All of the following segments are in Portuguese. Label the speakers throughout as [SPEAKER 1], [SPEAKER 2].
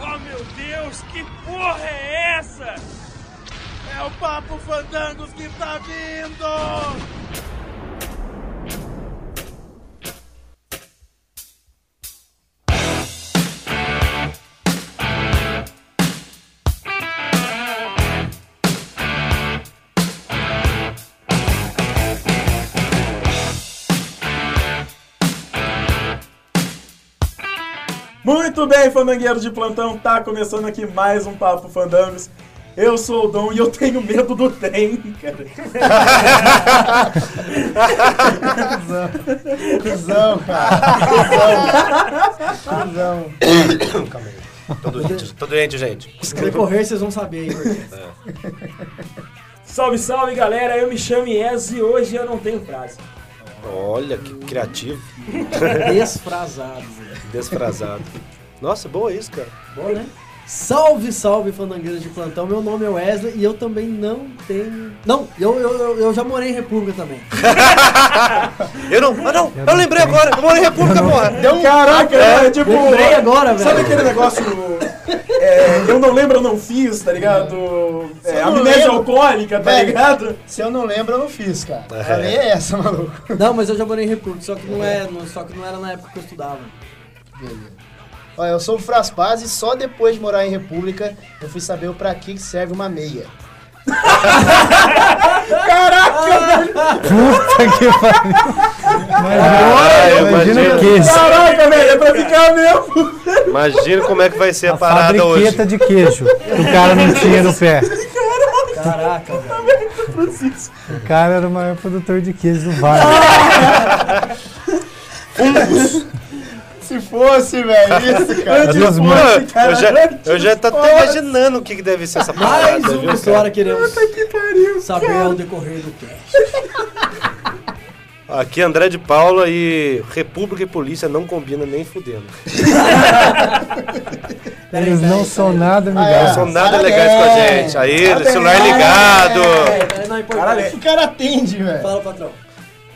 [SPEAKER 1] Oh, Deus, que porra é essa? É o Papo Fandangos que tá vindo!
[SPEAKER 2] Muito bem, fandangueiros de plantão, tá começando aqui mais um Papo Fandangos. Eu sou o Dom e eu tenho medo do trem, cara.
[SPEAKER 3] Cusão, cara. Cusão. Cusão.
[SPEAKER 4] Calma aí. Tô doente, tô doente, gente.
[SPEAKER 3] Se decorrer, vocês vão saber aí. porque-
[SPEAKER 5] Salve, salve galera, eu me chamo Ies e hoje eu não tenho frase.
[SPEAKER 4] Olha, que criativo,
[SPEAKER 3] é Desfrasado. velho.
[SPEAKER 4] desfrazado. Nossa, é boa isso, cara.
[SPEAKER 3] Bom, né? Salve, salve, fandangueiros de plantão. Meu nome é Wesley e eu também não tenho. Não, eu, eu, eu, eu já morei em República também.
[SPEAKER 4] Eu não, ah não, eu, lembrei agora, eu moro em República, porra. Deu um...
[SPEAKER 2] Caraca, é tipo.
[SPEAKER 3] Lembrei agora,
[SPEAKER 2] Sabe
[SPEAKER 3] velho.
[SPEAKER 2] aquele negócio. é, eu não lembro, eu não fiz, tá ligado? É,
[SPEAKER 6] não
[SPEAKER 2] amnésia
[SPEAKER 6] lembro.
[SPEAKER 2] alcoólica, tá
[SPEAKER 6] Velho.
[SPEAKER 2] ligado?
[SPEAKER 6] Se eu não lembro, eu não fiz, cara.
[SPEAKER 4] É.
[SPEAKER 6] A lei é essa, maluco.
[SPEAKER 3] Não, mas eu já morei em República, só que não, é, não- só que não era na época que eu estudava.
[SPEAKER 6] Olha, eu sou o Fraspaz e só depois de morar em República eu fui saber pra que que serve uma meia.
[SPEAKER 4] Ah, imagina,
[SPEAKER 7] Imagina que isso.
[SPEAKER 2] Caraca, velho, é pra ficar mesmo.
[SPEAKER 4] imagina como é que vai ser a,
[SPEAKER 7] A
[SPEAKER 4] parada hoje.
[SPEAKER 7] fabriqueta de queijo. Que o cara não tinha no pé.
[SPEAKER 3] Caraca, velho.
[SPEAKER 7] O cara era o maior produtor de queijo do vale.
[SPEAKER 6] Se fosse, velho, isso, cara.
[SPEAKER 7] Meu Deus, mano.
[SPEAKER 4] Mano, eu já, eu já tô até imaginando o que, que deve ser essa parada,
[SPEAKER 3] Mais uma
[SPEAKER 4] Ah, viu, cara?
[SPEAKER 3] história queremos saber ao decorrer do cast.
[SPEAKER 4] Aqui André de Paula e República e Polícia não combinam nem fudendo.
[SPEAKER 7] Eles não são nada
[SPEAKER 4] Não Ah, é? são
[SPEAKER 7] amigáveis.
[SPEAKER 4] nada legais com a gente. Aí, celular ligado.
[SPEAKER 3] É, não é importante.
[SPEAKER 6] O cara atende, velho.
[SPEAKER 3] Fala, patrão.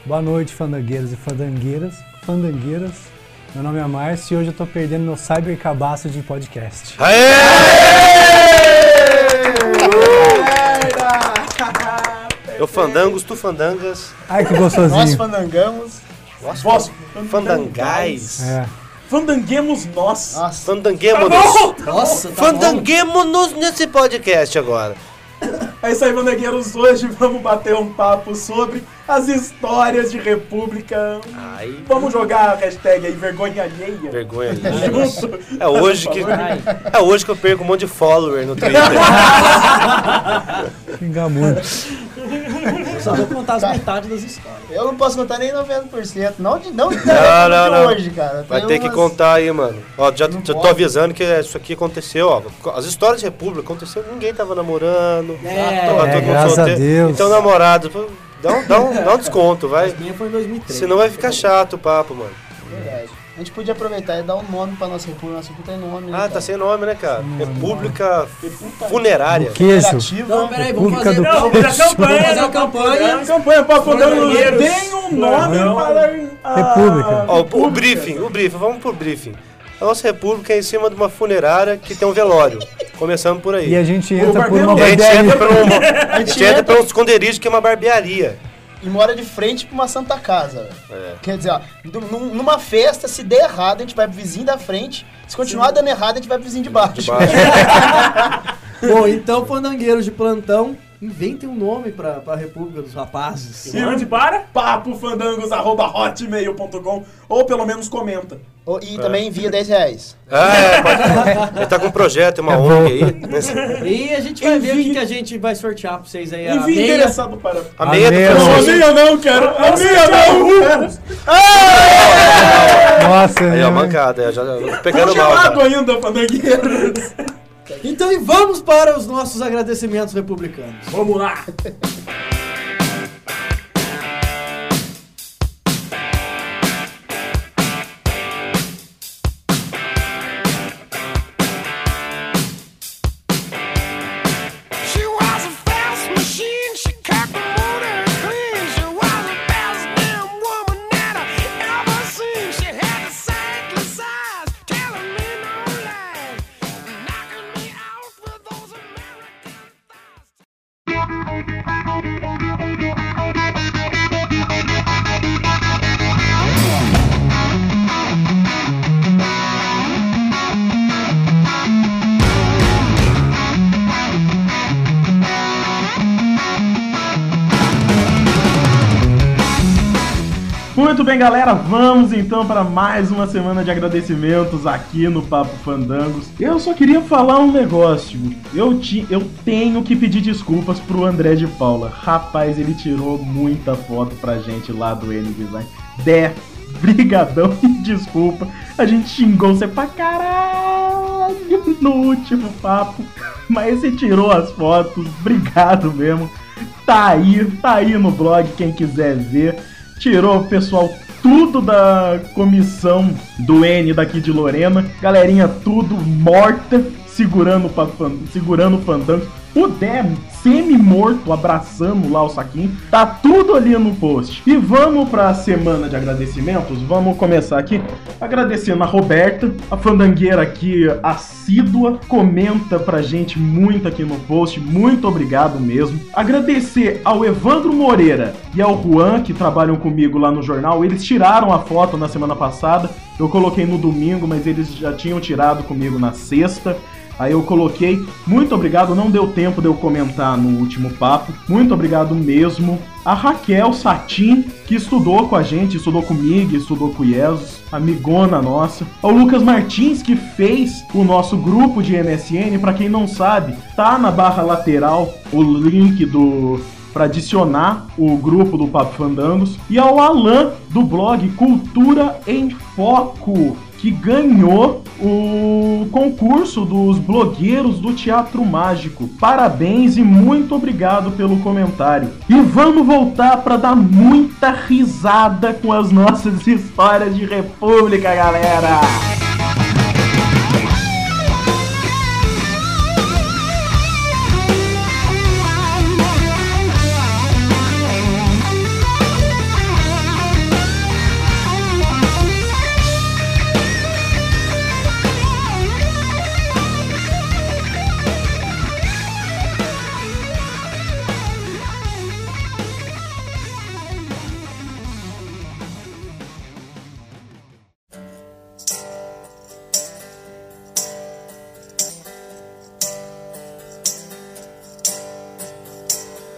[SPEAKER 7] Boa noite, fandangueiros e fandangueiras. Fandangueiras. Meu nome é Márcio e hoje eu tô perdendo meu cyber cabaço de podcast.
[SPEAKER 4] Eu fandangos, tu fandangas,
[SPEAKER 7] Ai, que
[SPEAKER 6] Nós
[SPEAKER 7] gostosinho.
[SPEAKER 6] fandangamos.
[SPEAKER 2] Vós,
[SPEAKER 4] fandangais,
[SPEAKER 7] É.
[SPEAKER 2] fandanguemos nós.
[SPEAKER 6] Nossa,
[SPEAKER 4] fandanguemos-nos.
[SPEAKER 3] Nossa, tá bom.
[SPEAKER 4] Fandanguemos-nos nesse podcast agora.
[SPEAKER 2] É isso aí, Vandegueiros. Hoje vamos bater um papo sobre as histórias de República.
[SPEAKER 4] Ai,
[SPEAKER 2] Vamos jogar a hashtag aí, vergonha alheia.
[SPEAKER 4] vergonha.
[SPEAKER 2] Junto.
[SPEAKER 4] É hoje que é hoje que eu perco um monte de follower no Twitter.
[SPEAKER 7] Xingar muito.
[SPEAKER 3] Só vou contar as metades das histórias.
[SPEAKER 6] eu não posso contar nem 90%. Não de, não de,
[SPEAKER 4] não,
[SPEAKER 6] de
[SPEAKER 4] não.
[SPEAKER 6] hoje, Tá cara.
[SPEAKER 4] Vai
[SPEAKER 6] Tem
[SPEAKER 4] ter que
[SPEAKER 6] umas-
[SPEAKER 4] contar aí, mano. Ó, já, já tô
[SPEAKER 6] pode.
[SPEAKER 4] avisando que isso aqui aconteceu, ó. As histórias de República aconteceu, ninguém tava namorando.
[SPEAKER 3] É,
[SPEAKER 4] tava
[SPEAKER 7] é, graças a Deus.
[SPEAKER 4] Então, namorado, pô, dá um, dá um- dá um desconto, vai.
[SPEAKER 3] A minha foi em 2003.
[SPEAKER 4] Senão vai ficar chato o papo, mano.
[SPEAKER 6] Verdade. A gente podia aproveitar e dar um nome pra nossa república. Nossa república tem nome, né,
[SPEAKER 4] Ah, tá
[SPEAKER 6] cara?
[SPEAKER 4] sem nome, né, cara? República Funerária.
[SPEAKER 7] Queijo.
[SPEAKER 6] Interativa.
[SPEAKER 3] Não, peraí, vamos
[SPEAKER 7] República
[SPEAKER 3] fazer,
[SPEAKER 7] do
[SPEAKER 3] não,
[SPEAKER 1] Não,
[SPEAKER 3] vamos
[SPEAKER 1] mas a campanha
[SPEAKER 3] fazer
[SPEAKER 1] não
[SPEAKER 3] a campanha.
[SPEAKER 2] Campanha Papo Fandangos.
[SPEAKER 1] Fandangueiros.
[SPEAKER 2] Tem um nome
[SPEAKER 7] Não.
[SPEAKER 2] para a
[SPEAKER 7] É República.
[SPEAKER 4] Ó, o, o briefing, o briefing, vamos pro briefing. A nossa república é em cima de uma funerária que tem um velório. Começando por aí.
[SPEAKER 7] E a gente entra por
[SPEAKER 2] barbeiro.
[SPEAKER 7] uma
[SPEAKER 4] E a gente entra
[SPEAKER 7] barbearia.
[SPEAKER 4] pra um, a gente entra pra um esconderijo que é uma barbearia.
[SPEAKER 6] E mora de frente pra uma santa casa. velho.
[SPEAKER 4] É.
[SPEAKER 6] Quer dizer, ó, du- num- numa festa, se der errado, a gente vai pro vizinho da frente. Se continuar dando errado, a gente vai pro vizinho de baixo.
[SPEAKER 4] De baixo.
[SPEAKER 3] Bom, então, fandangueiros de plantão, inventem um nome pra, pra República dos Rapazes.
[SPEAKER 1] Onde para?
[SPEAKER 2] papofandangos.hotmail.com ou pelo menos comenta.
[SPEAKER 6] Ô, E
[SPEAKER 4] É.
[SPEAKER 6] também envia 10 reais.
[SPEAKER 4] Ah, é, pode. Ele tá com um projeto,
[SPEAKER 7] É
[SPEAKER 4] uma ONG aí. né?
[SPEAKER 3] E a gente vai ver o que, que a gente vai sortear pra vocês aí. a
[SPEAKER 2] Envie
[SPEAKER 3] meia.
[SPEAKER 2] interessado para.
[SPEAKER 4] A meia do
[SPEAKER 7] Amém.
[SPEAKER 2] Não, a
[SPEAKER 4] Francisco.
[SPEAKER 2] minha Ah, não, cara. A minha não.
[SPEAKER 7] Nossa,
[SPEAKER 4] Aí, ó,
[SPEAKER 7] né?
[SPEAKER 4] mancada. é, Já pegando mal. tá.
[SPEAKER 2] Congelado
[SPEAKER 4] já.
[SPEAKER 2] ainda, Fandangueiros.
[SPEAKER 3] Então, e vamos para os nossos agradecimentos republicanos.
[SPEAKER 1] Vamos lá.
[SPEAKER 8] She was a fast machine, she kept the motor clean. She was the best damn woman that I ever seen. She had the sightless eyes, telling me no lies, knocking me
[SPEAKER 9] Muito bem, galera, vamos então para mais uma semana de agradecimentos aqui no Papo Fandangos. Eu só queria falar um negócio. Eu, ti, eu tenho que pedir desculpas pro André de Paula. Rapaz, ele tirou muita foto pra gente lá do N Design. Dé, brigadão e desculpa. A gente xingou você pra caralho no último papo. Mas você tirou as fotos, obrigado mesmo. Tá aí, tá aí no blog, quem quiser ver tirou o pessoal tudo da comissão do N daqui de Lorena. Galerinha tudo morta, segurando o pa- fan- segurando o fandango. O Dem, semi-morto, abraçando lá o saquinho. Tá tudo ali no post. E vamos pra semana de agradecimentos? Vamos começar aqui agradecendo a Roberta, a fandangueira aqui assídua, comenta pra gente muito aqui no post, muito obrigado mesmo. Agradecer ao Evandro Moreira e ao Juan, que trabalham comigo lá no jornal, eles tiraram a foto na semana passada, eu coloquei no domingo, mas eles já tinham tirado comigo na sexta. Aí eu coloquei, muito obrigado, não deu tempo de eu comentar no último papo, muito obrigado mesmo. A Raquel Satin, que estudou com a gente, estudou comigo, estudou com o Iesus, amigona nossa. Ao Lucas Martins, que fez o nosso grupo de MSN, pra quem não sabe, tá na barra lateral o link do para adicionar o grupo do Papo Fandangos e ao Alan do blog Cultura em Foco, que ganhou o concurso dos blogueiros do Teatro Mágico. Parabéns e muito obrigado pelo comentário. E vamos voltar para dar muita risada com as nossas histórias de República, galera.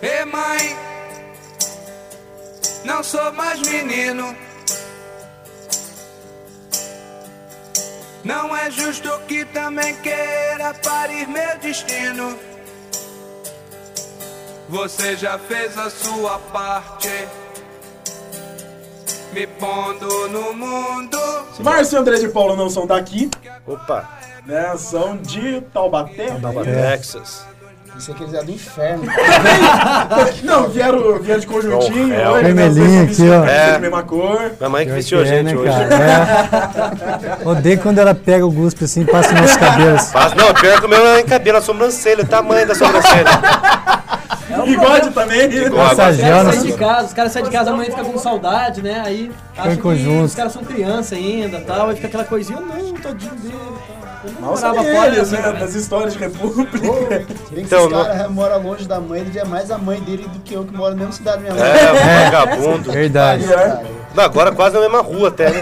[SPEAKER 10] Ei mãe, não sou mais menino. Não é justo que também queira parir meu destino. Você já fez a sua parte, me pondo no mundo.
[SPEAKER 9] Márcio e André de Paulo não são daqui,
[SPEAKER 4] Opa,
[SPEAKER 9] né? São de Taubaté.
[SPEAKER 4] Nova
[SPEAKER 7] É.
[SPEAKER 4] Texas.
[SPEAKER 6] Isso aqui é do inferno.
[SPEAKER 9] Não, vieram, vieram de conjuntinho,
[SPEAKER 4] Bom, é,
[SPEAKER 9] hoje,
[SPEAKER 7] vermelhinho
[SPEAKER 9] né, foi
[SPEAKER 7] aqui, ó.
[SPEAKER 9] vestido
[SPEAKER 4] É.
[SPEAKER 9] de mesma cor.
[SPEAKER 4] Minha mãe que
[SPEAKER 7] Pior
[SPEAKER 4] vestiu a
[SPEAKER 7] que é,
[SPEAKER 4] gente
[SPEAKER 7] né,
[SPEAKER 4] hoje.
[SPEAKER 7] cara? É. Odeio quando ela pega o guspe assim e passa nos cabelos.
[SPEAKER 4] Mas não, pior que o meu é em cabelo, a sobrancelha, o tamanho da sobrancelha.
[SPEAKER 9] Bigode também.
[SPEAKER 7] Passa
[SPEAKER 3] Os
[SPEAKER 7] gel
[SPEAKER 3] caras
[SPEAKER 7] nas-
[SPEAKER 3] saem de casa, os caras saem de casa, amanhã fica com saudade, né? Aí acham que
[SPEAKER 7] conjunto.
[SPEAKER 3] os caras são criança ainda tal, aí fica aquela coisinha, eu não, tadinho dele e tal. Eu não
[SPEAKER 9] Nossa,
[SPEAKER 3] morava fora,
[SPEAKER 9] deles,
[SPEAKER 3] assim,
[SPEAKER 9] né?
[SPEAKER 3] também.
[SPEAKER 9] Das histórias de República.
[SPEAKER 6] Se bem que
[SPEAKER 4] Então,
[SPEAKER 6] esse cara mora longe da mãe, ele vê mais a mãe dele do que eu que moro na mesma cidade da minha mãe.
[SPEAKER 4] É, vagabundo.
[SPEAKER 7] Verdade.
[SPEAKER 4] Não, Agora quase na mesma rua até, né?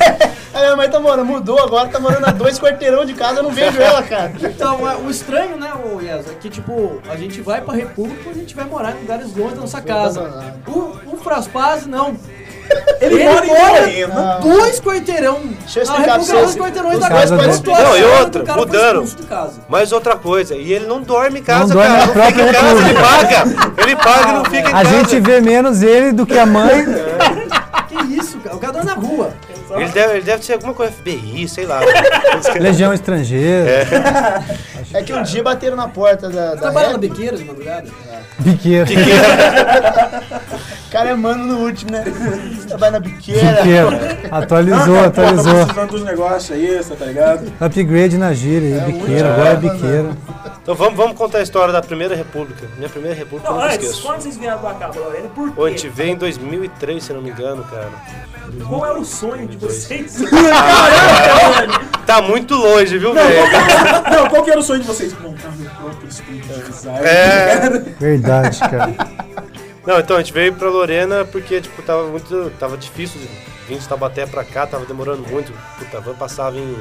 [SPEAKER 6] A minha mãe tá morando, mudou agora, tá morando a dois quarteirão de casa, eu não vejo ela, cara.
[SPEAKER 3] Então, é, o estranho, né, ô Yes, é que, tipo, a gente vai pra República e a gente vai morar em lugares longe da nossa casa. O, o Fraspaz, não. Ele,
[SPEAKER 9] mora em Lorena.
[SPEAKER 3] dois quarteirão. Ah,
[SPEAKER 6] Deixa eu
[SPEAKER 3] Na
[SPEAKER 6] explicar
[SPEAKER 3] República,
[SPEAKER 6] pra
[SPEAKER 3] dois
[SPEAKER 6] vocês.
[SPEAKER 3] quarteirões
[SPEAKER 7] Os
[SPEAKER 3] é um da
[SPEAKER 7] caras
[SPEAKER 3] casa.
[SPEAKER 7] não-
[SPEAKER 3] quando tu acha
[SPEAKER 4] Não, e
[SPEAKER 3] a casa
[SPEAKER 4] outra,
[SPEAKER 3] do cara, foi
[SPEAKER 4] mudaram.
[SPEAKER 3] expulso de casa.
[SPEAKER 4] Mas outra coisa, e ele não dorme em casa,
[SPEAKER 7] Não dorme
[SPEAKER 4] cara.
[SPEAKER 7] na
[SPEAKER 4] Não fica em
[SPEAKER 7] própria
[SPEAKER 4] casa, ele
[SPEAKER 7] república.
[SPEAKER 4] paga. Ele paga e não fica em
[SPEAKER 7] A
[SPEAKER 4] casa.
[SPEAKER 7] gente vê menos ele do que a mãe.
[SPEAKER 3] Que isso, cara? O cara dorme na rua.
[SPEAKER 4] Ele deve, ele deve ser alguma coisa FBI, sei lá.
[SPEAKER 7] Legião estrangeira,
[SPEAKER 6] É que um dia bateram na porta da. da
[SPEAKER 3] Trabalha na
[SPEAKER 6] Rap.
[SPEAKER 3] biqueira de madrugada.
[SPEAKER 7] biqueiro.
[SPEAKER 6] O cara é mano no último, né? Trabalha na biqueira.
[SPEAKER 7] Biqueiro. Atualizou,
[SPEAKER 9] Pô, tá
[SPEAKER 7] atualizou.
[SPEAKER 9] precisando dos negócios aí, você tá ligado?
[SPEAKER 7] Upgrade na gíria aí, biqueiro, agora é
[SPEAKER 9] né?
[SPEAKER 7] biqueiro.
[SPEAKER 4] Então vamos, vamos contar a história da Primeira República. Minha Primeira República eu
[SPEAKER 1] Não,
[SPEAKER 4] nunca
[SPEAKER 1] antes,
[SPEAKER 4] esqueço.
[SPEAKER 1] quando vocês vieram pra cá, pra Lorena, por
[SPEAKER 4] Pô, a gente
[SPEAKER 1] quê?
[SPEAKER 4] veio em 2003, se não me engano, cara.
[SPEAKER 1] Qual era o sonho de vocês?
[SPEAKER 4] Tá muito longe, viu, velho?
[SPEAKER 9] Não, qual que era o sonho de vocês? Montar meu próprio estúdio de design.
[SPEAKER 4] É.
[SPEAKER 7] Verdade, cara.
[SPEAKER 4] Não, então a gente veio pra Lorena porque, tipo, tava muito. Tava difícil de vir de Tabaté pra cá, tava demorando muito. Puta, a van passava em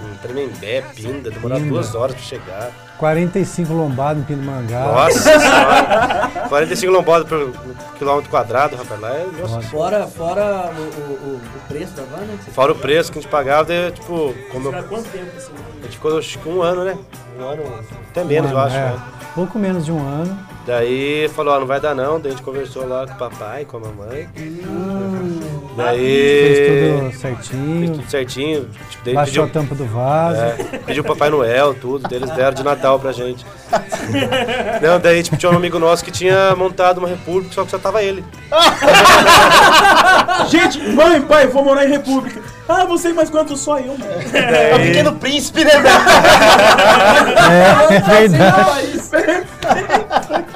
[SPEAKER 4] em Tremembé, Pinda, demorar
[SPEAKER 7] Pinda.
[SPEAKER 4] duas horas pra chegar.
[SPEAKER 7] 45 lombado em Pinto Mangá.
[SPEAKER 4] Nossa senhora! 45 lombadas por quilômetro quadrado, rapaz, lá é. Nossa.
[SPEAKER 3] Fora, fora o, o- o- o preço da van, né? que você-
[SPEAKER 4] Fora o preço que a gente pagava, daí, tipo, como eu,
[SPEAKER 1] Cara, quanto tempo assim?
[SPEAKER 4] a gente ficou acho que um ano, né? Um ano, até menos,
[SPEAKER 7] Um
[SPEAKER 4] eu
[SPEAKER 7] ano,
[SPEAKER 4] acho.
[SPEAKER 7] é.
[SPEAKER 4] né?
[SPEAKER 7] Pouco menos de um ano.
[SPEAKER 4] Daí falou, ó, não vai dar não. Daí a gente conversou lá com o papai, com a mamãe. Daí.
[SPEAKER 7] Hum. Fez tudo
[SPEAKER 4] Fez
[SPEAKER 7] certinho.
[SPEAKER 4] tudo certinho. Tipo, daí
[SPEAKER 7] Baixou
[SPEAKER 4] pediu,
[SPEAKER 7] a tampa do vaso.
[SPEAKER 4] é, pediu Papai Noel, tudo. Daí eles deram de Natal pra gente. Não, daí tipo, tinha um amigo nosso que tinha montado uma república, só que só tava ele.
[SPEAKER 9] Gente, mãe, pai, vou morar em República. Ah, você mais quanto? Só eu, mano.
[SPEAKER 6] É o pequeno príncipe, né?
[SPEAKER 7] É, é verdade.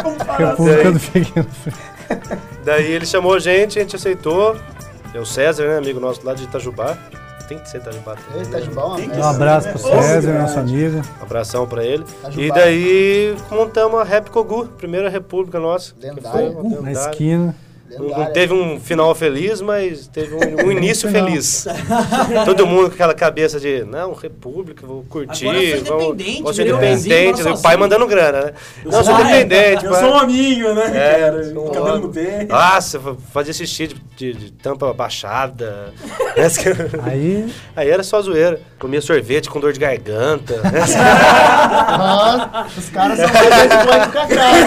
[SPEAKER 1] Comparação.
[SPEAKER 7] República do Figueiredo.
[SPEAKER 4] Daí ele chamou a gente, a gente aceitou. É o César, né? Amigo nosso lá de Itajubá. Tem que ser Itajubá. também, né?
[SPEAKER 6] Itajubá, uma
[SPEAKER 7] Um
[SPEAKER 6] merda.
[SPEAKER 7] abraço pro César, nosso amigo.
[SPEAKER 4] Abração pra ele.
[SPEAKER 6] Itajubá.
[SPEAKER 4] E daí montamos a Rap Kogu, primeira república nossa. que
[SPEAKER 6] Lendária.
[SPEAKER 4] foi uma
[SPEAKER 7] Na
[SPEAKER 4] lendária.
[SPEAKER 7] esquina.
[SPEAKER 4] Não- Não
[SPEAKER 6] Lendária.
[SPEAKER 4] teve um final feliz, mas teve um, um início
[SPEAKER 7] Final.
[SPEAKER 4] feliz. Todo mundo com aquela cabeça de, não, república, vou curtir.
[SPEAKER 3] Agora eu sou
[SPEAKER 4] vamos-
[SPEAKER 3] independente,
[SPEAKER 4] vou ser
[SPEAKER 3] virei um vizinho,
[SPEAKER 4] independente.
[SPEAKER 3] moro
[SPEAKER 4] O pai
[SPEAKER 3] sozinho.
[SPEAKER 4] mandando grana, né? Não, eu sou
[SPEAKER 3] sou-
[SPEAKER 4] independente,
[SPEAKER 1] Eu sou assim. um
[SPEAKER 4] pai.
[SPEAKER 1] amigo, né?
[SPEAKER 4] É,
[SPEAKER 1] cara?
[SPEAKER 4] sou um
[SPEAKER 1] Cabelo
[SPEAKER 4] homem.
[SPEAKER 1] bem.
[SPEAKER 4] Nossa, fa- fazia esse cheio de, de- de tampa baixada. Essa que-
[SPEAKER 7] Aí,
[SPEAKER 4] Aí era só zoeira. Comia sorvete com dor de garganta. né?
[SPEAKER 6] Ah, os caras são mais dois pães do que a cara,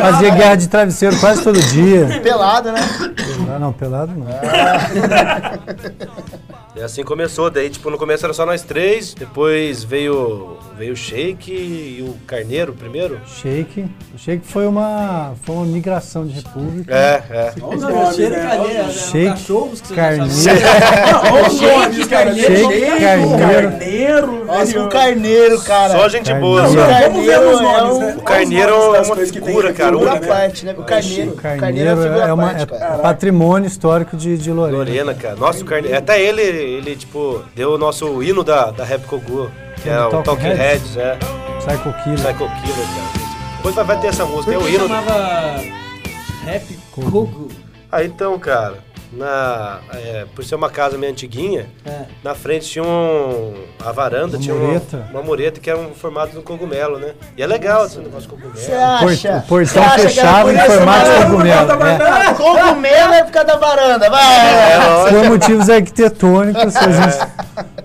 [SPEAKER 7] fazia guerra de travesseiro quase todo dia.
[SPEAKER 6] Pelada, né?
[SPEAKER 7] Ah, não, pelado não.
[SPEAKER 4] E assim começou, daí tipo, no começo era só nós três, depois veio veio o Shake e o Carneiro primeiro.
[SPEAKER 7] Shake. O Shake foi uma, foi uma migração de república.
[SPEAKER 4] É, é.
[SPEAKER 1] Olha os
[SPEAKER 3] Não,
[SPEAKER 1] nomes,
[SPEAKER 3] cheiro
[SPEAKER 1] né?
[SPEAKER 3] de cadeira, né?
[SPEAKER 7] Shake,
[SPEAKER 3] Cachorros que Um você
[SPEAKER 7] carneiro.
[SPEAKER 9] Ah,
[SPEAKER 1] Shake, carneiro,
[SPEAKER 7] Shake, carneiro.
[SPEAKER 1] carneiro,
[SPEAKER 6] Nossa, o
[SPEAKER 1] velho.
[SPEAKER 6] um carneiro, cara. um
[SPEAKER 4] Só gente
[SPEAKER 7] Carneiro.
[SPEAKER 4] boa,
[SPEAKER 7] Só-
[SPEAKER 4] só.
[SPEAKER 1] Vamos ver os
[SPEAKER 6] é
[SPEAKER 1] nomes,
[SPEAKER 6] um-
[SPEAKER 1] né?
[SPEAKER 4] O Carneiro
[SPEAKER 1] Olha os nomes
[SPEAKER 4] é
[SPEAKER 1] das
[SPEAKER 4] uma
[SPEAKER 1] coisas que tem
[SPEAKER 4] figura,
[SPEAKER 1] aqui,
[SPEAKER 4] cara.
[SPEAKER 1] figura,
[SPEAKER 6] Figura à parte, né? O carneiro. O carneiro é
[SPEAKER 7] Carneiro
[SPEAKER 6] uma figura
[SPEAKER 7] é,
[SPEAKER 6] à
[SPEAKER 7] uma,
[SPEAKER 6] parte,
[SPEAKER 7] é
[SPEAKER 6] cara.
[SPEAKER 7] patrimônio histórico de, de Lorena.
[SPEAKER 4] Lorena, cara. Nossa, o Carneiro. Até ele, ele, tipo, deu o nosso hino da, da Rap Kogu, que é o
[SPEAKER 7] Talking
[SPEAKER 4] Talking
[SPEAKER 7] Heads.
[SPEAKER 4] Heads, é.
[SPEAKER 7] Psycho Killer.
[SPEAKER 4] Psycho Killer, cara. Depois vai- vai ter essa música,
[SPEAKER 3] Por
[SPEAKER 4] é o
[SPEAKER 3] que
[SPEAKER 4] hino.
[SPEAKER 3] chamava Rap Kogo?
[SPEAKER 4] Ah, então, cara, na, é, por ser uma casa meio antiguinha,
[SPEAKER 3] É.
[SPEAKER 4] na frente tinha um. A varanda
[SPEAKER 7] Uma
[SPEAKER 4] tinha uma-
[SPEAKER 7] mureta.
[SPEAKER 4] uma mureta que era um formato de um cogumelo, né? E é legal esse negócio de
[SPEAKER 6] Você
[SPEAKER 4] cogumelo.
[SPEAKER 6] acha?
[SPEAKER 7] O portão
[SPEAKER 6] Você acha que é era
[SPEAKER 7] fechado
[SPEAKER 6] por
[SPEAKER 7] em
[SPEAKER 6] isso,
[SPEAKER 7] formato de
[SPEAKER 6] mano?
[SPEAKER 7] cogumelo. né?
[SPEAKER 6] Cogumelo é por causa da varanda,
[SPEAKER 4] É,
[SPEAKER 6] vai!
[SPEAKER 7] Por motivos arquitetônicos, a gente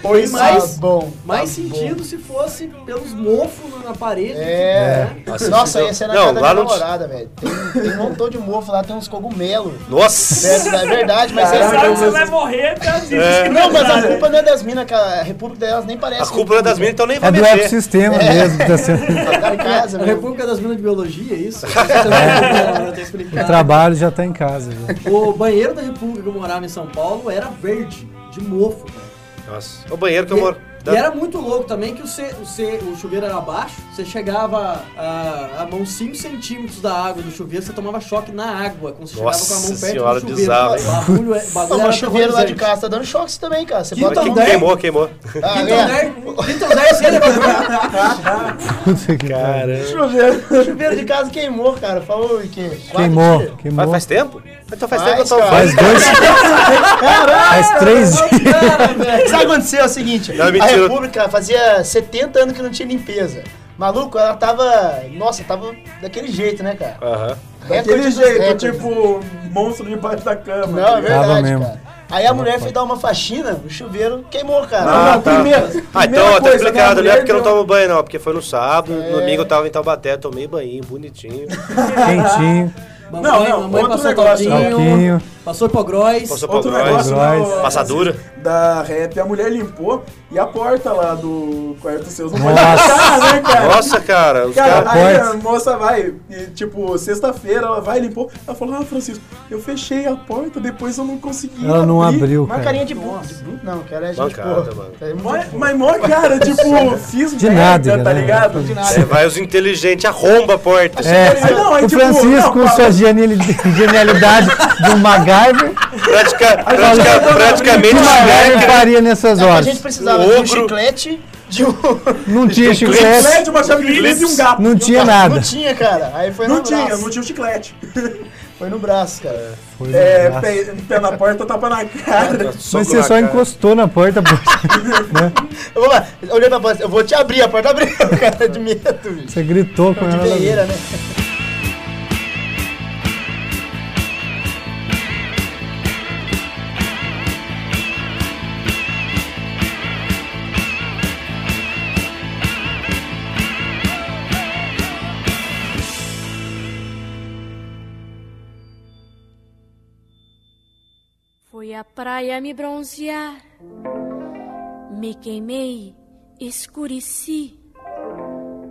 [SPEAKER 6] Foi mais
[SPEAKER 3] mais-
[SPEAKER 6] bom.
[SPEAKER 3] Mais
[SPEAKER 6] tá
[SPEAKER 3] sentido se fosse pelos mofos na parede. né?
[SPEAKER 6] É. Nossa,
[SPEAKER 4] então-
[SPEAKER 6] esse é na
[SPEAKER 4] Não,
[SPEAKER 6] casa
[SPEAKER 4] lá
[SPEAKER 6] da
[SPEAKER 4] não
[SPEAKER 6] minha
[SPEAKER 4] t-
[SPEAKER 6] namorada, velho. Tem, tem um montão de mofo lá, tem uns cogumelos. É,
[SPEAKER 4] Nossa!
[SPEAKER 6] é verdade, mas
[SPEAKER 1] Você
[SPEAKER 6] é
[SPEAKER 1] sabe que você vai morrer, então cara.
[SPEAKER 4] É.
[SPEAKER 6] Não, mas a culpa não é das minas, que a república delas nem parece.
[SPEAKER 4] A culpa não é das minas, então nem
[SPEAKER 7] é
[SPEAKER 4] vai
[SPEAKER 7] do
[SPEAKER 4] mexer.
[SPEAKER 7] ecossistema
[SPEAKER 6] É.
[SPEAKER 7] mesmo que está sendo.
[SPEAKER 6] Tá em casa,
[SPEAKER 3] A
[SPEAKER 6] meu.
[SPEAKER 3] República das Minas de Biologia, é isso? Você também- eu tô
[SPEAKER 7] O
[SPEAKER 3] explicando.
[SPEAKER 7] trabalho já está em casa. já.
[SPEAKER 3] O banheiro da República que eu morava em São Paulo era verde, de mofo. cara.
[SPEAKER 4] Nossa, o banheiro que eu
[SPEAKER 3] E-
[SPEAKER 4] moro.
[SPEAKER 3] E era muito louco também que o, C, o, C, o chuveiro era abaixo, você chegava a, a mão 5 centímetros da água do chuveiro, você tomava choque na água, quando você
[SPEAKER 4] Nossa
[SPEAKER 3] chegava com a mão perto
[SPEAKER 4] senhora,
[SPEAKER 3] do chuveiro.
[SPEAKER 4] bizarro, hein?
[SPEAKER 3] bagulho, é- bagulho
[SPEAKER 6] Tomou
[SPEAKER 3] era
[SPEAKER 6] chuveiro Tá lá de
[SPEAKER 3] aterrorizante.
[SPEAKER 6] casa, tá dando choques também, cara. Você
[SPEAKER 4] Mas
[SPEAKER 6] bota um a
[SPEAKER 4] que-
[SPEAKER 6] mão.
[SPEAKER 4] queimou, queimou.
[SPEAKER 6] Ah, é.
[SPEAKER 3] Quinto andar, quinto andar, você era-
[SPEAKER 7] Puta que pariu.
[SPEAKER 4] Caramba.
[SPEAKER 6] O chuveiro de casa queimou, cara. Falou o quê? Quatro dias?
[SPEAKER 7] Queimou,
[SPEAKER 4] Mas
[SPEAKER 7] queimou.
[SPEAKER 4] faz tempo? Então faz,
[SPEAKER 6] Faz,
[SPEAKER 4] tempo que eu tô
[SPEAKER 6] cara.
[SPEAKER 7] Faz dois. Faz três dias.
[SPEAKER 6] Sabe o que aconteceu? É o seguinte,
[SPEAKER 4] Não,
[SPEAKER 6] a
[SPEAKER 4] mentira.
[SPEAKER 6] República fazia 70 anos que não tinha limpeza. Maluco, ela tava. Nossa, tava daquele jeito, né, cara?
[SPEAKER 4] Aham.
[SPEAKER 6] Recorde
[SPEAKER 9] Daquele
[SPEAKER 6] dos
[SPEAKER 9] jeito,
[SPEAKER 6] recordes.
[SPEAKER 9] tipo, monstro debaixo da cama. tá
[SPEAKER 6] Não, é
[SPEAKER 7] Tava
[SPEAKER 6] verdade,
[SPEAKER 7] mesmo.
[SPEAKER 6] cara. Aí a mulher foi dar uma faxina, o chuveiro queimou, cara.
[SPEAKER 9] Ah, tá. primeiro.
[SPEAKER 4] Ah, então, ó, tá
[SPEAKER 9] coisa,
[SPEAKER 4] explicado,
[SPEAKER 9] né?
[SPEAKER 4] né?
[SPEAKER 9] A
[SPEAKER 4] Porque eu não
[SPEAKER 9] mulher
[SPEAKER 4] tomo banho, não. Porque foi no sábado, no domingo eu tava em Taubaté, tomei banho, bonitinho.
[SPEAKER 7] Quentinho,
[SPEAKER 3] Mamãe,
[SPEAKER 9] Não, não,
[SPEAKER 3] mamãe
[SPEAKER 9] outro
[SPEAKER 3] passou
[SPEAKER 9] negócio,
[SPEAKER 3] Talquinho,
[SPEAKER 7] Talquinho.
[SPEAKER 3] passou hipogróis.
[SPEAKER 4] Passou pra
[SPEAKER 9] Outro
[SPEAKER 4] nós.
[SPEAKER 9] negócio
[SPEAKER 7] Nós.
[SPEAKER 9] da-
[SPEAKER 4] Passadura.
[SPEAKER 9] da rap, a mulher limpou e a porta lá do quarto seus não pode
[SPEAKER 7] Nossa.
[SPEAKER 9] fechar, né, cara?
[SPEAKER 4] Nossa, cara, os
[SPEAKER 9] Cara,
[SPEAKER 4] caras.
[SPEAKER 9] aí a
[SPEAKER 7] porta.
[SPEAKER 9] moça vai, e, tipo, sexta-feira ela vai, limpou. Ela falou: Ah, Francisco, eu fechei a porta, depois eu não consegui.
[SPEAKER 7] ela não
[SPEAKER 9] abrir."
[SPEAKER 7] abriu,
[SPEAKER 6] Uma
[SPEAKER 7] cara.
[SPEAKER 6] carinha de burro. de burro, Não, cara, é gente
[SPEAKER 4] tá. Bancada,
[SPEAKER 6] porra.
[SPEAKER 4] mano.
[SPEAKER 6] É muito
[SPEAKER 9] Mas,
[SPEAKER 6] burro.
[SPEAKER 9] mas mó cara, tipo, fiz
[SPEAKER 7] De
[SPEAKER 9] merda,
[SPEAKER 7] nada,
[SPEAKER 9] tá
[SPEAKER 7] né?
[SPEAKER 9] ligado?
[SPEAKER 7] De
[SPEAKER 4] É, vai os inteligentes, arromba a porta.
[SPEAKER 9] Aí não, aí,
[SPEAKER 7] É, o
[SPEAKER 9] tipo,
[SPEAKER 7] Francisco
[SPEAKER 9] não,
[SPEAKER 7] com sua geniali- genialidade do MacGyver.
[SPEAKER 4] Pratica-
[SPEAKER 7] Fala-
[SPEAKER 4] pratica- praticamente
[SPEAKER 7] O que o MacGyver
[SPEAKER 4] né,
[SPEAKER 7] faria nessas
[SPEAKER 6] é A
[SPEAKER 7] horas?
[SPEAKER 6] gente precisava
[SPEAKER 4] Um
[SPEAKER 6] de um
[SPEAKER 4] ogro.
[SPEAKER 6] chiclete, de um.
[SPEAKER 7] Não tinha chiclete,
[SPEAKER 9] Chiclete, uma chave de inglês e um gato.
[SPEAKER 7] não tinha nada.
[SPEAKER 6] Não tinha, cara. Aí foi
[SPEAKER 9] Não
[SPEAKER 6] no
[SPEAKER 9] tinha,
[SPEAKER 6] abraço.
[SPEAKER 9] não tinha o chiclete.
[SPEAKER 6] Foi no braço, cara.
[SPEAKER 7] Foi no
[SPEAKER 2] É,
[SPEAKER 7] braço.
[SPEAKER 2] pé, pé na porta, tapa na cara.
[SPEAKER 7] Mas você só encostou na porta, pô.
[SPEAKER 6] Eu vou lá, olhei pra porta, eu vou te abrir, a porta abriu, cara, de medo, bicho.
[SPEAKER 7] Você gritou com
[SPEAKER 6] De
[SPEAKER 7] ela.
[SPEAKER 6] veieira, né?
[SPEAKER 8] Fui à praia me bronzear, me queimei, escureci.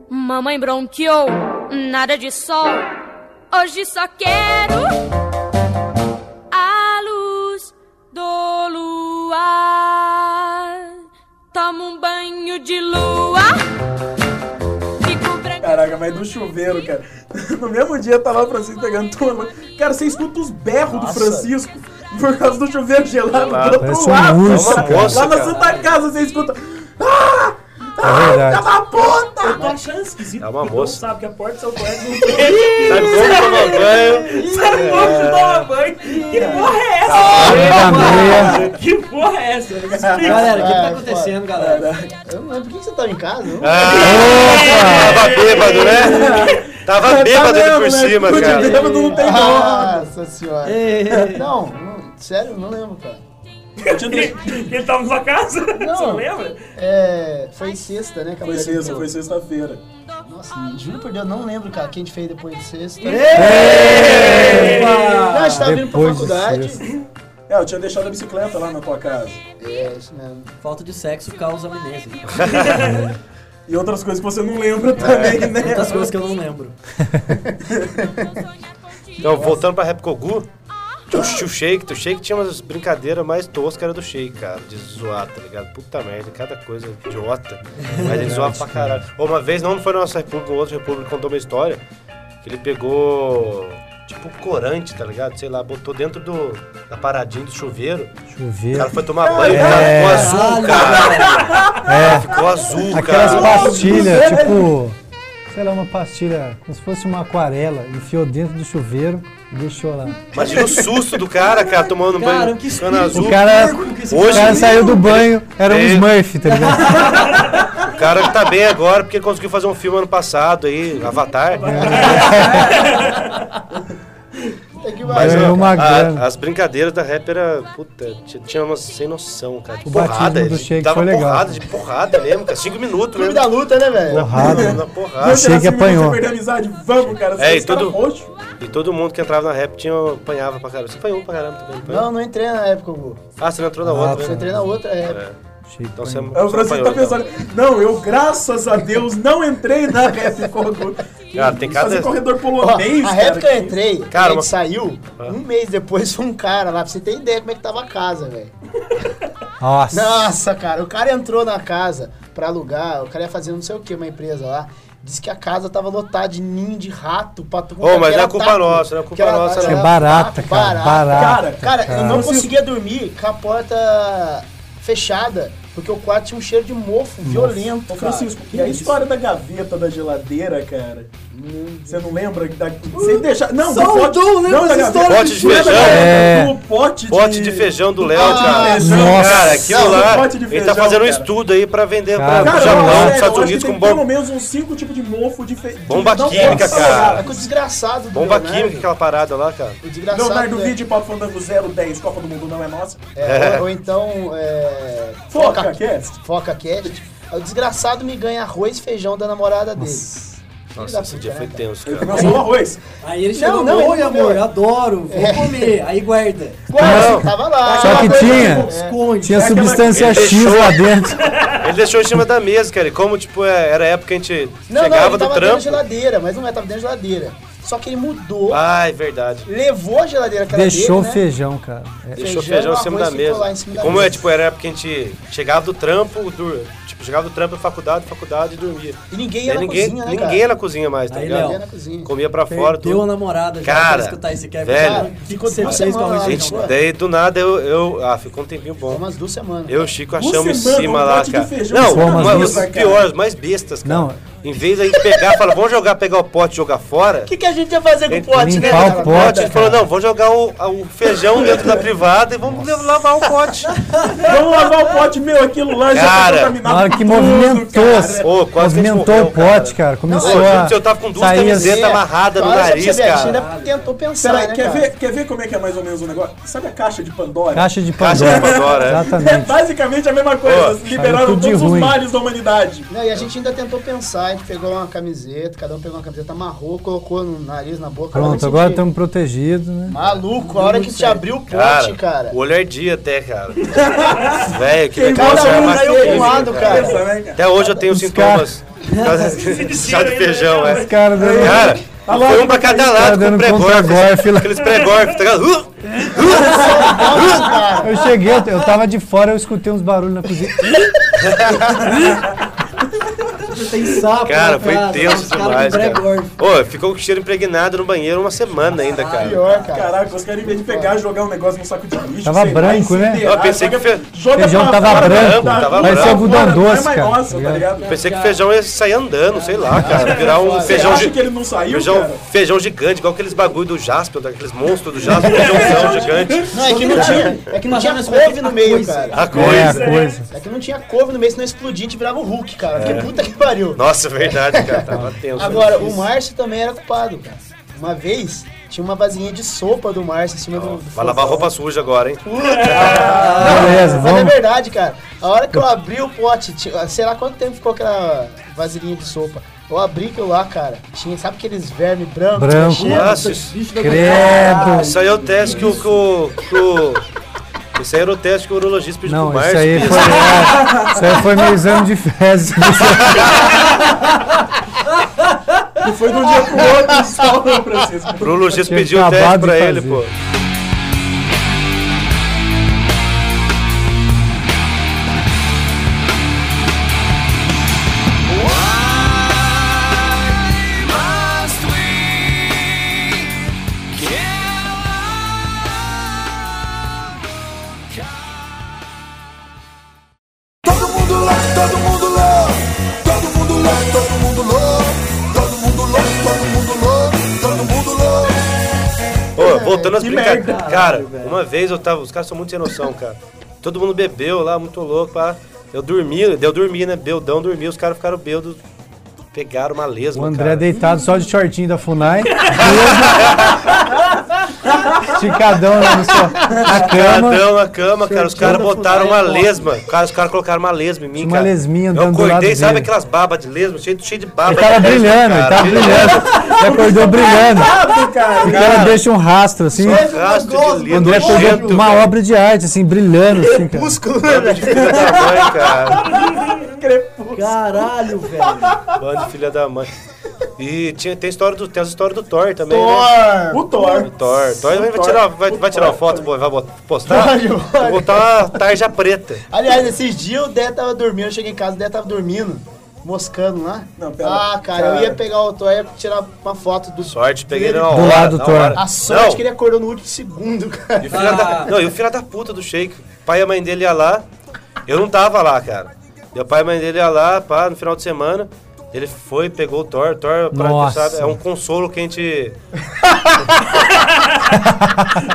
[SPEAKER 8] Mamãe bronqueou, nada de sol. Hoje só quero a luz do luar. Tomo um banho de lua, fico branca.
[SPEAKER 2] Caraca, mas do chuveiro, cara. No mesmo dia tá lá o Francisco pegando turma. Cara, você escuta os berros do Francisco por causa do chuveiro gelado do
[SPEAKER 7] Parece
[SPEAKER 2] outro
[SPEAKER 7] um
[SPEAKER 2] lado.
[SPEAKER 7] urso,
[SPEAKER 2] lá
[SPEAKER 7] cara.
[SPEAKER 2] lá na Santa Casa você escuta. Ah!
[SPEAKER 7] É
[SPEAKER 2] É
[SPEAKER 7] verdade.
[SPEAKER 2] uma puta!
[SPEAKER 1] Tô achando esquisito.
[SPEAKER 4] É uma
[SPEAKER 1] porque
[SPEAKER 4] moça.
[SPEAKER 1] Não sabe que a porta são corretas não tem.
[SPEAKER 4] Sabe como tomar banho?
[SPEAKER 1] Sabe como que toma banho? Que porra é essa? Que porra é
[SPEAKER 7] Tá meia.
[SPEAKER 1] essa? Me explica.
[SPEAKER 3] Galera, o que, que tá
[SPEAKER 4] É.
[SPEAKER 6] Ah,
[SPEAKER 3] acontecendo, galera?
[SPEAKER 6] Eu não lembro, por que que você tava em casa? Eu não
[SPEAKER 4] Ah, tava bêbado, né? Tava bêbado ali por cima,
[SPEAKER 2] Tudo de
[SPEAKER 4] cara.
[SPEAKER 2] bêbado não tem
[SPEAKER 6] Nossa senhora.
[SPEAKER 4] É.
[SPEAKER 3] Ei, ei, ei.
[SPEAKER 6] Não, não, sério, não lembro, cara.
[SPEAKER 1] Ele ele tava na sua casa? Você não lembra?
[SPEAKER 6] É, foi sexta, né? que a
[SPEAKER 2] Foi
[SPEAKER 6] mulher
[SPEAKER 2] sexta,
[SPEAKER 6] gritou.
[SPEAKER 2] foi sexta-feira.
[SPEAKER 6] Nossa, juro por Deus, não lembro, cara, o que a gente fez depois de sexta.
[SPEAKER 3] Opa!
[SPEAKER 6] Não, a gente tava vindo pra
[SPEAKER 7] Depois de
[SPEAKER 6] faculdade.
[SPEAKER 7] sexta.
[SPEAKER 2] É, eu tinha deixado a bicicleta lá na tua casa.
[SPEAKER 6] É, isso mesmo.
[SPEAKER 3] Falta de sexo causa amnésia.
[SPEAKER 4] É.
[SPEAKER 2] E outras coisas que você não lembra também, né?
[SPEAKER 3] Muitas coisas que eu não lembro.
[SPEAKER 4] Então, voltando pra Rap Kogu, o Tio Shake, Tio Shake tinha umas brincadeiras mais toscas era do Shake, cara, de zoar, tá ligado? Puta merda, cada coisa idiota. Mas ele zoava pra caralho. Ô, Uma vez, não foi na nossa república, um outro república contou uma história que ele pegou, tipo, corante, tá ligado? Sei lá, botou dentro do, da paradinha do chuveiro. O cara
[SPEAKER 7] Chuveiro.
[SPEAKER 4] foi tomar banho, o cara ficou azul, cara. Ficou azul,
[SPEAKER 7] Aquelas
[SPEAKER 4] cara.
[SPEAKER 7] pastilhas, tipo. Sei lá, uma pastilha, como se fosse uma aquarela, enfiou dentro do chuveiro e deixou lá.
[SPEAKER 4] Imagina o susto do cara, cara, tomando um
[SPEAKER 3] Cara,
[SPEAKER 4] banho,
[SPEAKER 3] que
[SPEAKER 4] ficando
[SPEAKER 3] espírito.
[SPEAKER 4] azul.
[SPEAKER 7] O cara, o
[SPEAKER 4] Hoje-
[SPEAKER 7] cara saiu do banho, era um
[SPEAKER 4] É.
[SPEAKER 7] Smurf, tá ligado?
[SPEAKER 4] O cara que tá bem agora porque ele conseguiu fazer um filme ano passado aí, Avatar.
[SPEAKER 6] Puta que
[SPEAKER 4] Mas
[SPEAKER 7] Ganhou
[SPEAKER 4] ó,
[SPEAKER 7] é, uma
[SPEAKER 4] a-
[SPEAKER 7] grana.
[SPEAKER 4] as brincadeiras da rap era. Puta, t- tinha umas sem noção, cara. De
[SPEAKER 7] O
[SPEAKER 4] porrada,
[SPEAKER 7] batismo do
[SPEAKER 4] ele
[SPEAKER 7] Shake
[SPEAKER 4] dava
[SPEAKER 7] foi legal.
[SPEAKER 4] porrada, de porrada mesmo, cara. Cinco minutos
[SPEAKER 6] Clube
[SPEAKER 4] mesmo.
[SPEAKER 6] da luta, né, velho?
[SPEAKER 7] Porrada.
[SPEAKER 4] Na
[SPEAKER 2] Não
[SPEAKER 4] porrada.
[SPEAKER 2] tirar
[SPEAKER 7] Achei que
[SPEAKER 2] cinco minutos
[SPEAKER 7] apanhou.
[SPEAKER 2] pra perder a amizade, vamos, cara.
[SPEAKER 4] É,
[SPEAKER 2] Vocês
[SPEAKER 4] e
[SPEAKER 2] ficaram
[SPEAKER 4] todo-
[SPEAKER 2] roxo.
[SPEAKER 4] E todo mundo que entrava na rap tinha, apanhava pra caramba. Você apanhou pra caramba também. apanhou?
[SPEAKER 6] Não, não entrei na época, Gu.
[SPEAKER 4] Ah, você não entrou na outra,
[SPEAKER 6] Eu
[SPEAKER 4] né?
[SPEAKER 6] entrei na outra época.
[SPEAKER 4] É.
[SPEAKER 7] Shake
[SPEAKER 4] Então você,
[SPEAKER 7] banho.
[SPEAKER 2] Aí o
[SPEAKER 4] você
[SPEAKER 2] Francisco tá
[SPEAKER 4] apanhou, então.
[SPEAKER 2] pensando, não, eu graças a Deus não entrei na Rap Kogu.
[SPEAKER 4] Cara, tem
[SPEAKER 2] Fazer
[SPEAKER 4] cada.
[SPEAKER 2] corredor
[SPEAKER 6] Ah, Ó,
[SPEAKER 2] polonês,
[SPEAKER 6] a é
[SPEAKER 2] cara.
[SPEAKER 6] época que eu entrei,
[SPEAKER 4] Cara, Ah.
[SPEAKER 6] a gente
[SPEAKER 4] mas-
[SPEAKER 6] saiu, um mês depois foi um cara lá, pra você ter ideia como é que tava a casa, velho.
[SPEAKER 7] Nossa.
[SPEAKER 6] Nossa, cara, o cara entrou na casa pra alugar, o cara ia fazer não sei o que, uma empresa lá. Disse que a casa tava lotada de ninho de rato, pato.
[SPEAKER 4] Ô, mas não é culpa nossa, não é culpa nossa,
[SPEAKER 7] não. É barata, cara, barata,
[SPEAKER 6] Cara, eu não
[SPEAKER 2] cara.
[SPEAKER 6] conseguia dormir com a porta fechada, porque o quarto tinha um cheiro de mofo violento,
[SPEAKER 2] Ô,
[SPEAKER 6] cara.
[SPEAKER 2] Francisco, e a história da gaveta da geladeira, cara? Você não lembra? Da... Você deixa... Não,
[SPEAKER 3] Só
[SPEAKER 2] do
[SPEAKER 3] o
[SPEAKER 2] pote-
[SPEAKER 3] Dom lembra
[SPEAKER 2] não, da
[SPEAKER 3] dessa
[SPEAKER 2] gaveta-
[SPEAKER 4] história. Pote de
[SPEAKER 2] não é da
[SPEAKER 4] feijão.
[SPEAKER 2] gaveta,
[SPEAKER 7] É.
[SPEAKER 2] do pote de...
[SPEAKER 4] Pote de feijão do Léo,
[SPEAKER 6] Ah,
[SPEAKER 4] cara.
[SPEAKER 2] feijão,
[SPEAKER 7] Nossa.
[SPEAKER 4] Cara, aquilo
[SPEAKER 2] Não,
[SPEAKER 4] lá.
[SPEAKER 2] pote de
[SPEAKER 4] Ele tá
[SPEAKER 2] feijão,
[SPEAKER 4] fazendo um
[SPEAKER 2] cara.
[SPEAKER 4] estudo aí pra vender
[SPEAKER 7] Cara,
[SPEAKER 4] pra
[SPEAKER 2] Cara,
[SPEAKER 4] Japão,
[SPEAKER 2] eu, sério,
[SPEAKER 4] Estados
[SPEAKER 2] eu acho que
[SPEAKER 4] Unidos
[SPEAKER 2] tem
[SPEAKER 4] com
[SPEAKER 2] pelo
[SPEAKER 4] bomba,
[SPEAKER 2] menos uns cinco tipos de mofo diferentes.
[SPEAKER 4] Bomba química, cara.
[SPEAKER 6] É coisa desgraçada do
[SPEAKER 4] bomba
[SPEAKER 6] Leonardo.
[SPEAKER 4] química, aquela parada lá, cara.
[SPEAKER 6] O desgraçado.
[SPEAKER 2] Leonardo
[SPEAKER 6] né?
[SPEAKER 2] Vidi, Papo Fandango 010, Copa do Mundo não é nossa.
[SPEAKER 6] É, ou, ou então. É,
[SPEAKER 2] Foca, Cast.
[SPEAKER 6] Foca Cast. O desgraçado me ganha arroz e feijão da namorada dele. é
[SPEAKER 4] Nossa, esse dia foi tenso, cara.
[SPEAKER 2] Meu sou arroz.
[SPEAKER 3] Aí ele chegou,
[SPEAKER 6] não,
[SPEAKER 3] oi
[SPEAKER 6] ele
[SPEAKER 3] amor,
[SPEAKER 6] comeu."
[SPEAKER 3] adoro, vou
[SPEAKER 4] É.
[SPEAKER 3] comer. Aí guarda.
[SPEAKER 6] Quase, tava lá.
[SPEAKER 7] Só que
[SPEAKER 6] É.
[SPEAKER 7] tinha,
[SPEAKER 3] Esconde.
[SPEAKER 7] tinha
[SPEAKER 2] aquela-
[SPEAKER 7] substância
[SPEAKER 4] Ele
[SPEAKER 7] X
[SPEAKER 4] deixou-
[SPEAKER 7] lá dentro.
[SPEAKER 4] Ele deixou em cima da mesa, cara. E como, tipo, é- era a época que a gente
[SPEAKER 6] Não, não,
[SPEAKER 4] chegava
[SPEAKER 6] ele tava
[SPEAKER 4] do
[SPEAKER 6] dentro da
[SPEAKER 4] trampo.
[SPEAKER 6] geladeira, mas não é, tava dentro da geladeira. Só que ele mudou,
[SPEAKER 4] Ah, é verdade.
[SPEAKER 6] levou a geladeira que era
[SPEAKER 7] Deixou
[SPEAKER 6] dele, né?
[SPEAKER 7] feijão, cara. É,
[SPEAKER 4] Deixou
[SPEAKER 6] Feijão,
[SPEAKER 4] feijão em cima
[SPEAKER 6] arroz
[SPEAKER 4] da
[SPEAKER 6] ficou lá
[SPEAKER 4] mesa.
[SPEAKER 6] em cima
[SPEAKER 4] E
[SPEAKER 6] da
[SPEAKER 4] como é,
[SPEAKER 6] mesa.
[SPEAKER 4] tipo, era a época que a gente chegava do trampo, dur- tipo, chegava do trampo, faculdade, faculdade e dormia.
[SPEAKER 6] E ninguém ia
[SPEAKER 4] Aí
[SPEAKER 6] na
[SPEAKER 4] ninguém,
[SPEAKER 6] cozinha, né,
[SPEAKER 4] ninguém
[SPEAKER 6] cara?
[SPEAKER 4] na cozinha mais, tá
[SPEAKER 3] Aí,
[SPEAKER 6] Ninguém ia
[SPEAKER 4] ligado?
[SPEAKER 6] na cozinha.
[SPEAKER 4] Comia pra fora,
[SPEAKER 3] Perdeu a
[SPEAKER 4] tudo.
[SPEAKER 3] namorada já
[SPEAKER 4] Cara,
[SPEAKER 3] pra escutar esse Kevin.
[SPEAKER 4] velho.
[SPEAKER 3] Cara, o que, que você
[SPEAKER 6] Ficou
[SPEAKER 3] fez com a
[SPEAKER 6] semana lá,
[SPEAKER 4] Gente,
[SPEAKER 3] arroz e
[SPEAKER 6] não,
[SPEAKER 3] feijão?
[SPEAKER 4] daí do nada eu, eu. Ah, ficou um tempinho
[SPEAKER 6] Foi
[SPEAKER 4] bom.
[SPEAKER 6] umas duas semanas.
[SPEAKER 4] Eu e o Chico
[SPEAKER 2] Você
[SPEAKER 4] achamos em
[SPEAKER 2] manda um
[SPEAKER 4] cima lá,
[SPEAKER 2] pote de
[SPEAKER 4] cara.
[SPEAKER 2] feijão
[SPEAKER 4] Não,
[SPEAKER 7] São umas
[SPEAKER 4] mano,
[SPEAKER 7] bestas,
[SPEAKER 4] os
[SPEAKER 2] cara.
[SPEAKER 4] piores, mais bestas, cara.
[SPEAKER 7] Não.
[SPEAKER 4] Em vez da gente pegar, fala, vamos jogar, pegar o pote e jogar fora.
[SPEAKER 2] é
[SPEAKER 6] O que, que a a gente ia fazer com o
[SPEAKER 4] Ele-
[SPEAKER 6] pote, né?
[SPEAKER 7] Limpar o
[SPEAKER 6] cara?
[SPEAKER 4] Pote,
[SPEAKER 7] pote,
[SPEAKER 4] ele falou, não, vou jogar o, o feijão dentro da privada e vamos lavar o pote.
[SPEAKER 2] Vamos lavar o pote meu, aquilo lá já
[SPEAKER 4] Cara,
[SPEAKER 2] tá
[SPEAKER 7] Na
[SPEAKER 2] contaminado.
[SPEAKER 7] hora
[SPEAKER 2] com
[SPEAKER 7] que
[SPEAKER 2] tudo,
[SPEAKER 7] movimentou, né,
[SPEAKER 2] cara.
[SPEAKER 4] Ô, quase que a gente
[SPEAKER 7] movimentou
[SPEAKER 4] morreu,
[SPEAKER 7] o pote, cara.
[SPEAKER 4] Ô,
[SPEAKER 7] Começou a.
[SPEAKER 4] gente, eu tava com duas
[SPEAKER 7] sair
[SPEAKER 4] camisetas
[SPEAKER 6] assim.
[SPEAKER 4] amarradas no
[SPEAKER 6] Olha, pra
[SPEAKER 4] nariz,
[SPEAKER 6] você ver, A
[SPEAKER 4] cara.
[SPEAKER 6] China tentou pensar,
[SPEAKER 2] Pera,
[SPEAKER 6] né,
[SPEAKER 2] quer,
[SPEAKER 6] cara?
[SPEAKER 2] ver, quer ver como é que é mais ou menos o negócio? Sabe a caixa de Pandora?
[SPEAKER 7] Caixa de
[SPEAKER 4] Caixa de
[SPEAKER 7] Pandora.
[SPEAKER 4] Pandora, é.
[SPEAKER 2] É
[SPEAKER 7] Exatamente.
[SPEAKER 2] basicamente a mesma coisa.
[SPEAKER 4] Pô,
[SPEAKER 2] liberaram
[SPEAKER 7] tudo de
[SPEAKER 2] todos os
[SPEAKER 7] ruim.
[SPEAKER 2] males da humanidade.
[SPEAKER 6] Não, e a gente ainda tentou pensar, a gente pegou uma camiseta, cada um pegou uma camiseta, amarrou, colocou no nariz, na boca. cada um
[SPEAKER 7] Pronto,
[SPEAKER 6] sentiu.
[SPEAKER 7] agora estamos protegidos, né?
[SPEAKER 6] Maluco, a hora que te abriu o pote,
[SPEAKER 4] Cara,
[SPEAKER 6] cara.
[SPEAKER 4] o olho ardia até, cara. Velho, que é
[SPEAKER 2] Cada
[SPEAKER 4] negócio
[SPEAKER 2] um
[SPEAKER 4] era
[SPEAKER 2] saiu
[SPEAKER 4] macio,
[SPEAKER 6] pra um lado, cara.
[SPEAKER 2] Pensa, né, cara?
[SPEAKER 4] Até hoje eu tenho
[SPEAKER 7] Os
[SPEAKER 4] sintomas. por causa desse Chá de feijão, é.
[SPEAKER 7] Os caras
[SPEAKER 2] Tá
[SPEAKER 7] dando.
[SPEAKER 4] Cara, foi um pra cada
[SPEAKER 7] Tá
[SPEAKER 4] lado com
[SPEAKER 7] dando contra-golfe
[SPEAKER 4] pregorfe.
[SPEAKER 7] lá.
[SPEAKER 4] Aqueles pregorfe, tá ligado? Uh!
[SPEAKER 7] Eu cheguei, eu- eu tava de fora, eu escutei uns barulhos na cozinha.
[SPEAKER 3] Tem sapo.
[SPEAKER 4] Cara,
[SPEAKER 3] né,
[SPEAKER 4] foi tenso
[SPEAKER 3] Os caras
[SPEAKER 4] demais,
[SPEAKER 3] com
[SPEAKER 4] cara.
[SPEAKER 3] pré-gordo.
[SPEAKER 4] Ô, ficou com cheiro impregnado no banheiro uma semana ainda, cara.
[SPEAKER 6] Pior, cara.
[SPEAKER 2] Caraca, os caras, em vez de pegar, jogar um negócio num saco de lixo.
[SPEAKER 7] Tava
[SPEAKER 2] sei lá,
[SPEAKER 7] branco, né?
[SPEAKER 2] incinerar,
[SPEAKER 4] Eu pensei
[SPEAKER 2] joga-
[SPEAKER 4] que fe-
[SPEAKER 2] joga
[SPEAKER 7] feijão
[SPEAKER 2] pra
[SPEAKER 7] tava
[SPEAKER 2] fora,
[SPEAKER 7] branco,
[SPEAKER 2] tá-
[SPEAKER 4] tava
[SPEAKER 2] tá- tá
[SPEAKER 4] branco. Parecia
[SPEAKER 7] algodão
[SPEAKER 2] fora, não é
[SPEAKER 7] doce,
[SPEAKER 2] mais
[SPEAKER 7] cara,
[SPEAKER 2] nosso,
[SPEAKER 7] tá
[SPEAKER 2] tá
[SPEAKER 7] ligado?
[SPEAKER 2] ligado?
[SPEAKER 4] Pensei que o feijão ia sair andando, sei lá, cara. Virar um
[SPEAKER 2] Você
[SPEAKER 4] feijão
[SPEAKER 2] acha
[SPEAKER 4] gi-
[SPEAKER 2] que ele não saiu,
[SPEAKER 4] Feijão,
[SPEAKER 2] cara?
[SPEAKER 4] feijão gigante, igual aqueles bagulho do Jasper, daqueles monstros do Jasper, feijãozão gigante.
[SPEAKER 6] Não, é que não tinha, é que não tinha
[SPEAKER 3] Imagina se
[SPEAKER 6] couve
[SPEAKER 3] fosse
[SPEAKER 6] no
[SPEAKER 3] a
[SPEAKER 6] meio,
[SPEAKER 3] coisa.
[SPEAKER 6] cara.
[SPEAKER 4] A
[SPEAKER 7] É,
[SPEAKER 4] coisa.
[SPEAKER 7] a coisa.
[SPEAKER 6] É que não tinha couve no meio, senão explodia, a gente virava o Hulk, cara. Porque puta que pariu.
[SPEAKER 4] É. Nossa, verdade, cara. Tava tenso.
[SPEAKER 6] Agora, o Márcio também era culpado, cara. Uma vez, tinha uma vasilhinha de sopa do Márcio em cima do... do
[SPEAKER 4] Vai lavar
[SPEAKER 6] fogão.
[SPEAKER 4] roupa suja agora, hein? Ah,
[SPEAKER 7] Beleza,
[SPEAKER 6] Mas é
[SPEAKER 7] vamos.
[SPEAKER 6] verdade, cara. A hora que eu abri o pote, tinha- sei lá quanto tempo ficou aquela vasilhinha de sopa. Eu abri aquilo lá, cara. Tinha, sabe aqueles vermes brancos?
[SPEAKER 7] Branco.
[SPEAKER 6] mexendo?
[SPEAKER 4] Nossa,
[SPEAKER 7] Credo.
[SPEAKER 4] isso aí é o teste que o. Que o, que o isso aí era o teste que o urologista pediu
[SPEAKER 7] Não,
[SPEAKER 4] pro Márcio.
[SPEAKER 7] isso aí
[SPEAKER 4] fez.
[SPEAKER 7] foi. é, isso aí foi meu exame de fezes.
[SPEAKER 2] E foi de um dia pro outro, só, Francisco.
[SPEAKER 4] O urologista
[SPEAKER 7] Tinha
[SPEAKER 4] pediu o teste
[SPEAKER 7] acabado de
[SPEAKER 4] pra ele, pô.
[SPEAKER 7] fazer.
[SPEAKER 10] Todo mundo louco, todo mundo louco. Todo mundo louco, todo mundo louco. Todo mundo louco, todo mundo louco. Todo mundo louco.
[SPEAKER 4] Ô, voltando às brincadeiras.
[SPEAKER 3] merda.
[SPEAKER 4] Cara,
[SPEAKER 3] Caralho, velho.
[SPEAKER 4] uma vez eu tava. Os caras são muito sem noção, cara. Todo mundo bebeu lá, muito louco, pá. Eu dormi, deu dormir, né? Beldão dormiu, os caras ficaram bêbados. Pegaram uma lesma.
[SPEAKER 7] O André
[SPEAKER 4] cara.
[SPEAKER 7] deitado só de shortinho da Funai. mesmo- Esticadão lá no so- na cama.
[SPEAKER 4] Cadão na cama, cara. Os caras botaram uma lesma. Cara, os caras colocaram uma lesma em mim,
[SPEAKER 7] Tinha uma
[SPEAKER 4] cara.
[SPEAKER 7] lesminha
[SPEAKER 4] eu
[SPEAKER 7] andando do
[SPEAKER 4] acordei,
[SPEAKER 7] lado
[SPEAKER 4] sabe
[SPEAKER 7] dele.
[SPEAKER 4] aquelas babas de lesma, cheio, cheio de baba.
[SPEAKER 7] Ele tava
[SPEAKER 4] de lesma,
[SPEAKER 7] brilhando, ele
[SPEAKER 4] cara.
[SPEAKER 7] tava brilhando. Ele acordou brilhando. O cara deixa um rastro assim. O
[SPEAKER 4] Rastro de
[SPEAKER 3] um
[SPEAKER 7] André
[SPEAKER 4] lesma.
[SPEAKER 7] pegou
[SPEAKER 4] nojento,
[SPEAKER 7] uma
[SPEAKER 4] cara.
[SPEAKER 7] obra de arte, assim, brilhando, assim, cara.
[SPEAKER 4] Bando de filha da mãe, cara.
[SPEAKER 3] Caralho, velho.
[SPEAKER 4] Bando de filha da mãe. E tinha, tem, história do, tem as histórias do Thor também, né?
[SPEAKER 2] O Thor.
[SPEAKER 4] O Thor. Thor vai
[SPEAKER 2] Thor.
[SPEAKER 4] tirar, vai, vai tirar uma
[SPEAKER 2] Thor.
[SPEAKER 4] foto, vai bot- postar.
[SPEAKER 6] Olha,
[SPEAKER 4] Vou
[SPEAKER 6] olha.
[SPEAKER 4] botar uma tarja preta.
[SPEAKER 6] Aliás, esses dias o Dé tava dormindo, eu cheguei em casa, o Dé tava dormindo, moscando lá.
[SPEAKER 2] Não, pera,
[SPEAKER 6] ah, cara, eu ia
[SPEAKER 2] cara.
[SPEAKER 6] pegar o Thor, ia tirar uma foto do...
[SPEAKER 4] Sorte, peguei
[SPEAKER 6] Ele-
[SPEAKER 4] na hora.
[SPEAKER 7] Do lado do
[SPEAKER 4] na
[SPEAKER 7] Thor.
[SPEAKER 4] hora.
[SPEAKER 6] A sorte
[SPEAKER 4] Não,
[SPEAKER 6] que ele Ah. acordou no último segundo, cara.
[SPEAKER 4] E o filho da... Não, e o filho da puta do Sheik. O pai e a mãe dele ia lá. Eu não tava lá, cara. Meu pai e a mãe dele ia lá, pá, no final de semana. Ele foi, pegou o Thor. Thor, pra quem
[SPEAKER 7] Nossa.
[SPEAKER 4] sabe, é um consolo que a gente.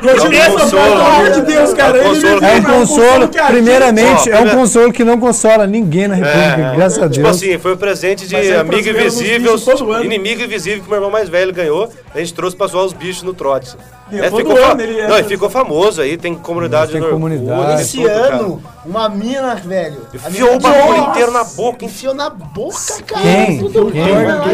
[SPEAKER 2] Continua
[SPEAKER 4] Consolo.
[SPEAKER 2] essa pelo amor de Deus, cara. Ele
[SPEAKER 4] Consolo.
[SPEAKER 2] me
[SPEAKER 7] É um
[SPEAKER 2] lembra,
[SPEAKER 7] consolo,
[SPEAKER 2] que a gente-
[SPEAKER 7] primeiramente,
[SPEAKER 4] Ó,
[SPEAKER 7] é um
[SPEAKER 4] primeiro-
[SPEAKER 7] consolo que não consola ninguém na República,
[SPEAKER 4] É.
[SPEAKER 7] graças a
[SPEAKER 4] Tipo
[SPEAKER 7] Deus.
[SPEAKER 4] assim, foi um presente de
[SPEAKER 2] Mas é
[SPEAKER 4] amigo
[SPEAKER 2] brasileiro nos
[SPEAKER 4] invisível,
[SPEAKER 2] bichos todo ano.
[SPEAKER 4] inimigo invisível que meu irmão mais velho ganhou. A gente trouxe pra zoar os bichos no trote.
[SPEAKER 2] E
[SPEAKER 4] É,
[SPEAKER 2] todo
[SPEAKER 4] ficou fa-
[SPEAKER 2] ano ele é-
[SPEAKER 4] Não, e ficou famoso aí, tem comunidade
[SPEAKER 7] Tem
[SPEAKER 4] no Orkut,
[SPEAKER 7] comunidade.
[SPEAKER 4] tem
[SPEAKER 6] Esse
[SPEAKER 4] tudo, cara.
[SPEAKER 6] ano, uma mina, velho... a
[SPEAKER 4] Enfiou
[SPEAKER 6] mina
[SPEAKER 4] o bagulho
[SPEAKER 6] de-
[SPEAKER 4] inteiro na boca, hein?
[SPEAKER 6] Enfiou na boca, cara.
[SPEAKER 7] Quem?
[SPEAKER 6] Tudo
[SPEAKER 7] Quem?
[SPEAKER 6] Mina lá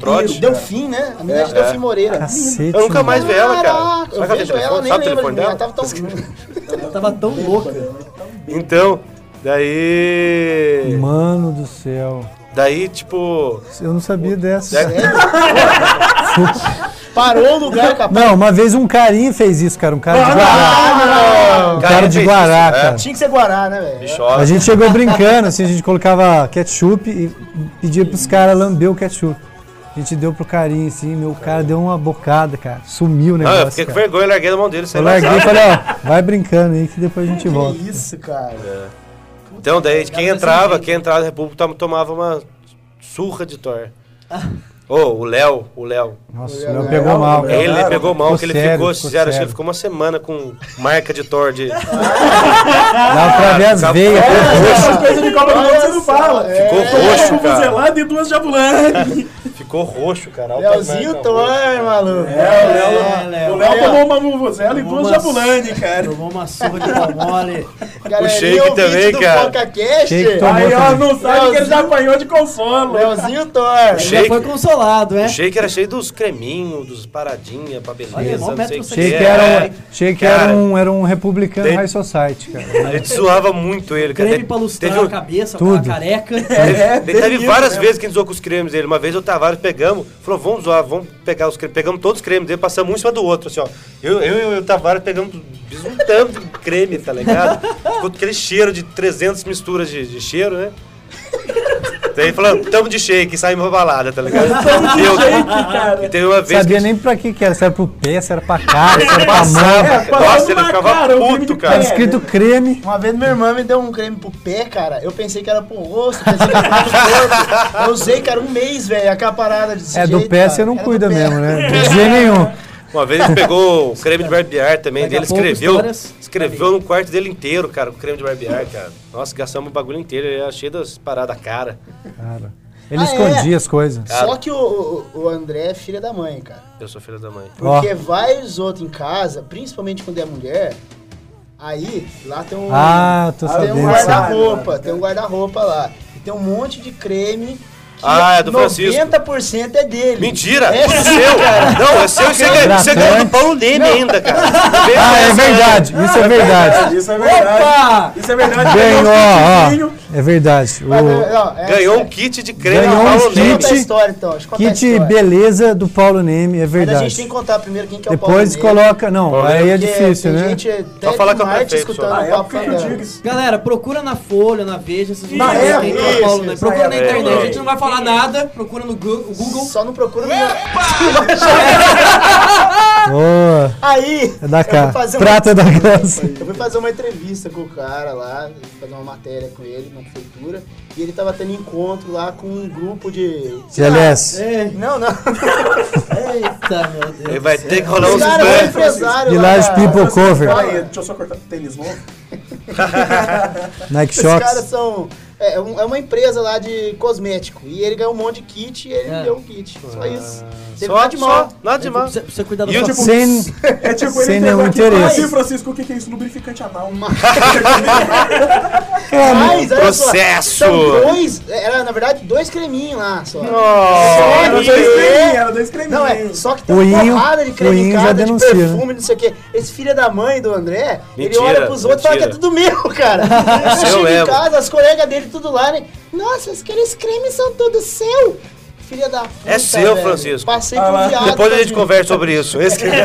[SPEAKER 4] Trote.
[SPEAKER 6] de... Deu fim, né? A mina de Delfim Moreira.
[SPEAKER 7] Cacete,
[SPEAKER 4] Eu nunca
[SPEAKER 7] mano.
[SPEAKER 4] mais vi ela, cara.
[SPEAKER 6] Caraca,
[SPEAKER 4] Será
[SPEAKER 6] Eu
[SPEAKER 4] que ela tem
[SPEAKER 6] vejo ela,
[SPEAKER 4] telefone?
[SPEAKER 6] nem
[SPEAKER 4] Sabe o telefone
[SPEAKER 6] lembro de tá mim, ela
[SPEAKER 4] dela?
[SPEAKER 6] tava tão...
[SPEAKER 3] Ela tava
[SPEAKER 4] É,
[SPEAKER 3] tão louca.
[SPEAKER 4] Então, daí.
[SPEAKER 7] Mano do céu.
[SPEAKER 4] Daí, tipo.
[SPEAKER 7] Eu não sabia dessa.
[SPEAKER 6] Parou o lugar, cara.
[SPEAKER 7] Não, uma vez um carinha fez isso, cara. Um cara de Guará. Um cara de
[SPEAKER 4] Ah, fez
[SPEAKER 7] Guará,
[SPEAKER 4] isso, é.
[SPEAKER 7] cara.
[SPEAKER 6] Tinha que ser Guará, né, velho?
[SPEAKER 7] A
[SPEAKER 4] Bichosa.
[SPEAKER 7] gente chegou brincando, assim, a gente colocava ketchup e pedia pros caras lamber o ketchup. A gente deu pro carinha, assim, meu o cara deu uma bocada, cara. Sumiu o
[SPEAKER 4] Não, é
[SPEAKER 7] negócio.
[SPEAKER 4] eu fiquei com
[SPEAKER 7] cara.
[SPEAKER 4] vergonha, larguei na mão dele. Sei
[SPEAKER 7] Eu
[SPEAKER 4] lá.
[SPEAKER 7] larguei e falei, ó, vai brincando aí que depois a gente volta.
[SPEAKER 6] Que isso, cara.
[SPEAKER 4] Então, daí, quem entrava, quem entrava na República tom- tomava uma surra de Thor.
[SPEAKER 6] Ah.
[SPEAKER 4] Ô, o Léo, o Léo.
[SPEAKER 7] Nossa,
[SPEAKER 6] Foi
[SPEAKER 7] o Léo
[SPEAKER 6] ela,
[SPEAKER 7] pegou
[SPEAKER 2] ela,
[SPEAKER 7] mal.
[SPEAKER 2] ela,
[SPEAKER 4] Ele
[SPEAKER 2] Claro,
[SPEAKER 4] pegou mal, que ele
[SPEAKER 7] sério,
[SPEAKER 4] ficou,
[SPEAKER 7] ficou
[SPEAKER 4] sério, acho que
[SPEAKER 7] sério.
[SPEAKER 4] ele ficou uma semana com marca de Thor de.
[SPEAKER 7] Dá pra ver as
[SPEAKER 4] Acabou.
[SPEAKER 7] veias. né?
[SPEAKER 2] Essas coisas de Copa do Mundo você não fala.
[SPEAKER 4] Ficou
[SPEAKER 6] é,
[SPEAKER 4] roxo,
[SPEAKER 2] Uma
[SPEAKER 4] cara.
[SPEAKER 2] fuzelada e duas jabulantes.
[SPEAKER 4] Ficou roxo, cara. Olha o
[SPEAKER 6] Leozinho
[SPEAKER 4] tamanho da
[SPEAKER 6] Thor,
[SPEAKER 4] roxa.
[SPEAKER 2] É,
[SPEAKER 6] maluco.
[SPEAKER 2] o Léo,
[SPEAKER 3] É, Léo.
[SPEAKER 2] o Léo
[SPEAKER 6] Léo.
[SPEAKER 2] tomou uma vuvuzela e
[SPEAKER 3] Tomou
[SPEAKER 2] duas
[SPEAKER 3] uma-
[SPEAKER 2] jabulantes, cara.
[SPEAKER 3] Tomou uma surra de pau mole.
[SPEAKER 6] Galerinha,
[SPEAKER 4] Shake
[SPEAKER 6] ouvinte
[SPEAKER 4] também,
[SPEAKER 6] do
[SPEAKER 4] cara.
[SPEAKER 6] PocaCast,
[SPEAKER 4] É.
[SPEAKER 7] Shake tomou.
[SPEAKER 2] Aí, ó, não sabe que ele
[SPEAKER 6] Léozinho.
[SPEAKER 2] já apanhou de consolo.
[SPEAKER 6] Leozinho Thor.
[SPEAKER 4] O
[SPEAKER 3] Já
[SPEAKER 4] shake,
[SPEAKER 3] foi consolado, é?
[SPEAKER 4] o shake era cheio dos creminhos, dos paradinhas pra
[SPEAKER 3] Olha,
[SPEAKER 4] beleza,
[SPEAKER 3] mó
[SPEAKER 4] não sei o que.
[SPEAKER 7] Achei que
[SPEAKER 4] é.
[SPEAKER 7] era um, achei que era
[SPEAKER 4] Cara.
[SPEAKER 7] um, era um republicano
[SPEAKER 4] Tem-
[SPEAKER 7] high society, cara.
[SPEAKER 4] A gente zoava muito ele, cara.
[SPEAKER 3] Creme
[SPEAKER 4] Te-
[SPEAKER 3] pra lustrar
[SPEAKER 4] teve um-
[SPEAKER 3] a cabeça,
[SPEAKER 7] Tudo.
[SPEAKER 3] pra careca.
[SPEAKER 4] Teve,
[SPEAKER 2] É,
[SPEAKER 4] teve
[SPEAKER 2] teve isso
[SPEAKER 4] várias
[SPEAKER 2] mesmo.
[SPEAKER 4] vezes que a gente zoou com os cremes dele. Uma vez eu e o Tavares pegamos, falou, vamos zoar, vamos pegar os cremes. Pegamos todos os cremes dele, passamos um em cima do outro, assim, ó. Eu, eu, eu e o Tavares pegamos fiz um tanto de creme, tá ligado? Ficou aquele cheiro de 300 misturas de, de cheiro, né? Daí falando, tamo de shake, saímos pra balada, tá ligado? Tamo de shake, cara. E teve uma vez
[SPEAKER 7] Sabia
[SPEAKER 4] que
[SPEAKER 7] nem pra que que era, se era pro pé, se era pra cara, se era pra mão.
[SPEAKER 4] passava, cara. Nossa, ele ficava puto, cara.
[SPEAKER 7] Tá escrito creme.
[SPEAKER 6] Uma vez minha irmã me deu um creme pro pé, cara. Eu pensei que era pro rosto, pensei que era pro corpo. Eu usei, cara, um mês, velho, aquela parada desse
[SPEAKER 7] É, do
[SPEAKER 6] jeito,
[SPEAKER 7] pé
[SPEAKER 6] cara.
[SPEAKER 7] você não
[SPEAKER 6] Era do
[SPEAKER 7] cuida
[SPEAKER 6] pé.
[SPEAKER 7] mesmo, né? De jeito nenhum.
[SPEAKER 4] Uma vez ele pegou o creme de barbear também
[SPEAKER 3] Daqui a
[SPEAKER 4] dele,
[SPEAKER 3] pouco,
[SPEAKER 4] escreveu,
[SPEAKER 3] histórias.
[SPEAKER 4] escreveu no quarto dele inteiro, cara, o creme de barbear, cara. Nossa, gastamos o bagulho inteiro, ele era cheio das paradas cara.
[SPEAKER 7] Cara, ele
[SPEAKER 6] Ah, é?
[SPEAKER 7] escondia as coisas.
[SPEAKER 6] Só que o, o- o André é filha da mãe, cara.
[SPEAKER 4] Eu sou filho da mãe.
[SPEAKER 6] Porque vários outros em casa, principalmente quando é mulher, aí lá tem um,
[SPEAKER 7] Ah, tô
[SPEAKER 6] tem um
[SPEAKER 7] sabendo. sabe?
[SPEAKER 6] guarda-roupa, tem um guarda-roupa lá. E tem um monte de creme que
[SPEAKER 4] Ah, é do Francisco.
[SPEAKER 6] 90% é dele.
[SPEAKER 4] Mentira!
[SPEAKER 6] É
[SPEAKER 4] É seu! Não, é seu e você ganhou, você ganhou do Paulo Leme ainda, cara. Vem com
[SPEAKER 7] Ah, é
[SPEAKER 4] essa, né?
[SPEAKER 7] verdade, isso é verdade.
[SPEAKER 2] Isso é verdade.
[SPEAKER 3] Opa!
[SPEAKER 2] Isso é verdade.
[SPEAKER 6] um
[SPEAKER 7] Bem,
[SPEAKER 2] Ganhou
[SPEAKER 7] ó,
[SPEAKER 2] um
[SPEAKER 7] ó. É verdade.
[SPEAKER 6] Mas,
[SPEAKER 7] O
[SPEAKER 6] não, é-
[SPEAKER 4] Ganhou um kit de creme do
[SPEAKER 7] Ganhou um
[SPEAKER 4] Paulo
[SPEAKER 7] kit.
[SPEAKER 4] Leme.
[SPEAKER 6] Conta a história, então. Deixa eu contar a
[SPEAKER 7] kit
[SPEAKER 6] história.
[SPEAKER 7] beleza do Paulo Neme, é
[SPEAKER 6] Mas a gente tem
[SPEAKER 7] verdade.
[SPEAKER 6] que contar primeiro quem que é o Paulo
[SPEAKER 7] Depois
[SPEAKER 6] Ney,
[SPEAKER 7] coloca. Não, aí é
[SPEAKER 6] porque
[SPEAKER 7] difícil,
[SPEAKER 6] tem
[SPEAKER 7] né?
[SPEAKER 6] Gente, até
[SPEAKER 4] Só falar que é o
[SPEAKER 6] de Marte
[SPEAKER 4] prefeito,
[SPEAKER 6] escutando
[SPEAKER 4] só.
[SPEAKER 2] Ah,
[SPEAKER 6] o
[SPEAKER 2] é
[SPEAKER 6] papo
[SPEAKER 2] porque eu
[SPEAKER 6] Fandangos.
[SPEAKER 2] digo isso.
[SPEAKER 3] Galera, procura na Folha, na Veja, esses
[SPEAKER 2] Na
[SPEAKER 3] lugares
[SPEAKER 2] época,
[SPEAKER 3] que tem pra
[SPEAKER 2] isso,
[SPEAKER 3] Paulo, né?
[SPEAKER 6] isso,
[SPEAKER 3] Procura na
[SPEAKER 2] na época.
[SPEAKER 3] internet, a gente
[SPEAKER 2] É.
[SPEAKER 3] não vai falar nada, procura no Gu- Google.
[SPEAKER 6] Só não procura no meu.
[SPEAKER 7] Boa.
[SPEAKER 6] Aí,
[SPEAKER 7] É da
[SPEAKER 6] eu
[SPEAKER 7] cá.
[SPEAKER 6] fui fazer uma-
[SPEAKER 7] Prata da graça.
[SPEAKER 6] Eu fui fazer uma entrevista com o cara lá, fazer uma matéria com ele na prefeitura, e ele tava tendo encontro lá com um grupo de. sei lá.
[SPEAKER 7] GLS.
[SPEAKER 3] É.
[SPEAKER 6] Não, não.
[SPEAKER 3] Eita, meu Deus.
[SPEAKER 4] Ele
[SPEAKER 3] do
[SPEAKER 4] vai
[SPEAKER 3] céu.
[SPEAKER 4] ter que rolar uns
[SPEAKER 6] Os caras é um
[SPEAKER 4] banhos.
[SPEAKER 6] empresário.
[SPEAKER 7] Village
[SPEAKER 6] lá,
[SPEAKER 7] People
[SPEAKER 6] cara.
[SPEAKER 7] Cover.
[SPEAKER 2] Pera aí, deixa eu só cortar o tênis novo.
[SPEAKER 7] Nike
[SPEAKER 6] Os caras
[SPEAKER 7] Shox.
[SPEAKER 6] são. É, um- é uma empresa lá de cosmético. E ele ganhou um monte de kit e ele
[SPEAKER 3] É.
[SPEAKER 6] me deu um kit. Só isso. Teve
[SPEAKER 4] Ah. Só,
[SPEAKER 6] nada de
[SPEAKER 4] só,
[SPEAKER 6] mal.
[SPEAKER 4] nada de mal.
[SPEAKER 3] Você precisa cuidar da
[SPEAKER 4] E
[SPEAKER 3] sua
[SPEAKER 4] eu, tipo,
[SPEAKER 7] Sem.
[SPEAKER 2] É tipo, ele
[SPEAKER 7] Sem
[SPEAKER 2] entregou
[SPEAKER 7] nenhum
[SPEAKER 2] aqui, fala
[SPEAKER 7] interesse.
[SPEAKER 2] assim, Francisco, o que que é isso? Lubrificante anal.
[SPEAKER 6] Mas, olha só,
[SPEAKER 4] É, Processo.
[SPEAKER 6] São dois. Era, na verdade, dois creminhos lá só.
[SPEAKER 2] Era dois creminhos, era dois
[SPEAKER 6] Não, é,
[SPEAKER 2] creminhos.
[SPEAKER 6] só que tem
[SPEAKER 7] O
[SPEAKER 6] uma
[SPEAKER 7] Inho-
[SPEAKER 6] porrada de
[SPEAKER 7] o
[SPEAKER 6] creme em
[SPEAKER 7] Inho
[SPEAKER 6] casa,
[SPEAKER 7] já
[SPEAKER 6] de
[SPEAKER 7] denuncia, né?
[SPEAKER 6] perfume, não sei o quê. Esse filho da mãe do André, ele
[SPEAKER 4] Mentira,
[SPEAKER 6] olha pros outros e fala que é
[SPEAKER 4] mentira. É
[SPEAKER 6] tudo meu, cara. Eu
[SPEAKER 4] Seu
[SPEAKER 6] chego em
[SPEAKER 4] mesmo.
[SPEAKER 6] casa, as colegas dele tudo lá, né? Nossa, aqueles cremes são tudo seu. Filha da puta,
[SPEAKER 4] É seu,
[SPEAKER 6] velho.
[SPEAKER 4] Francisco.
[SPEAKER 6] Passei por
[SPEAKER 2] lá.
[SPEAKER 6] viado.
[SPEAKER 4] Depois a gente
[SPEAKER 6] tadinho.
[SPEAKER 4] conversa sobre isso. Esse que é
[SPEAKER 10] Make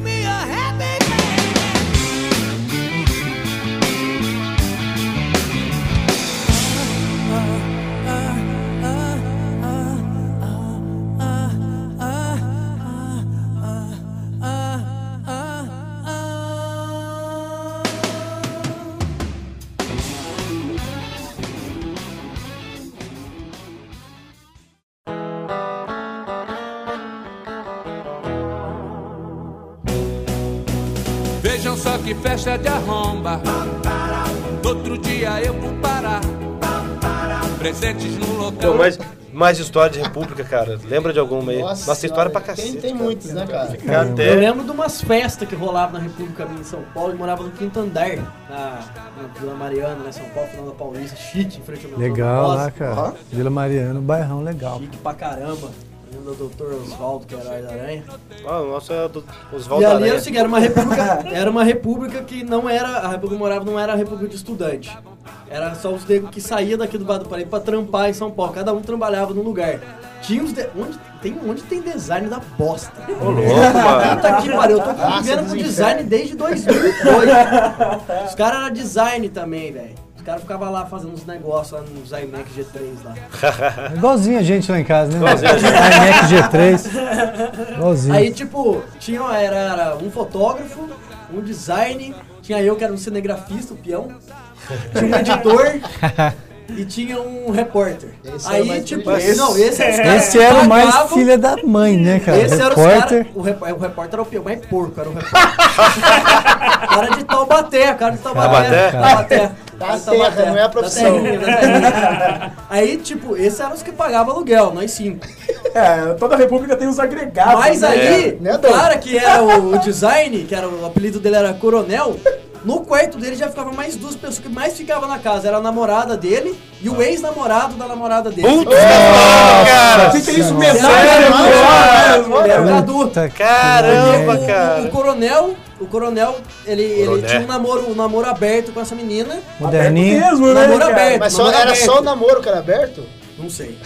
[SPEAKER 10] me a happy man.
[SPEAKER 11] Vejam só que festa de arromba. No outro dia eu vou parar. Presentes no local.
[SPEAKER 4] Pô, mais, mais história de República, cara. Lembra de alguma aí? Nossa, tem história é pra
[SPEAKER 6] senhora,
[SPEAKER 4] cacete.
[SPEAKER 6] Tem, tem
[SPEAKER 4] cara.
[SPEAKER 6] muitos, né, cara?
[SPEAKER 4] Fica até-
[SPEAKER 3] Eu lembro de umas festas que rolavam na República minha em São Paulo e morava no quinto andar, na, na Vila Mariana, né? São Paulo, final da Paulista, chique, em frente ao meu
[SPEAKER 7] Legal lá, cara. Vila Mariano, bairrão legal.
[SPEAKER 3] Chique pra caramba. Eu Lembro do Dr. Oswaldo, que era o Herói da Aranha.
[SPEAKER 4] Ah, o nosso é do
[SPEAKER 3] e
[SPEAKER 4] Oswaldo
[SPEAKER 3] ali era
[SPEAKER 4] Aranha.
[SPEAKER 3] o seguinte, era uma república, era uma república que não era, a república que eu morava não era a república de estudante. Era só os negros que saíam daqui do Bar do Paraíba pra trampar em São Paulo. Cada um trabalhava num lugar. Tinha uns... de- onde, tem, onde tem design da bosta?
[SPEAKER 4] Ô, louco, mano.
[SPEAKER 3] Puta que pariu, eu tô
[SPEAKER 6] Raça
[SPEAKER 3] vivendo
[SPEAKER 6] dos
[SPEAKER 3] com design
[SPEAKER 6] infernos.
[SPEAKER 3] desde 2002. Os caras eram design também, velho. Os caras ficavam lá fazendo uns negócios lá no iMac G3 lá.
[SPEAKER 7] Igualzinho a gente lá em casa, né?
[SPEAKER 4] Igualzinho a gente.
[SPEAKER 7] iMac G3. Igualzinho.
[SPEAKER 3] Aí, tipo, tinha, era, era um fotógrafo, um design, tinha eu que era um cinegrafista, o peão, tinha um editor, e tinha um repórter.
[SPEAKER 6] Esse era o
[SPEAKER 3] Aí,
[SPEAKER 6] mais
[SPEAKER 3] tipo,
[SPEAKER 6] inteligente.
[SPEAKER 3] não, esse é os caras
[SPEAKER 7] Esse era o mais
[SPEAKER 3] pagavam-
[SPEAKER 7] filha da mãe, né, cara?
[SPEAKER 3] Esse era os
[SPEAKER 7] Repórter.
[SPEAKER 3] cara, o, rep, o repórter era o pior, mais porco era o repórter. cara de Taubaté, cara de
[SPEAKER 4] Taubaté?
[SPEAKER 3] Taubaté. Taubaté.
[SPEAKER 6] Da terra, não é a profissão.
[SPEAKER 3] Da terrinha, da terrinha. Aí, tipo, esses eram os que pagavam aluguel, nós cinco.
[SPEAKER 2] É, toda a república tem os agregados.
[SPEAKER 3] Mas
[SPEAKER 2] né?
[SPEAKER 3] aí,
[SPEAKER 6] Né,
[SPEAKER 3] o
[SPEAKER 6] Dom?
[SPEAKER 3] cara que era o, o design, que era o apelido dele era Coronel, no quarto dele já ficava mais duas pessoas que mais ficavam na casa. Era a namorada dele e o ex-namorado da namorada dele.
[SPEAKER 4] Puta cara!
[SPEAKER 2] Tem que ter isso
[SPEAKER 7] Nossa,
[SPEAKER 2] mesmo. É
[SPEAKER 3] Era-
[SPEAKER 2] né?
[SPEAKER 3] Era É o Cadu.
[SPEAKER 7] Puta que-
[SPEAKER 4] Caramba,
[SPEAKER 3] o,
[SPEAKER 4] cara!
[SPEAKER 3] o coronel, o coronel, ele, ele
[SPEAKER 4] Coroné.
[SPEAKER 3] tinha um namoro, um namoro aberto com essa menina. Um
[SPEAKER 7] Moderninho.
[SPEAKER 2] Mesmo, né,
[SPEAKER 3] namoro
[SPEAKER 2] cara?
[SPEAKER 3] aberto. um
[SPEAKER 6] Mas só,
[SPEAKER 3] namoro
[SPEAKER 6] era
[SPEAKER 3] aberto.
[SPEAKER 6] só o namoro que era aberto?
[SPEAKER 3] Não sei.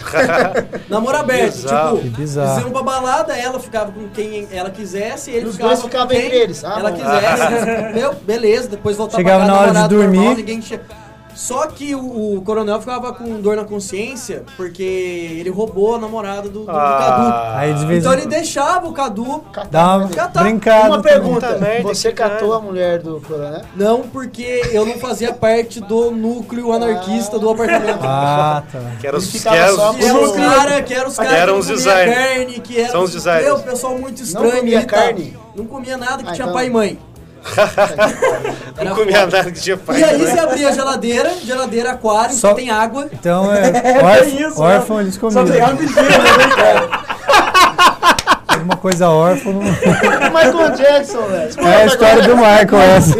[SPEAKER 3] namoro aberto,
[SPEAKER 4] bizarro.
[SPEAKER 3] tipo,
[SPEAKER 7] Que bizarro.
[SPEAKER 3] faziam uma balada, ela ficava com quem ela quisesse, ele
[SPEAKER 6] E os
[SPEAKER 3] ficava
[SPEAKER 6] dois
[SPEAKER 3] com
[SPEAKER 6] ficavam
[SPEAKER 3] quem
[SPEAKER 6] entre eles. Ah,
[SPEAKER 3] ela
[SPEAKER 6] bom.
[SPEAKER 3] quisesse. Meu, beleza, depois voltava
[SPEAKER 7] Chegava
[SPEAKER 3] pra casa,
[SPEAKER 7] na hora de
[SPEAKER 3] namorado
[SPEAKER 7] dormir.
[SPEAKER 3] normal, ninguém tinha- Só que o, o coronel ficava com dor na consciência porque ele roubou a namorada um do, do, do
[SPEAKER 4] Ah,
[SPEAKER 7] Aí de
[SPEAKER 3] Cadu.
[SPEAKER 7] vez
[SPEAKER 3] Então ele
[SPEAKER 7] em
[SPEAKER 3] deixava o Cadu
[SPEAKER 7] dá uma
[SPEAKER 3] Já tá.
[SPEAKER 7] brincada.
[SPEAKER 6] Uma
[SPEAKER 7] também.
[SPEAKER 6] pergunta.
[SPEAKER 4] Puta merda,
[SPEAKER 6] Você
[SPEAKER 4] que
[SPEAKER 6] catou
[SPEAKER 4] cara.
[SPEAKER 6] a mulher do coronel?
[SPEAKER 3] Não, porque eu não fazia parte do núcleo anarquista do apartamento.
[SPEAKER 7] Ah, tá.
[SPEAKER 4] que era os,
[SPEAKER 6] Ele
[SPEAKER 4] que
[SPEAKER 6] ficava
[SPEAKER 4] era
[SPEAKER 6] só
[SPEAKER 4] os,
[SPEAKER 3] Que era os
[SPEAKER 6] núcleo.
[SPEAKER 3] caras que era os caras
[SPEAKER 4] Eram
[SPEAKER 3] que
[SPEAKER 4] os
[SPEAKER 3] não comia
[SPEAKER 4] design.
[SPEAKER 3] carne, que era um
[SPEAKER 4] São os designers.
[SPEAKER 3] Meu, pessoal muito estranho.
[SPEAKER 6] comia
[SPEAKER 3] e tal.
[SPEAKER 6] carne?
[SPEAKER 3] Não comia nada que
[SPEAKER 6] Ah,
[SPEAKER 3] tinha
[SPEAKER 6] então-
[SPEAKER 3] pai e mãe.
[SPEAKER 4] não comia nada que tinha pai.
[SPEAKER 3] E aí você
[SPEAKER 4] né?
[SPEAKER 3] abria a geladeira, geladeira, aquário,
[SPEAKER 7] Só-
[SPEAKER 3] só tem água.
[SPEAKER 7] Então é.
[SPEAKER 2] tem
[SPEAKER 7] órfão-
[SPEAKER 2] isso, né?
[SPEAKER 7] Órfão eles
[SPEAKER 2] Só
[SPEAKER 7] comiam.
[SPEAKER 2] tem água e gelo, né, cara?
[SPEAKER 7] Alguma coisa órfã. não-
[SPEAKER 6] O Michael Jackson, velho.
[SPEAKER 7] É a história do Michael essa.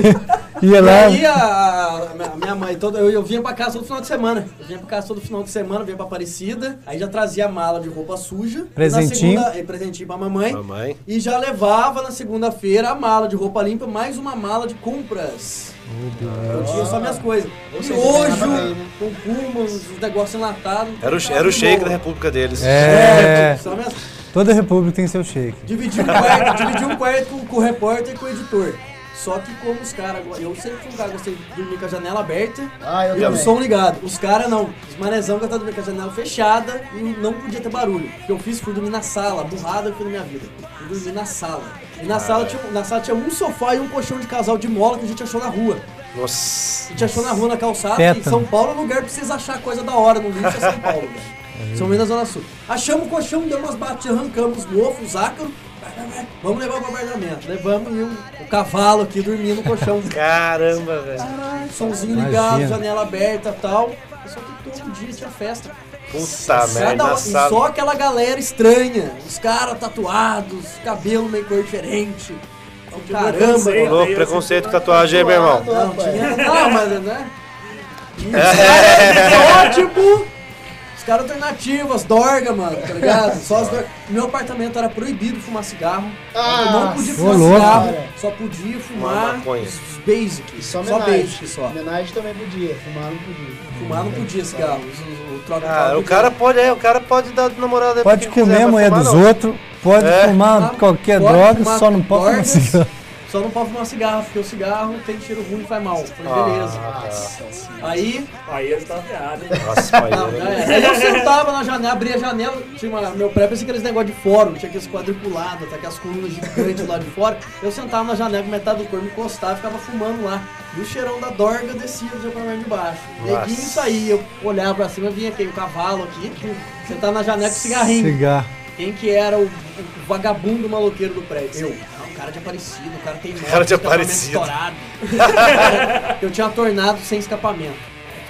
[SPEAKER 7] Ia
[SPEAKER 3] E
[SPEAKER 6] é.
[SPEAKER 7] lá.
[SPEAKER 3] aí a, a- a minha mãe, toda, eu, eu vinha pra casa todo final de semana. Eu vinha pra casa todo final de semana, vinha pra Aparecida. Aí já trazia mala de roupa suja.
[SPEAKER 7] Presentinho.
[SPEAKER 3] Na segunda, eh, presentinho pra mamãe.
[SPEAKER 4] Mamãe.
[SPEAKER 3] E já levava na segunda-feira a mala de roupa limpa, mais uma mala de compras. Eu tinha só minhas coisas.
[SPEAKER 6] seja,
[SPEAKER 3] Miojo,
[SPEAKER 6] ganhava bem, né?
[SPEAKER 3] com cuma, uns negócios enlatados.
[SPEAKER 4] Era o, era o shake da república deles.
[SPEAKER 7] É.
[SPEAKER 3] Só minhas-
[SPEAKER 7] Toda república tem seu shake.
[SPEAKER 3] Dividi um quarto, dividi um quarto com, com o repórter e com o editor. Só que como os caras... Eu sempre fui um cara que gostei de dormir com a janela aberta
[SPEAKER 6] Ah, eu
[SPEAKER 3] e o
[SPEAKER 6] também.
[SPEAKER 4] um
[SPEAKER 3] som ligado. Os caras não. Os manezão que eu tava dormindo com a janela fechada e não podia ter barulho. O que eu fiz foi dormir na sala, burrada que foi na minha vida. Eu dormi na sala. E na sala, tinha, na sala tinha um sofá e um colchão de casal de mola que a gente achou na rua. A
[SPEAKER 4] Nossa.
[SPEAKER 3] gente achou na rua, na calçada,
[SPEAKER 7] Tétano.
[SPEAKER 3] em São Paulo é um lugar pra vocês achar coisa da hora no lixo, é São Paulo, velho. São Paulo na Zona Sul. Achamos o colchão, deu umas batidas, arrancamos os mofos, os ácaros. vai, vai, vai, Vamos levar pro apartamento. Levamos e o, o cavalo aqui dormindo no colchão.
[SPEAKER 4] Caramba, velho.
[SPEAKER 3] Somzinho ligado,
[SPEAKER 7] Imagina.
[SPEAKER 3] janela aberta e tal. Só que todo dia tinha festa.
[SPEAKER 4] Puta
[SPEAKER 3] Cada
[SPEAKER 4] merda.
[SPEAKER 3] hora-
[SPEAKER 4] na
[SPEAKER 3] e
[SPEAKER 4] sala.
[SPEAKER 3] um- só aquela galera estranha. Os caras tatuados, cabelo meio cor diferente. Então, caramba,
[SPEAKER 4] Ô,
[SPEAKER 3] mano.
[SPEAKER 4] louco, preconceito com tatuagem aí, meu irmão.
[SPEAKER 3] Não, tinha. Não, mas né? Tipo. Os caras alternativas, dorga, mano, tá ligado? Só as dorga. Meu apartamento era proibido fumar cigarro. eu não podia
[SPEAKER 7] ô,
[SPEAKER 3] fumar
[SPEAKER 7] louco.
[SPEAKER 3] cigarro, só podia fumar
[SPEAKER 4] maconha.
[SPEAKER 3] os basic,
[SPEAKER 6] Só
[SPEAKER 3] só, basic
[SPEAKER 6] homenagem.
[SPEAKER 3] só.
[SPEAKER 6] Homenagem também podia, fumar não podia.
[SPEAKER 3] Fumar não podia cigarro, os- os- o troca
[SPEAKER 4] Ah, o cara pode, é, o cara pode dar namorada pra
[SPEAKER 7] Pode
[SPEAKER 4] quem quiser,
[SPEAKER 7] comer a
[SPEAKER 4] mas
[SPEAKER 7] mulher
[SPEAKER 4] fumar
[SPEAKER 7] dos
[SPEAKER 4] não.
[SPEAKER 7] outros, pode
[SPEAKER 4] É.
[SPEAKER 7] fumar qualquer
[SPEAKER 3] Pode
[SPEAKER 7] droga,
[SPEAKER 3] fumar
[SPEAKER 7] só não pode fumar
[SPEAKER 3] drogas.
[SPEAKER 7] cigarro.
[SPEAKER 3] Só não pode fumar cigarro, porque o cigarro tem cheiro ruim e faz mal. Falei,
[SPEAKER 4] Ah,
[SPEAKER 3] beleza. Aí,
[SPEAKER 1] Aí eles estavam ferrados, hein?
[SPEAKER 4] Nossa, pai. né?
[SPEAKER 3] Não, é. já era. Aí eu sentava na janela, abria a janela, tinha uma, meu pré parecia aqueles negócio de fórum, tinha aqueles quadriculados, tá, aquelas colunas gigantes lá de fora. Eu sentava na janela com metade do corpo, me encostava, ficava fumando lá. E o cheirão da dorga descia do apartamento de baixo.
[SPEAKER 4] Nossa.
[SPEAKER 3] Neguinho saía, eu olhava pra cima, vinha aqui, o cavalo aqui, sentava na janela com cigarrinho.
[SPEAKER 7] Cigarro.
[SPEAKER 3] Quem que era o, o vagabundo maloqueiro do prédio? Eu. Ah, o cara de aparecido, o cara tem moto,
[SPEAKER 4] cara de
[SPEAKER 3] escapamento
[SPEAKER 4] Aparecido.
[SPEAKER 3] estourado. O cara- eu tinha tornado sem escapamento.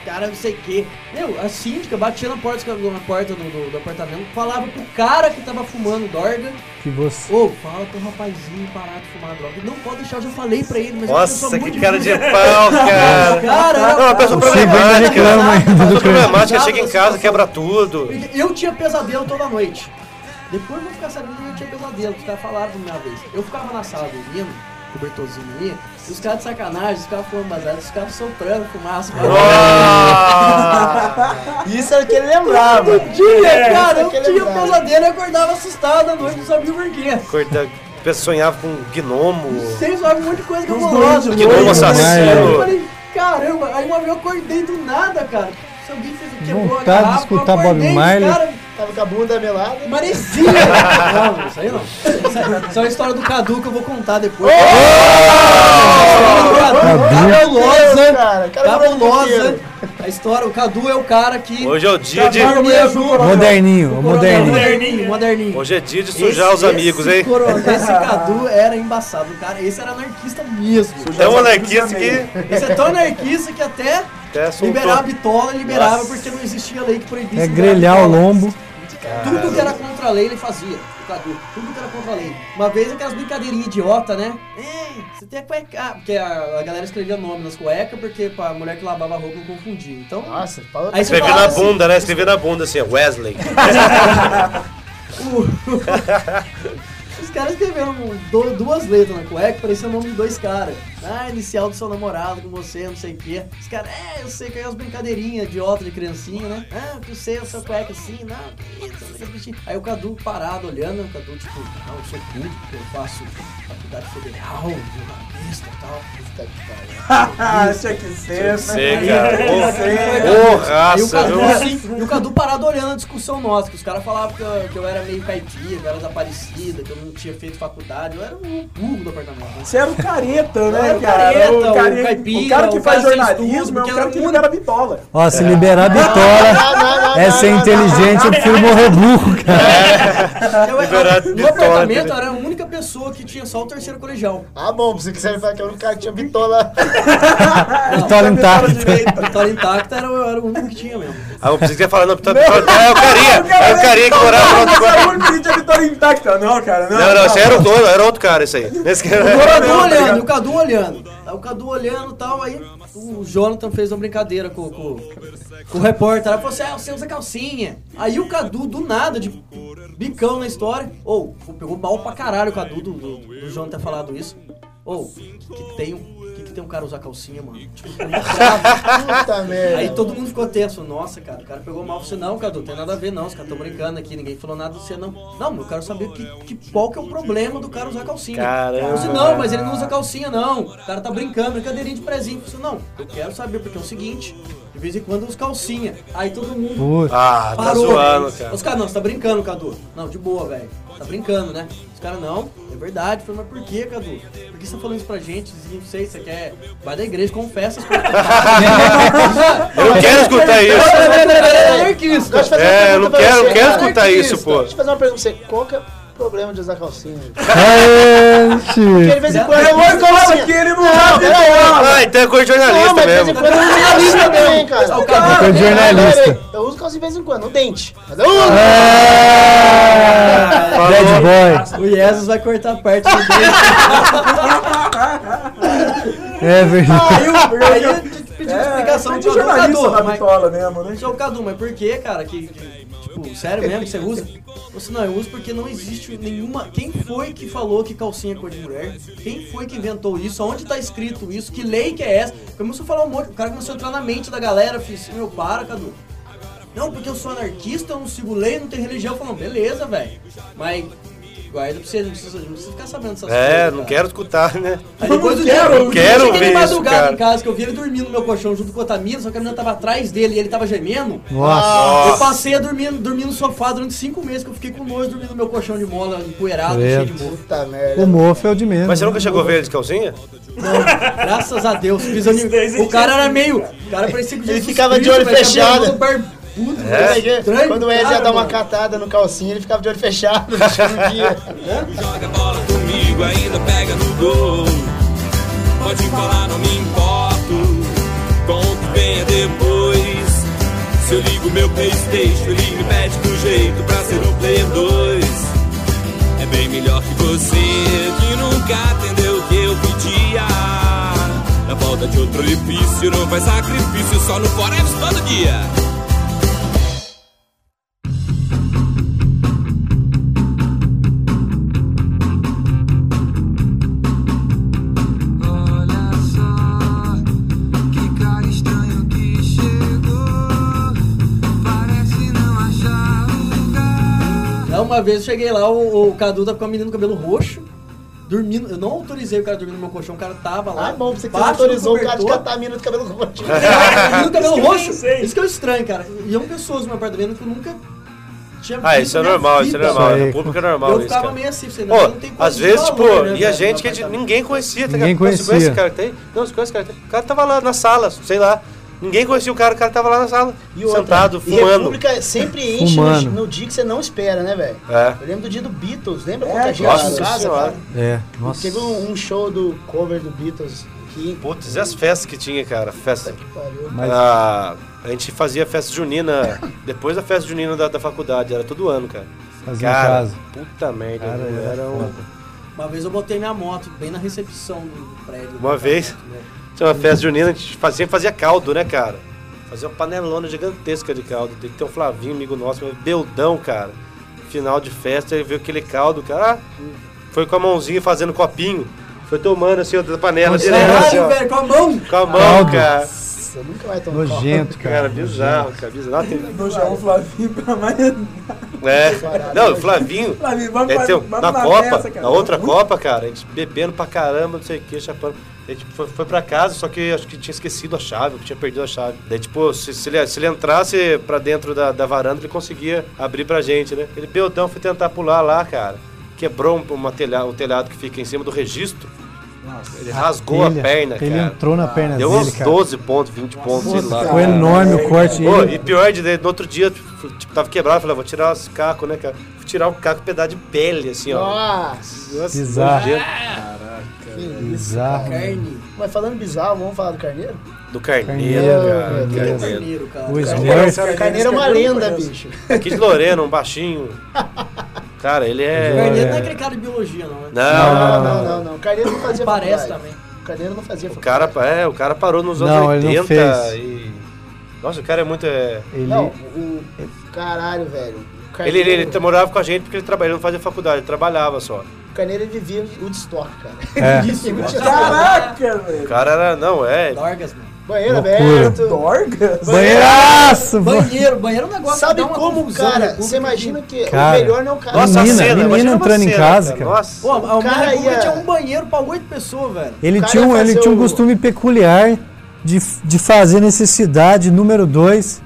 [SPEAKER 3] O cara não sei o quê. Meu, a síndica batia na porta, na porta do, do- do apartamento, falava pro cara que tava fumando dorga,
[SPEAKER 7] Que você.
[SPEAKER 3] ô, fala pro rapazinho parar de fumar droga. Ele Não pode deixar, eu já falei pra ele, mas ele é uma pessoa
[SPEAKER 4] Nossa,
[SPEAKER 3] muito
[SPEAKER 4] que cara de
[SPEAKER 3] difícil.
[SPEAKER 4] pau, cara.
[SPEAKER 3] Cara,
[SPEAKER 4] Não, uma pessoa
[SPEAKER 7] Você ainda
[SPEAKER 4] problemática.
[SPEAKER 7] reclama ainda do
[SPEAKER 4] Pessoa
[SPEAKER 7] crime.
[SPEAKER 4] problemática, chega em casa, quebra tudo.
[SPEAKER 3] Eu tinha pesadelo toda noite. Depois eu vou ficar sabendo que eu tinha pesadelo, os caras falaram da minha vez. Eu ficava na sala dormindo, cobertorzinho aí, e os caras de sacanagem, os caras falando baseado, os caras soprando fumaça.
[SPEAKER 4] Ah,
[SPEAKER 6] Isso era o que ele lembrava.
[SPEAKER 3] Dia, cara, eu
[SPEAKER 6] isso é que é
[SPEAKER 3] tinha um
[SPEAKER 6] verdade.
[SPEAKER 3] pesadelo e acordava assustado à noite, não sabia por quê.
[SPEAKER 4] Coisa, pessoa sonhava com um gnomo.
[SPEAKER 3] Vocês sabem um monte de coisa que eu
[SPEAKER 4] Que Gnomo
[SPEAKER 3] Eu
[SPEAKER 4] assassino.
[SPEAKER 3] falei, caramba, aí uma vez eu acordei do nada, cara. Se alguém fez aqui,
[SPEAKER 7] Vontade tá de escutar Bob Marley.
[SPEAKER 3] Cara,
[SPEAKER 6] Tava com a bunda melada.
[SPEAKER 3] Maresia! não, isso aí não. Isso, isso é a história do Cadu que eu vou contar depois. é Cabulosa,
[SPEAKER 6] cara. O cara virou
[SPEAKER 3] cabulosa,
[SPEAKER 7] é
[SPEAKER 6] fofoqueiro.
[SPEAKER 3] é A história, o Cadu é o cara que.
[SPEAKER 4] Hoje é o dia de-
[SPEAKER 3] Camargo mesmo,
[SPEAKER 4] Moderninho,
[SPEAKER 3] o coronel.
[SPEAKER 7] moderninho,
[SPEAKER 3] O coronel,
[SPEAKER 7] moderninho.
[SPEAKER 3] Moderninho.
[SPEAKER 4] Hoje é dia de sujar os amigos,
[SPEAKER 3] esse
[SPEAKER 4] hein?
[SPEAKER 3] coronel- esse Cadu era embaçado, o cara. Esse era anarquista mesmo.
[SPEAKER 4] Sujar os É um amigos anarquista também. que-
[SPEAKER 3] Esse é tão anarquista que até
[SPEAKER 4] Até soltou.
[SPEAKER 3] liberar a bitola, ele liberava
[SPEAKER 4] Nossa.
[SPEAKER 3] porque não existia lei que proibisse.
[SPEAKER 7] É
[SPEAKER 3] liberar a
[SPEAKER 7] grelhar o
[SPEAKER 3] bitola.
[SPEAKER 7] lombo.
[SPEAKER 3] Tudo que era contra a lei ele fazia. O Cadu. Tudo que era contra a lei. Uma vez aquelas brincadeirinhas idiota, né? Ei, você tem a cueca. Ah, porque a, a galera escrevia nome nas cuecas porque pra mulher que lavava a roupa não confundia. Então.
[SPEAKER 6] Nossa, falou
[SPEAKER 3] Aí você
[SPEAKER 4] Escrevi
[SPEAKER 3] falava
[SPEAKER 4] na
[SPEAKER 3] assim,
[SPEAKER 4] bunda, né? Escrevi na bunda assim, ó, Wesley.
[SPEAKER 3] Os caras escreveram um, do- duas letras na cueca, parecia o nome de dois caras. Ah, inicial do seu namorado com você, não sei o quê. Os caras, é, eu sei que é umas brincadeirinhas idiota de criancinha, né? Ah, que eu sei, eu sou cueca assim, não, que isso, não sei o que, bichinho. Aí o Cadu parado olhando, o Cadu tipo, não, eu sou culto, porque eu faço faculdade federal, jornalista e tal. Puta que pariu.
[SPEAKER 2] Tinha Ah, que ser,
[SPEAKER 4] Você, é
[SPEAKER 2] né?
[SPEAKER 4] cara.
[SPEAKER 2] Tinha que ser.
[SPEAKER 4] Ô, ô,
[SPEAKER 3] E o,
[SPEAKER 4] raça,
[SPEAKER 3] Cadu,
[SPEAKER 4] viu?
[SPEAKER 3] assim, e o Cadu parado olhando a discussão nossa, que os caras falavam que eu, que eu era meio caipira, que eu era desaparecida, que eu não tinha feito faculdade, eu era um burro do apartamento. né?
[SPEAKER 2] Você era o careta,
[SPEAKER 3] Eu
[SPEAKER 2] né,
[SPEAKER 3] era o
[SPEAKER 2] cara?
[SPEAKER 3] careta, o
[SPEAKER 2] cara-
[SPEAKER 3] caipira,
[SPEAKER 2] o cara que
[SPEAKER 3] o
[SPEAKER 2] faz
[SPEAKER 3] cara sem estudo,
[SPEAKER 2] jornalismo é o
[SPEAKER 3] porque
[SPEAKER 2] cara
[SPEAKER 3] era
[SPEAKER 2] que
[SPEAKER 3] o
[SPEAKER 2] libera a bitola.
[SPEAKER 7] Ó, se liberar a
[SPEAKER 6] Não, não, não,
[SPEAKER 7] bitola, é
[SPEAKER 6] não,
[SPEAKER 7] ser
[SPEAKER 6] não,
[SPEAKER 7] inteligente, eu prefiro morrer burro, cara.
[SPEAKER 3] Eu era,
[SPEAKER 4] Liberado de
[SPEAKER 3] é, no apartamento
[SPEAKER 4] toque,
[SPEAKER 3] eu
[SPEAKER 4] né?
[SPEAKER 3] era a única pessoa que tinha só o terceiro colegial.
[SPEAKER 6] Ah, bom, você quiser falar que eu nunca tinha bitola.
[SPEAKER 7] Vitória intacta.
[SPEAKER 3] A Vitória intacta era, eu era o único que tinha mesmo.
[SPEAKER 4] Ah, eu pensei que ia falar, não, tá- tá- tá- é o carinha, é o carinha que morava no
[SPEAKER 2] Esse
[SPEAKER 4] outro
[SPEAKER 2] é o
[SPEAKER 4] quarto.
[SPEAKER 2] único que tinha vitória intacta. Não, cara, não.
[SPEAKER 4] Não, não, esse era o dono, era outro cara, isso aí. Esse
[SPEAKER 3] O
[SPEAKER 4] cara-
[SPEAKER 3] Cadu
[SPEAKER 2] não, tá
[SPEAKER 3] olhando,
[SPEAKER 2] ligado?
[SPEAKER 3] o Cadu olhando. Aí O Cadu olhando e tal, aí o Jonathan fez uma brincadeira com, com- com o repórter. Ela falou assim, ah, você usa calcinha. Aí o Cadu, do nada, de bicão na história, ou, pegou mal pra caralho o Cadu do, do, do Jonathan ter falado isso. Ou, que tem um... Que, que tem um cara usar calcinha, mano? Tipo, ficou muito bravo.
[SPEAKER 6] Puta merda.
[SPEAKER 3] Aí todo mundo ficou tenso. Nossa, cara, o cara pegou mal. Você não, Cadu, tem nada a ver, não. Os caras estão brincando aqui, ninguém falou nada. Você não. Não, eu quero saber que, que- qual que é o problema do cara usar calcinha.
[SPEAKER 4] Caramba.
[SPEAKER 3] Você não, mas ele não usa calcinha, não. O cara tá brincando, brincadeirinha de prezinho. Você não, eu quero saber, porque é o seguinte: de vez em quando eu uso calcinha. Aí todo mundo.
[SPEAKER 7] Puta.
[SPEAKER 4] Ah, tá
[SPEAKER 3] Parou.
[SPEAKER 4] zoando, cara.
[SPEAKER 3] Os caras, não, você tá brincando, Cadu. Não, de boa, velho. Tá brincando, né? Os caras, não, é verdade. Eu Falei, mas por que, Cadu? Por que você tá falando isso pra gente? Não sei, você quer. Vai da igreja, confessa as coisas.
[SPEAKER 4] Eu não quero escutar isso.
[SPEAKER 6] Deixa eu fazer uma
[SPEAKER 4] É,
[SPEAKER 6] pergunta
[SPEAKER 4] eu não
[SPEAKER 6] pra
[SPEAKER 4] quero-
[SPEAKER 6] você,
[SPEAKER 4] não quero
[SPEAKER 6] cara.
[SPEAKER 4] escutar isso, pô.
[SPEAKER 6] Deixa eu fazer uma pergunta pra você. Qual que é o problema de usar calcinha? Porque
[SPEAKER 7] Gente.
[SPEAKER 6] de vez em
[SPEAKER 3] Não,
[SPEAKER 6] quando eu uso calcinha.
[SPEAKER 2] que ele não
[SPEAKER 6] Não,
[SPEAKER 2] sabe.
[SPEAKER 6] peraí,
[SPEAKER 4] Ah, então é coisa de
[SPEAKER 6] não,
[SPEAKER 4] jornalista
[SPEAKER 6] mas de vez em
[SPEAKER 4] mesmo.
[SPEAKER 6] quando eu uso calcinha também, cara.
[SPEAKER 3] o Cadu-
[SPEAKER 7] Foi jornalista.
[SPEAKER 6] Eu uso calcinha de vez em quando, no dente. Ah. Mas eu uso.
[SPEAKER 7] Bad boy.
[SPEAKER 3] O Jesus vai cortar parte do dele.
[SPEAKER 7] É verdade.
[SPEAKER 3] Aí o aí eu te- te pedi explicação
[SPEAKER 2] é,
[SPEAKER 3] do
[SPEAKER 2] de
[SPEAKER 3] Cadu.
[SPEAKER 2] jornalista na
[SPEAKER 3] Cadu, mas,
[SPEAKER 2] bitola mesmo, né?
[SPEAKER 3] seu Cadu, mas por que, cara? Que, que- tipo, sério mesmo que você usa? Você não, eu uso porque não existe nenhuma. Quem foi que falou que calcinha é cor de mulher? Quem foi que inventou isso? Onde tá escrito isso? Que lei que é essa? Começou a falar um monte. O cara começou a entrar na mente da galera. Eu falei assim, meu, para, Cadu. Não, porque eu sou anarquista, eu não sigo lei, não tenho religião. Eu falo, não, beleza, velho. Mas guarda pra você, não precisa, não precisa ficar sabendo essas coisas.
[SPEAKER 4] É, não
[SPEAKER 3] cara.
[SPEAKER 4] quero escutar, né?
[SPEAKER 3] Aí depois eu
[SPEAKER 2] quero
[SPEAKER 3] dia,
[SPEAKER 2] ouvir
[SPEAKER 4] isso,
[SPEAKER 3] eu cheguei de
[SPEAKER 4] cara.
[SPEAKER 3] madrugada em casa, que eu vi ele dormindo no meu colchão junto com a Tamina, só que a menina tava atrás dele e ele tava gemendo.
[SPEAKER 7] Nossa.
[SPEAKER 4] Nossa.
[SPEAKER 3] Eu passei a dormir, dormir no sofá durante cinco meses, que eu fiquei com nojo dormindo no meu colchão de mola, empoeirado, cheio de mofo.
[SPEAKER 6] Puta merda.
[SPEAKER 7] O mofo é o de menos.
[SPEAKER 4] Mas você nunca chegou a ver ele de calcinha?
[SPEAKER 3] Graças a Deus, fiz anime.
[SPEAKER 1] daí
[SPEAKER 3] O cara era meio. O cara parecia que
[SPEAKER 6] Ele ficava de olho fechado.
[SPEAKER 3] Barbudo,
[SPEAKER 6] Sabe o quê?
[SPEAKER 3] estranho,
[SPEAKER 6] Quando o Enzo ia
[SPEAKER 3] cara,
[SPEAKER 6] dar uma
[SPEAKER 3] mano.
[SPEAKER 6] catada no calcinha, ele ficava de olho fechado. não via.
[SPEAKER 11] Joga bola comigo, ainda pega no gol. Pode falar, não me importo. Conto venha depois. Se eu ligo meu Playstation, ele me pede do jeito pra ser um player 2. É bem melhor que você, que nunca atendeu o que eu pedia. Na volta de outro orifício, não faz sacrifício, só no Forever todo dia.
[SPEAKER 3] Não, uma vez eu cheguei lá, o, o Cadu tava com a menina no cabelo roxo. Dormindo, eu não autorizei o cara dormir no meu colchão, o cara tava lá.
[SPEAKER 6] Ah, bom, você que você
[SPEAKER 3] baixo do
[SPEAKER 6] autorizou o cara de
[SPEAKER 3] cobertor.
[SPEAKER 6] catar a mina do cabelo roxo.
[SPEAKER 3] Menino cabelo
[SPEAKER 1] Isso que eu
[SPEAKER 3] roxo.
[SPEAKER 1] pensei.
[SPEAKER 3] Isso que é estranho, cara. E eram pessoas no meu um apartamento que eu nunca tinha
[SPEAKER 4] Ah,
[SPEAKER 3] visto
[SPEAKER 4] isso é
[SPEAKER 3] na minha
[SPEAKER 4] normal, isso
[SPEAKER 3] vida.
[SPEAKER 4] é normal.
[SPEAKER 7] Isso aí.
[SPEAKER 4] República é normal
[SPEAKER 3] Eu
[SPEAKER 4] isso,
[SPEAKER 3] ficava
[SPEAKER 4] cara.
[SPEAKER 3] meio assim, você
[SPEAKER 4] Pô,
[SPEAKER 3] não tem coisa
[SPEAKER 4] às
[SPEAKER 3] de
[SPEAKER 4] vezes,
[SPEAKER 3] valor,
[SPEAKER 4] pô,
[SPEAKER 3] né,
[SPEAKER 4] e a gente
[SPEAKER 3] velho, no
[SPEAKER 4] que a gente-
[SPEAKER 3] apartamento.
[SPEAKER 4] ninguém conhecia, tá
[SPEAKER 7] Ninguém
[SPEAKER 4] ligado? Pô, Você conhece
[SPEAKER 7] conhecia.
[SPEAKER 4] esse cara que tem? Não, você conhece esse cara que tem? O cara tava lá na sala, sei lá, Ninguém conhecia o cara, o cara tava lá na sala,
[SPEAKER 6] E outra,
[SPEAKER 4] sentado,
[SPEAKER 3] é
[SPEAKER 6] e
[SPEAKER 4] fumando.
[SPEAKER 6] República sempre enche no,
[SPEAKER 7] Fumando.
[SPEAKER 6] no dia que você não espera, né, velho?
[SPEAKER 4] É.
[SPEAKER 6] Eu lembro do dia do Beatles, lembra
[SPEAKER 1] É,
[SPEAKER 6] quanta gente
[SPEAKER 4] nossa
[SPEAKER 6] lá em casa,
[SPEAKER 4] senhora.
[SPEAKER 6] cara?
[SPEAKER 7] É, nossa.
[SPEAKER 6] Teve um, um show do cover do Beatles que
[SPEAKER 4] Putz, e as festas que tinha, cara? Festa.
[SPEAKER 6] pariu.
[SPEAKER 7] Mas-
[SPEAKER 4] Ah, a gente fazia festa junina depois da festa junina da, da faculdade, era todo ano, cara.
[SPEAKER 7] Fazia
[SPEAKER 4] Cara,
[SPEAKER 7] casa.
[SPEAKER 4] puta merda,
[SPEAKER 7] Cara,
[SPEAKER 4] era,
[SPEAKER 7] era
[SPEAKER 4] um-
[SPEAKER 3] Uma vez eu botei minha moto bem na recepção do né? prédio.
[SPEAKER 4] Uma vez? tinha uma festa junina, a gente fazia, fazia caldo, né, cara? Fazia uma panelona gigantesca de caldo. Tem que ter um Flavinho, amigo nosso, mas beldão, cara. Final de festa, ele viu aquele caldo, cara, ah, foi com a mãozinha fazendo copinho. Foi tomando assim, ó, da panela
[SPEAKER 7] Nossa,
[SPEAKER 4] direto, assim,
[SPEAKER 3] Caralho,
[SPEAKER 4] ó,
[SPEAKER 3] velho, com a mão!
[SPEAKER 4] com a mão,
[SPEAKER 7] Caldo.
[SPEAKER 4] cara.
[SPEAKER 6] Você nunca vai tomar
[SPEAKER 7] Nojento,
[SPEAKER 4] Cara,
[SPEAKER 7] cara.
[SPEAKER 4] bizarro, cara, bizarro. Tem-
[SPEAKER 2] Vou chamar o Flavinho pra mais.
[SPEAKER 4] É. Não, o Flavinho.
[SPEAKER 2] Flavinho, vamos,
[SPEAKER 4] é,
[SPEAKER 2] pra-
[SPEAKER 4] tem-
[SPEAKER 2] vamos
[SPEAKER 4] na Copa,
[SPEAKER 2] festa, cara.
[SPEAKER 4] na outra Copa, cara, a gente bebendo pra caramba, não sei o que, chapando. A gente foi, foi pra casa, só que acho que tinha esquecido a chave, eu tinha perdido a chave. Daí, tipo, se, se ele, se ele entrasse pra dentro da, da varanda, ele conseguia abrir pra gente, né? Ele beldão foi tentar pular lá, cara. Quebrou um- uma telha, o telhado que fica em cima do registro. ele rasgou
[SPEAKER 7] Telha.
[SPEAKER 4] a perna,
[SPEAKER 7] Ele
[SPEAKER 4] cara.
[SPEAKER 7] entrou na perna
[SPEAKER 4] Deu
[SPEAKER 7] dele,
[SPEAKER 4] uns
[SPEAKER 7] cara.
[SPEAKER 4] 12 pontos, 20 pontos, sei lá.
[SPEAKER 7] Ficou enorme o corte.
[SPEAKER 4] Pô,
[SPEAKER 7] Ele-
[SPEAKER 4] e pior, de, de- no outro dia, tipo, tava quebrado, eu falei, vou tirar os cacos, né, cara? Vou tirar o caco, um pedaço de pele, assim, ó.
[SPEAKER 6] Nossa,
[SPEAKER 4] Nossa,
[SPEAKER 7] Bizarro.
[SPEAKER 4] nojento.
[SPEAKER 6] que isso.
[SPEAKER 7] Bizarro.
[SPEAKER 3] Carne.
[SPEAKER 6] Mas falando bizarro, vamos falar do Carneiro?
[SPEAKER 4] Do carneiro,
[SPEAKER 7] Carneiro,
[SPEAKER 4] cara.
[SPEAKER 7] carneiro.
[SPEAKER 4] Carneiro.
[SPEAKER 3] Carneiro, cara.
[SPEAKER 7] O
[SPEAKER 3] Cara,
[SPEAKER 7] Smurf.
[SPEAKER 6] Carneiro, é uma lenda, bicho.
[SPEAKER 4] Aqui de Lorena, um baixinho. Cara, ele é.
[SPEAKER 3] Carneiro não é aquele cara de biologia, não, né?
[SPEAKER 4] Não,
[SPEAKER 6] Não, não, não, não. Carneiro não fazia
[SPEAKER 3] Parece
[SPEAKER 6] faculdade.
[SPEAKER 3] também.
[SPEAKER 6] Carneiro não fazia
[SPEAKER 4] o cara, é, o cara parou nos anos
[SPEAKER 7] Não, ele
[SPEAKER 4] 80
[SPEAKER 7] não fez.
[SPEAKER 4] e. Nossa, o cara é muito. é,
[SPEAKER 7] Ele,
[SPEAKER 6] Não, o. o- Caralho, velho. O
[SPEAKER 4] Ele, ele, ele
[SPEAKER 6] Carneiro-
[SPEAKER 4] morava com a gente porque ele trabalhava, ele não fazia faculdade, ele trabalhava só.
[SPEAKER 6] O Carneiro ele vivia o destoque, cara.
[SPEAKER 7] É.
[SPEAKER 6] Isso, ele tinha
[SPEAKER 2] Caraca, velho.
[SPEAKER 4] O cara era. Não, é.
[SPEAKER 3] Dorgas, mano.
[SPEAKER 6] banheiro
[SPEAKER 7] Loucura.
[SPEAKER 6] aberto.
[SPEAKER 2] Dorgas?
[SPEAKER 7] Banheiraço! mano.
[SPEAKER 3] Banheiro, banheiro é um negócio
[SPEAKER 6] Sabe
[SPEAKER 3] que dá uma
[SPEAKER 6] como,
[SPEAKER 3] confusão,
[SPEAKER 6] cara?
[SPEAKER 3] né?
[SPEAKER 6] Você imagina que
[SPEAKER 7] Cara.
[SPEAKER 6] o melhor não é o cara.
[SPEAKER 4] Nossa,
[SPEAKER 7] Menina,
[SPEAKER 4] a cena,
[SPEAKER 7] menina
[SPEAKER 4] imagina uma
[SPEAKER 7] entrando em
[SPEAKER 4] cena,
[SPEAKER 7] casa, cara.
[SPEAKER 4] Nossa.
[SPEAKER 3] Pô, a uma
[SPEAKER 6] cara
[SPEAKER 3] república
[SPEAKER 6] ia-
[SPEAKER 3] tinha um banheiro pra oito pessoas, velho.
[SPEAKER 7] Ele
[SPEAKER 6] cara
[SPEAKER 7] tinha um,
[SPEAKER 6] ia
[SPEAKER 7] ele
[SPEAKER 6] fazer
[SPEAKER 7] tinha um
[SPEAKER 6] o-
[SPEAKER 7] costume peculiar de, de fazer necessidade número 2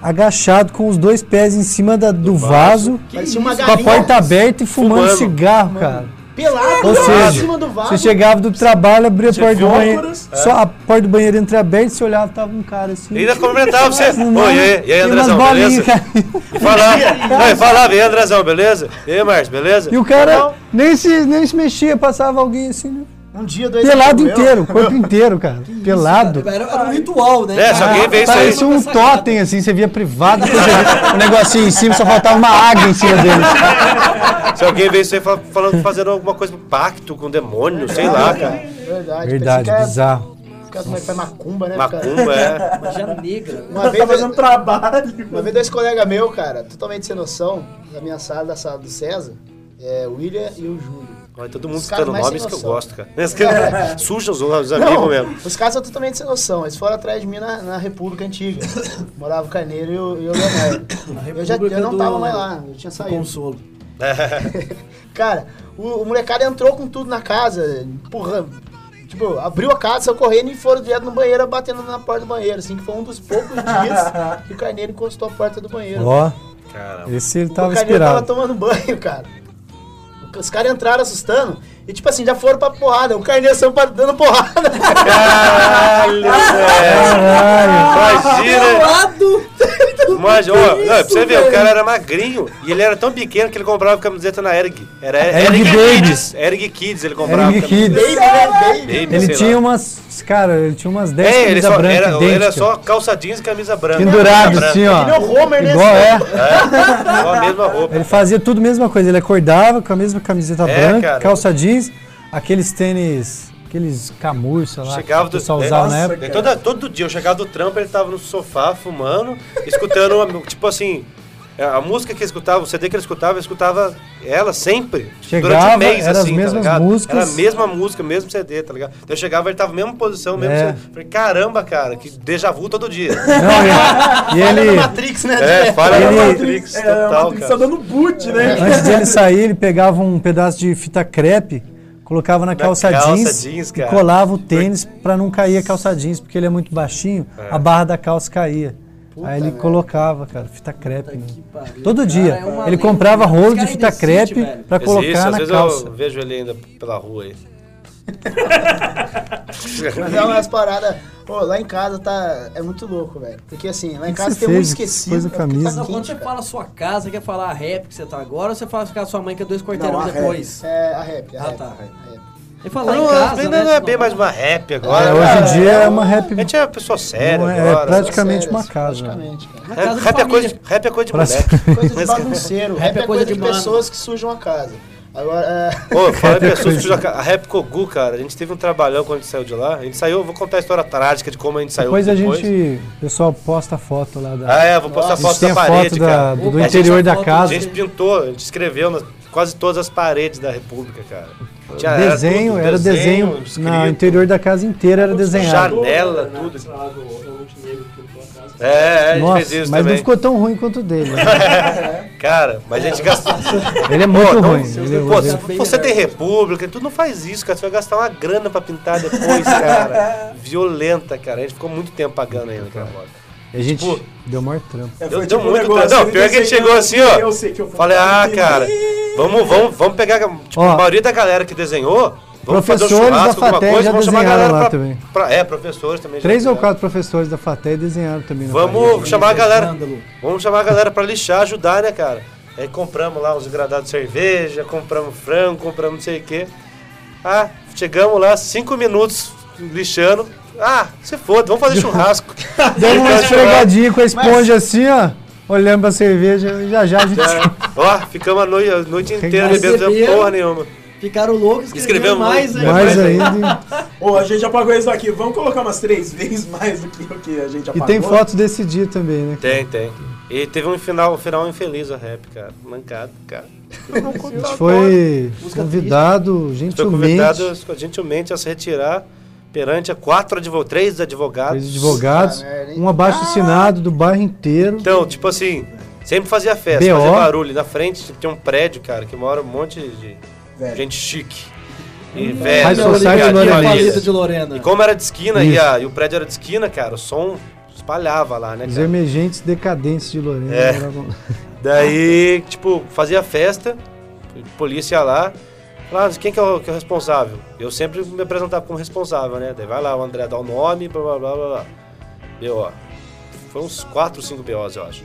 [SPEAKER 7] agachado com os dois pés em cima da- do, vaso,
[SPEAKER 6] Mas tinha uma
[SPEAKER 7] com a
[SPEAKER 6] galinha
[SPEAKER 7] porta aberta e fumando,
[SPEAKER 4] Fumando.
[SPEAKER 7] cigarro, cara.
[SPEAKER 6] pelada
[SPEAKER 7] Ou
[SPEAKER 6] lá em
[SPEAKER 7] seja,
[SPEAKER 6] cima do vaso.
[SPEAKER 7] Você chegava do trabalho, abria a porta do
[SPEAKER 4] viu?
[SPEAKER 7] banheiro, só a porta do banheiro entreaberta, você olhava, tava um cara assim.
[SPEAKER 4] E ainda comentava pra você.
[SPEAKER 7] fumando,
[SPEAKER 4] Oi, e aí, e aí
[SPEAKER 7] tinha umas
[SPEAKER 4] Andrezão,
[SPEAKER 7] bolinhas,
[SPEAKER 4] beleza?
[SPEAKER 7] cara.
[SPEAKER 4] E falava, não, e falava, e aí, Andrezão, beleza? E aí, Márcio, beleza?
[SPEAKER 7] E o cara nem se, nem se mexia, passava alguém assim, né?
[SPEAKER 6] Um dia, dois
[SPEAKER 7] pelado
[SPEAKER 6] amigo meu-
[SPEAKER 7] inteiro, corpo inteiro, cara. pelado.
[SPEAKER 3] Era, era um ritual, né?
[SPEAKER 4] É, se alguém vê isso aí.
[SPEAKER 7] Parecia um totem, assim, você via privado, você via um negocinho em cima, só faltava uma água em cima dele.
[SPEAKER 4] Se alguém vê isso aí fala- falando, fazendo alguma coisa, um pacto com o demônio, sei lá, cara.
[SPEAKER 6] Verdade,
[SPEAKER 7] Verdade,
[SPEAKER 6] parece que
[SPEAKER 7] bizarro.
[SPEAKER 6] Os caras como é que faz macumba, né? cara?
[SPEAKER 4] Macumba, é.
[SPEAKER 3] Magia negra.
[SPEAKER 6] Uma
[SPEAKER 2] Tá
[SPEAKER 6] vez,
[SPEAKER 2] fazendo trabalho.
[SPEAKER 6] uma vez dois colegas meus, cara, totalmente sem noção, da minha sala, da sala do César, é, o William e o Júlio.
[SPEAKER 4] Olha, todo mundo
[SPEAKER 6] Os caras
[SPEAKER 4] citando
[SPEAKER 6] mais
[SPEAKER 4] nomes
[SPEAKER 6] sem
[SPEAKER 4] que eu
[SPEAKER 6] noção.
[SPEAKER 4] gosto, cara. Esse cara Suja os, os amigos Tá mesmo.
[SPEAKER 6] os caras são totalmente sem noção. Eles foram atrás de mim na, na República Antiga. Morava o Carneiro e o, e o Leonardo. Eu, já, eu
[SPEAKER 3] República
[SPEAKER 6] não
[SPEAKER 3] do-
[SPEAKER 6] tava mais lá, eu tinha
[SPEAKER 3] Tá
[SPEAKER 6] saído.
[SPEAKER 3] consolo.
[SPEAKER 6] Cara, o, o molecada entrou com tudo na casa, empurrando. Tipo, abriu a casa, saiu correndo e foram direto no banheiro, batendo na porta do banheiro. Assim, que foi um dos poucos dias que o Carneiro encostou a porta do banheiro.
[SPEAKER 7] Ó,
[SPEAKER 4] Cara,
[SPEAKER 7] esse ele
[SPEAKER 6] o
[SPEAKER 7] tava
[SPEAKER 6] Carneiro tava
[SPEAKER 7] inspirado.
[SPEAKER 6] tomando banho, cara. Os caras entraram assustando e, tipo assim, já foram pra porrada. O Carneiro saiu pra- dando porrada.
[SPEAKER 4] Caralho,
[SPEAKER 7] Ah,
[SPEAKER 4] velho. Imagina.
[SPEAKER 3] Pelado!
[SPEAKER 4] Imagina, ó, não, pra você ver, o cara era magrinho e ele era tão pequeno que ele comprava camiseta na Erg. Era Erg,
[SPEAKER 7] Erg Baby.
[SPEAKER 4] Kids. Erg Kids ele comprava.
[SPEAKER 7] Eric
[SPEAKER 4] camiseta.
[SPEAKER 7] Kidd.
[SPEAKER 6] Baby, né? Baby.
[SPEAKER 4] Baby,
[SPEAKER 7] um Ele
[SPEAKER 4] sei
[SPEAKER 7] tinha
[SPEAKER 4] lá.
[SPEAKER 7] umas. Cara, ele tinha umas 10
[SPEAKER 4] É, ele
[SPEAKER 7] camisas
[SPEAKER 4] só,
[SPEAKER 7] brancas
[SPEAKER 4] era,
[SPEAKER 7] idênticas.
[SPEAKER 4] era só calça jeans e camisa branca.
[SPEAKER 7] Pendurado
[SPEAKER 4] Camisa
[SPEAKER 7] assim, ó.
[SPEAKER 6] Ele é o Homer, né?
[SPEAKER 7] Igual é.
[SPEAKER 4] branca, Com a mesma roupa.
[SPEAKER 7] Ele fazia tudo a mesma coisa. Ele acordava com a mesma camiseta
[SPEAKER 4] É,
[SPEAKER 7] branca,
[SPEAKER 4] cara.
[SPEAKER 7] calça jeans, aqueles tênis. Aqueles camurça lá.
[SPEAKER 4] Chegava
[SPEAKER 7] que
[SPEAKER 4] do
[SPEAKER 7] o pessoal usava na
[SPEAKER 2] Nossa,
[SPEAKER 7] época.
[SPEAKER 4] Daí toda- todo dia eu chegava do trampo, ele tava no sofá fumando, escutando, uma- tipo assim, a música que ele escutava, o CD que ele escutava, eu escutava ela sempre. durante
[SPEAKER 7] Chegava,
[SPEAKER 4] um mês,
[SPEAKER 7] era as
[SPEAKER 4] assim,
[SPEAKER 7] mesmas
[SPEAKER 4] tá ligado?
[SPEAKER 7] músicas.
[SPEAKER 4] Era a mesma música, mesmo CD, tá ligado? Daí eu chegava, ele tava na mesma posição, mesmo
[SPEAKER 7] É.
[SPEAKER 4] CD. Falei, caramba, cara, que déjà vu todo dia.
[SPEAKER 7] Não, e, e
[SPEAKER 6] Ele...
[SPEAKER 7] ele.
[SPEAKER 6] Matrix, né?
[SPEAKER 4] é, fala
[SPEAKER 7] Ele-
[SPEAKER 4] da Matrix,
[SPEAKER 2] É,
[SPEAKER 4] total,
[SPEAKER 2] Matrix tá
[SPEAKER 4] cara.
[SPEAKER 2] dando boot, né?
[SPEAKER 7] Antes dele sair, ele pegava um pedaço de fita crepe, colocava na calça,
[SPEAKER 4] calça
[SPEAKER 7] jeans,
[SPEAKER 4] jeans,
[SPEAKER 7] e
[SPEAKER 4] cara.
[SPEAKER 7] colava o tênis pra não cair a calça jeans, porque ele é muito baixinho, a barra da calça caía. Aí ele colocava, cara, fita crepe. né?
[SPEAKER 3] que pariu,
[SPEAKER 7] Todo
[SPEAKER 3] cara,
[SPEAKER 7] dia.
[SPEAKER 3] é uma
[SPEAKER 7] ele
[SPEAKER 3] lenda.
[SPEAKER 7] comprava
[SPEAKER 3] Esse
[SPEAKER 7] rolo de
[SPEAKER 3] cara
[SPEAKER 7] fita
[SPEAKER 3] ainda existe,
[SPEAKER 7] crepe
[SPEAKER 3] velho.
[SPEAKER 7] pra colocar
[SPEAKER 4] Existe, às
[SPEAKER 7] na
[SPEAKER 4] vezes
[SPEAKER 7] calça.
[SPEAKER 4] eu vejo ele ainda pela rua aí.
[SPEAKER 6] Mas é umas paradas. Ô, lá em casa tá. É muito louco, velho. Porque assim, lá em
[SPEAKER 7] que
[SPEAKER 6] casa
[SPEAKER 7] você
[SPEAKER 6] tem muito
[SPEAKER 7] fez?
[SPEAKER 6] esquecido.
[SPEAKER 7] Pôs a
[SPEAKER 6] é porque tá
[SPEAKER 7] camisa.
[SPEAKER 6] quente,
[SPEAKER 3] Quando você
[SPEAKER 6] cara.
[SPEAKER 3] fala sua casa, quer falar a rap que você tá agora, ou você fala ficar sua mãe que é dois quarteirão
[SPEAKER 2] Não, a rap.
[SPEAKER 3] depois?
[SPEAKER 6] É, a rap, a
[SPEAKER 3] Ah,
[SPEAKER 6] rap.
[SPEAKER 3] tá.
[SPEAKER 6] a rap.
[SPEAKER 3] E falar
[SPEAKER 4] não,
[SPEAKER 3] em casa,
[SPEAKER 4] não,
[SPEAKER 3] né,
[SPEAKER 4] não é
[SPEAKER 3] você
[SPEAKER 4] bem
[SPEAKER 3] não-
[SPEAKER 4] mais uma rap agora.
[SPEAKER 7] É, hoje em dia é uma rap.
[SPEAKER 4] A gente é uma pessoa séria
[SPEAKER 7] não é, é
[SPEAKER 4] agora.
[SPEAKER 7] praticamente
[SPEAKER 6] Sério,
[SPEAKER 7] uma
[SPEAKER 6] assim,
[SPEAKER 7] casa.
[SPEAKER 6] Praticamente, cara.
[SPEAKER 3] Uma
[SPEAKER 4] Rap,
[SPEAKER 3] casa de
[SPEAKER 4] rap é coisa,
[SPEAKER 3] família.
[SPEAKER 4] de- rap é coisa de
[SPEAKER 7] Pra-
[SPEAKER 4] moleque.
[SPEAKER 6] Coisa de bagunceiro. Rap é coisa de
[SPEAKER 3] mano.
[SPEAKER 6] pessoas que sujam a casa. Agora, é.
[SPEAKER 4] Ô, fala em
[SPEAKER 7] Rap é
[SPEAKER 4] pessoas
[SPEAKER 7] coisa-
[SPEAKER 4] que jogam- A rap Kogu, cara, a gente teve um trabalhão quando a gente saiu de lá. A gente saiu, vou contar a história trágica de como a gente saiu
[SPEAKER 7] Depois a gente. O pessoal posta a foto lá da.
[SPEAKER 4] Ah, é, vou postar
[SPEAKER 7] a gente
[SPEAKER 4] foto
[SPEAKER 7] tem
[SPEAKER 4] da
[SPEAKER 7] a
[SPEAKER 4] parede,
[SPEAKER 7] foto
[SPEAKER 4] cara.
[SPEAKER 7] da, do, do
[SPEAKER 4] A gente-
[SPEAKER 7] interior da
[SPEAKER 3] foto
[SPEAKER 4] A
[SPEAKER 7] casa.
[SPEAKER 4] gente pintou, a gente escreveu nas- quase todas as paredes da República, cara. Tinha- era
[SPEAKER 7] desenho,
[SPEAKER 4] tudo,
[SPEAKER 7] era desenho.
[SPEAKER 4] escrito,
[SPEAKER 7] no interior da casa inteira era desenhado.
[SPEAKER 4] Janela,
[SPEAKER 1] Né,
[SPEAKER 4] tudo.
[SPEAKER 1] sei lá, do- do Montenegro, que eu tô atrás.
[SPEAKER 4] É, a gente
[SPEAKER 7] Nossa,
[SPEAKER 4] fez isso
[SPEAKER 7] mas
[SPEAKER 4] também.
[SPEAKER 7] não ficou tão ruim quanto o dele. né?
[SPEAKER 4] Cara, mas a gente gastou.
[SPEAKER 7] Ele é muito ruim. Ele é
[SPEAKER 4] Pô,
[SPEAKER 7] horrível.
[SPEAKER 4] se você tem república, tu não faz isso, cara. Você vai gastar uma grana pra pintar depois, cara. Violenta, cara. A gente ficou muito tempo pagando ainda, cara.
[SPEAKER 7] E a gente
[SPEAKER 4] tipo-
[SPEAKER 7] deu maior trampo.
[SPEAKER 2] É,
[SPEAKER 4] Eu
[SPEAKER 2] foi
[SPEAKER 4] dou
[SPEAKER 2] tipo um
[SPEAKER 4] muito
[SPEAKER 2] negócio,
[SPEAKER 4] tra- não,
[SPEAKER 2] ele
[SPEAKER 4] pior que ele
[SPEAKER 2] desenhando,
[SPEAKER 4] chegou assim, ó.
[SPEAKER 2] Eu sei que eu vou
[SPEAKER 4] Falei, ah,
[SPEAKER 2] fazer.
[SPEAKER 4] cara, vamos, vamos, vamos pegar. Tipo,
[SPEAKER 7] Ó.
[SPEAKER 4] a maioria da galera que desenhou. Vamos fazer um
[SPEAKER 7] Professores
[SPEAKER 4] churrasco,
[SPEAKER 7] da
[SPEAKER 4] alguma
[SPEAKER 7] FATEC
[SPEAKER 4] coisa,
[SPEAKER 7] já
[SPEAKER 4] vamos chamar a
[SPEAKER 7] desenharam
[SPEAKER 4] galera
[SPEAKER 7] lá
[SPEAKER 4] pra,
[SPEAKER 7] também.
[SPEAKER 4] pra- É, professores também. já
[SPEAKER 7] Três ou
[SPEAKER 4] desenharam.
[SPEAKER 7] quatro professores da FATEC desenharam também. na
[SPEAKER 4] Vamos
[SPEAKER 7] parede.
[SPEAKER 4] chamar a galera.
[SPEAKER 3] Escândalo.
[SPEAKER 4] Vamos chamar a galera pra lixar, ajudar, né, cara? Aí compramos lá uns engradados de cerveja, compramos frango, compramos não sei o quê. Ah, chegamos lá, cinco minutos lixando. Ah, se foda, vamos fazer churrasco.
[SPEAKER 7] Deu uma
[SPEAKER 4] Ficamos churrasco.
[SPEAKER 7] esfregadinha com a esponja assim, ó. Olhando pra cerveja, já já a gente.
[SPEAKER 4] Ó, ficamos a noite, a noite inteira
[SPEAKER 7] Mas
[SPEAKER 4] bebendo
[SPEAKER 3] beberam?
[SPEAKER 4] porra nenhuma.
[SPEAKER 3] Ficaram loucos,
[SPEAKER 4] Escreveu
[SPEAKER 3] escreveram mais,
[SPEAKER 4] muito,
[SPEAKER 3] né?
[SPEAKER 7] Mais ainda.
[SPEAKER 2] Ô, a gente apagou isso aqui. Vamos colocar umas três vezes mais do que o que a gente
[SPEAKER 7] E
[SPEAKER 2] apagou.
[SPEAKER 7] tem fotos desse dia também, né?
[SPEAKER 4] Tem, tem. E teve um final, um final infeliz a rap, cara. Mancado, cara.
[SPEAKER 7] A gente foi
[SPEAKER 3] Música
[SPEAKER 7] convidado
[SPEAKER 4] Foi
[SPEAKER 7] gentilmente,
[SPEAKER 4] convidado gentilmente a se retirar perante a quatro advo três advogados.
[SPEAKER 7] três advogados,
[SPEAKER 6] Puta merda, hein? Ah!
[SPEAKER 7] um abaixo assinado do bairro inteiro.
[SPEAKER 4] Então, tipo assim, sempre fazia festa,
[SPEAKER 7] B.O..
[SPEAKER 4] fazia barulho. Na frente tem um prédio, cara, que mora um monte de
[SPEAKER 2] Velho.
[SPEAKER 4] gente chique. E velho,
[SPEAKER 7] High Society
[SPEAKER 4] obrigado,
[SPEAKER 7] Lorena.
[SPEAKER 4] família.
[SPEAKER 3] Palito de Lorena.
[SPEAKER 4] E como era de esquina e,
[SPEAKER 7] Isso.
[SPEAKER 4] a- e o prédio era de esquina, cara, o som espalhava lá, né,
[SPEAKER 7] Os
[SPEAKER 4] cara?
[SPEAKER 7] emergentes decadentes de Lorena.
[SPEAKER 4] É.
[SPEAKER 7] era bom.
[SPEAKER 4] Daí, tipo, fazia festa, polícia lá. Lá, quem que é, o, que é o responsável? Eu sempre me apresentava como responsável, né? Daí vai lá, o André dá o nome, blá blá blá blá, blá. B.O. Foi uns 4, 5 B.O.s, eu acho.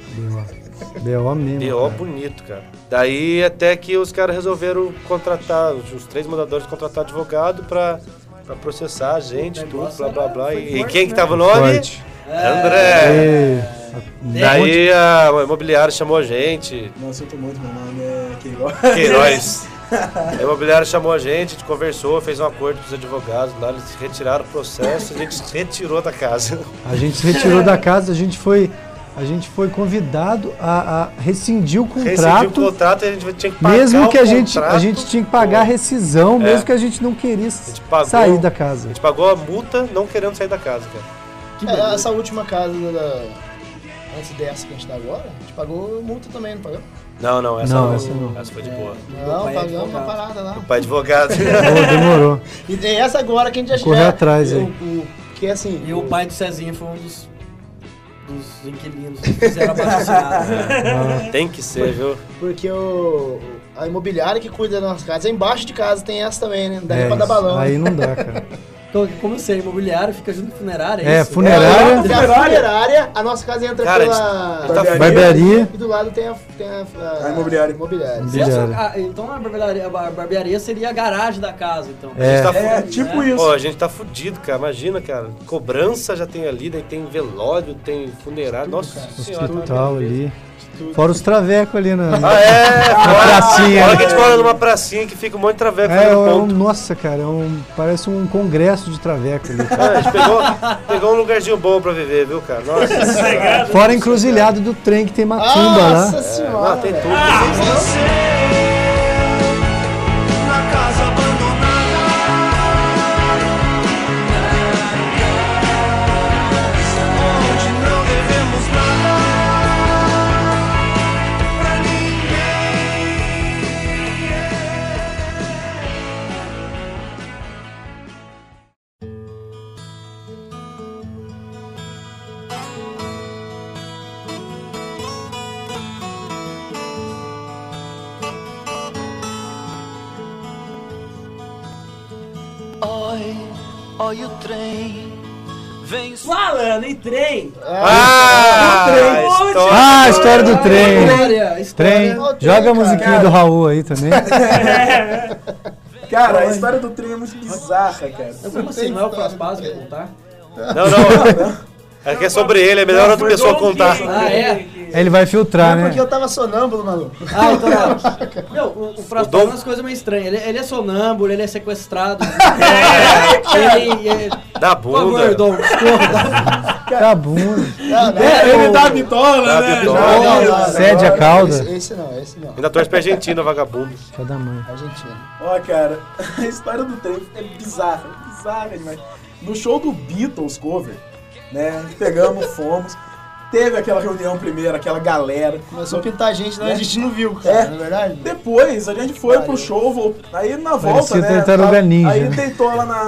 [SPEAKER 7] B.O. mesmo.
[SPEAKER 4] B.O.
[SPEAKER 7] cara.
[SPEAKER 4] bonito, cara. Daí até que os caras resolveram contratar, os três mandadores contratar advogado pra, pra processar a gente, tudo,
[SPEAKER 2] é
[SPEAKER 4] blá blá blá. E, e
[SPEAKER 2] né?
[SPEAKER 4] quem que tava o nome?
[SPEAKER 7] Forte.
[SPEAKER 4] André!
[SPEAKER 7] É.
[SPEAKER 4] Daí a imobiliária chamou a gente,
[SPEAKER 2] Nossa, eu tô muito, meu nome é Queiroz.
[SPEAKER 4] Queiroz. A imobiliária chamou a gente, a gente conversou, fez um acordo com os advogados lá, eles retiraram o processo, a gente se retirou da casa.
[SPEAKER 7] A gente se retirou da casa, a gente foi, a gente foi convidado a, a rescindir
[SPEAKER 4] Rescindiu
[SPEAKER 7] o
[SPEAKER 4] o
[SPEAKER 7] contrato.
[SPEAKER 4] um contrato e a gente tinha que pagar
[SPEAKER 7] Mesmo que
[SPEAKER 4] o
[SPEAKER 7] a gente, a
[SPEAKER 4] contrato.
[SPEAKER 7] gente tinha que pagar a rescisão,
[SPEAKER 4] É.
[SPEAKER 7] mesmo que a gente não queria
[SPEAKER 4] gente pagou.
[SPEAKER 7] sair da casa.
[SPEAKER 4] A gente pagou a multa não querendo sair da casa, cara.
[SPEAKER 6] É, essa última casa da. Antes dessa que a gente tá agora, a gente pagou multa também, não pagou?
[SPEAKER 4] Não, não, essa
[SPEAKER 7] Não,
[SPEAKER 4] não.
[SPEAKER 7] essa não.
[SPEAKER 4] Essa foi de boa.
[SPEAKER 6] Não,
[SPEAKER 3] pai é
[SPEAKER 6] pagamos uma
[SPEAKER 3] advogado.
[SPEAKER 6] parada lá.
[SPEAKER 4] Meu pai é advogado.
[SPEAKER 7] Pô, demorou.
[SPEAKER 6] E tem essa agora que a gente já
[SPEAKER 7] Correr atrás,
[SPEAKER 6] o,
[SPEAKER 7] hein?
[SPEAKER 6] o- Que é assim.
[SPEAKER 3] E o pai do Cezinha foi um dos, dos inquilinos que fizeram abaixo-assinado. né?
[SPEAKER 7] Ah,
[SPEAKER 4] Tem que ser, viu?
[SPEAKER 6] Porque o. A imobiliária que cuida da nossa casa, embaixo de casa tem essa também, né? Não dá nem
[SPEAKER 7] É,
[SPEAKER 6] pra dar balão.
[SPEAKER 7] Aí não dá, cara.
[SPEAKER 3] Então, como eu sei, imobiliário fica junto com funerária,
[SPEAKER 7] É,
[SPEAKER 3] isso?
[SPEAKER 6] É,
[SPEAKER 7] funerária,
[SPEAKER 6] tem a funerária, a nossa casa entra
[SPEAKER 4] Cara,
[SPEAKER 6] pela.
[SPEAKER 4] Tá
[SPEAKER 2] Barbearia.
[SPEAKER 7] barbearia.
[SPEAKER 6] E do lado tem a. Tem a, a,
[SPEAKER 2] A imobiliária.
[SPEAKER 6] imobiliária.
[SPEAKER 3] Se essa-
[SPEAKER 7] Imobiliária.
[SPEAKER 3] ah, então a barbearia, a bar- barbearia seria a garagem da casa, então.
[SPEAKER 7] É.
[SPEAKER 4] tá
[SPEAKER 2] É, tipo isso.
[SPEAKER 4] Pô, a gente tá fudido, cara. Imagina, cara. Cobrança já tem ali, daí tem velório, tem funerário. Nossa senhora. tá
[SPEAKER 7] Hospital ali. Fora os travecos ali na.
[SPEAKER 4] Ah, é!
[SPEAKER 7] pracinha.
[SPEAKER 4] Fora que a gente mora numa pracinha que fica um monte de traveco
[SPEAKER 7] É, é
[SPEAKER 4] fazendo
[SPEAKER 7] um,
[SPEAKER 4] ponto.
[SPEAKER 7] nossa, cara, é um, parece um congresso de traveco ali. cara.
[SPEAKER 4] É, a gente pegou, pegou um lugarzinho bom pra viver, viu, cara? Nossa senhora.
[SPEAKER 7] Fora a
[SPEAKER 4] é.
[SPEAKER 7] encruzilhada do trem que tem macumba
[SPEAKER 6] Nossa
[SPEAKER 7] lá. Tá,
[SPEAKER 6] senhora!
[SPEAKER 4] Ah, tem
[SPEAKER 6] velho.
[SPEAKER 4] tudo.
[SPEAKER 10] Quando
[SPEAKER 12] boy, olha o trem. Vem
[SPEAKER 1] Falando em trem.
[SPEAKER 7] Ah,
[SPEAKER 1] o trem.
[SPEAKER 4] um
[SPEAKER 7] história- Ah, a história do trem.
[SPEAKER 1] Glória, história.
[SPEAKER 7] Trem.
[SPEAKER 1] Olha o trem,
[SPEAKER 7] Joga a
[SPEAKER 1] cara.
[SPEAKER 7] musiquinha do Raul aí também.
[SPEAKER 2] Cara, a história do trem é muito bizarra, cara.
[SPEAKER 3] Como assim? Não é o Praspaz que contar?
[SPEAKER 4] Não, não. É que é sobre ele, é melhor outra pessoa contar.
[SPEAKER 3] Ah, é?
[SPEAKER 7] Ele vai filtrar,
[SPEAKER 6] É porque
[SPEAKER 7] né?
[SPEAKER 6] eu tava sonâmbulo, maluco.
[SPEAKER 3] Ah, então não. Meu, o, o Frasco faz umas coisas meio estranhas. Ele, ele é sonâmbulo, ele é sequestrado. ele é...
[SPEAKER 4] Da
[SPEAKER 3] Por favor,
[SPEAKER 4] bunda.
[SPEAKER 3] Dom, discorra.
[SPEAKER 7] Tá bunda.
[SPEAKER 6] Não, não,
[SPEAKER 2] É, ele
[SPEAKER 6] o-
[SPEAKER 2] dá a bitola,
[SPEAKER 4] Dá a
[SPEAKER 2] né?
[SPEAKER 4] bitola.
[SPEAKER 2] Já
[SPEAKER 6] não,
[SPEAKER 2] viu?
[SPEAKER 6] não, não,
[SPEAKER 7] Cede a
[SPEAKER 6] não,
[SPEAKER 7] cauda.
[SPEAKER 6] Esse, esse não, esse não. é
[SPEAKER 4] Ainda torce pra Argentina, vagabundo.
[SPEAKER 7] Filha da mãe.
[SPEAKER 6] Argentina.
[SPEAKER 2] Ó, cara, a história do trem é bizarra, é bizarra demais. No show do Beatles cover, né? Pegamos, fomos. Teve aquela reunião primeiro, aquela galera.
[SPEAKER 6] Começou a pintar gente, não, a gente não viu,
[SPEAKER 2] É.
[SPEAKER 6] cara, não é verdade?
[SPEAKER 2] Depois a gente foi
[SPEAKER 6] Valeu.
[SPEAKER 2] pro show, voltou. Aí na volta,
[SPEAKER 7] Parecia
[SPEAKER 2] né?
[SPEAKER 7] tartaruga
[SPEAKER 2] tava-
[SPEAKER 7] ninja,
[SPEAKER 2] Aí
[SPEAKER 7] né?
[SPEAKER 2] deitou lá na,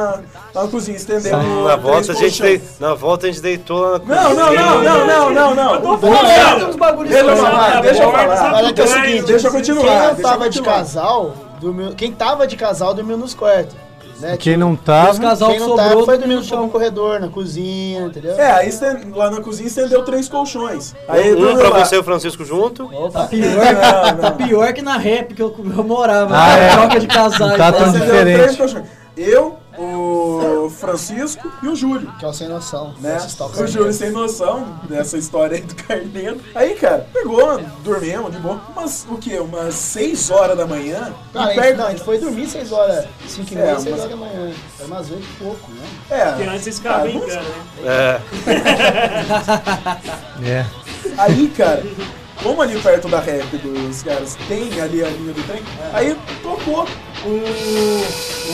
[SPEAKER 2] lá na cozinha, estendeu. o
[SPEAKER 4] Na
[SPEAKER 2] três
[SPEAKER 4] volta a gente
[SPEAKER 2] colchão.
[SPEAKER 4] deitou. Na volta a gente deitou lá na
[SPEAKER 2] Não, não, não, não, não, não, não. Eu tô
[SPEAKER 3] falando, uns bagulhos
[SPEAKER 2] Deixa eu
[SPEAKER 3] estranhos.
[SPEAKER 2] falar, deixa eu falar.
[SPEAKER 6] Mas é que é o
[SPEAKER 1] Mas,
[SPEAKER 6] seguinte,
[SPEAKER 2] deixa eu continuar,
[SPEAKER 6] Quem não
[SPEAKER 2] deixa eu
[SPEAKER 6] tava de
[SPEAKER 2] continuar.
[SPEAKER 6] casal, dormiu, quem tava de casal dormiu nos quartos. Né?
[SPEAKER 7] Quem não tá,
[SPEAKER 3] Os
[SPEAKER 7] tava.
[SPEAKER 3] casal
[SPEAKER 6] Quem não
[SPEAKER 3] sobrou
[SPEAKER 6] tava
[SPEAKER 3] dormiu
[SPEAKER 6] foi dormir no
[SPEAKER 3] no chão.
[SPEAKER 6] corredor, na cozinha, entendeu?
[SPEAKER 2] É, aí estende- lá na cozinha estendeu três colchões. Aí
[SPEAKER 4] Um
[SPEAKER 2] dormiu
[SPEAKER 4] pra
[SPEAKER 2] lá.
[SPEAKER 4] você e o Francisco junto.
[SPEAKER 3] Tá pior, tá pior que na rap que eu, eu morava.
[SPEAKER 7] Ah,
[SPEAKER 3] né?
[SPEAKER 7] é.
[SPEAKER 3] Troca de casais. né?
[SPEAKER 7] Não tá
[SPEAKER 3] lá.
[SPEAKER 7] tão
[SPEAKER 2] Você deu
[SPEAKER 7] diferente.
[SPEAKER 2] três colchões. Eu, o Francisco e o Júlio.
[SPEAKER 6] Que é o sem noção.
[SPEAKER 2] Né?
[SPEAKER 6] Esse tal
[SPEAKER 2] O Júlio sem noção dessa história aí do carneiro. Aí, cara, pegou, dormimos de boa. Umas, o quê? Umas 6 horas da manhã.
[SPEAKER 6] Cara, a gente,
[SPEAKER 1] então,
[SPEAKER 6] não, a gente foi dormir 6 horas, 5 e
[SPEAKER 2] É,
[SPEAKER 6] meia, 6
[SPEAKER 2] mas-
[SPEAKER 6] horas da manhã. Era umas 8 e pouco, né?
[SPEAKER 1] Porque
[SPEAKER 2] É,
[SPEAKER 1] antes vocês ficavam
[SPEAKER 2] Ah, não-
[SPEAKER 1] brincando, né?
[SPEAKER 4] É.
[SPEAKER 7] É.
[SPEAKER 2] aí, cara, como ali perto da rap dos caras tem ali a linha do trem,
[SPEAKER 4] É.
[SPEAKER 2] aí tocou o,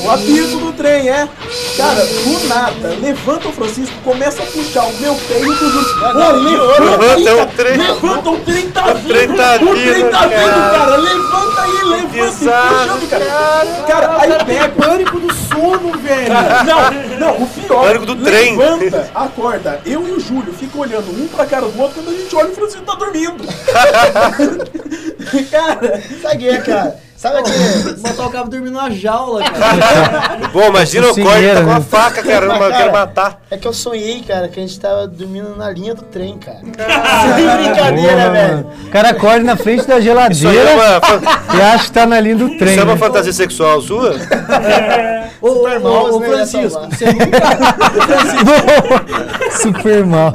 [SPEAKER 2] o apito do trem, é. Cara, do nada, levanta o Francisco, começa a puxar o meu pé e o do Júlio. Ô,
[SPEAKER 4] Levanta o trem.
[SPEAKER 2] Levanta o trem tá vindo!
[SPEAKER 4] trem tá
[SPEAKER 2] O trem
[SPEAKER 4] vindo,
[SPEAKER 2] tá vindo,
[SPEAKER 4] cara.
[SPEAKER 2] cara! Levanta aí, levanta! e
[SPEAKER 4] Bizarro,
[SPEAKER 2] puxando, cara! Cara, aí pega!
[SPEAKER 3] Pânico do sono, velho.
[SPEAKER 2] Não, não, o pior.
[SPEAKER 4] Pânico do trem.
[SPEAKER 2] Levanta, acorda. Eu e o Júlio ficam olhando um pra cara do outro quando a gente olha o Francisco tá dormindo. cara,
[SPEAKER 6] Sabe quem é, cara? Sabe aquele...
[SPEAKER 3] Botar o cabo dormindo na jaula, cara.
[SPEAKER 4] Bom, imagina o corte tá
[SPEAKER 7] Cozinheiro,
[SPEAKER 4] com a
[SPEAKER 7] né?
[SPEAKER 4] faca, caramba, eu quero matar.
[SPEAKER 6] É que eu sonhei, cara, que a gente tava dormindo na linha do trem, cara. Sem brincadeira,
[SPEAKER 7] Porra,
[SPEAKER 6] velho.
[SPEAKER 7] mano. O cara acorda na frente da
[SPEAKER 4] Isso aí é
[SPEAKER 7] geladeira
[SPEAKER 4] uma, fa-
[SPEAKER 7] e acha que tá na linha do trem.
[SPEAKER 4] isso é uma
[SPEAKER 7] né?
[SPEAKER 4] fantasia sexual sua?
[SPEAKER 3] Ô, ô,
[SPEAKER 6] Irmãos,
[SPEAKER 3] ô, ô
[SPEAKER 6] né,
[SPEAKER 3] Francisco,
[SPEAKER 6] essa lá.
[SPEAKER 7] Super mal.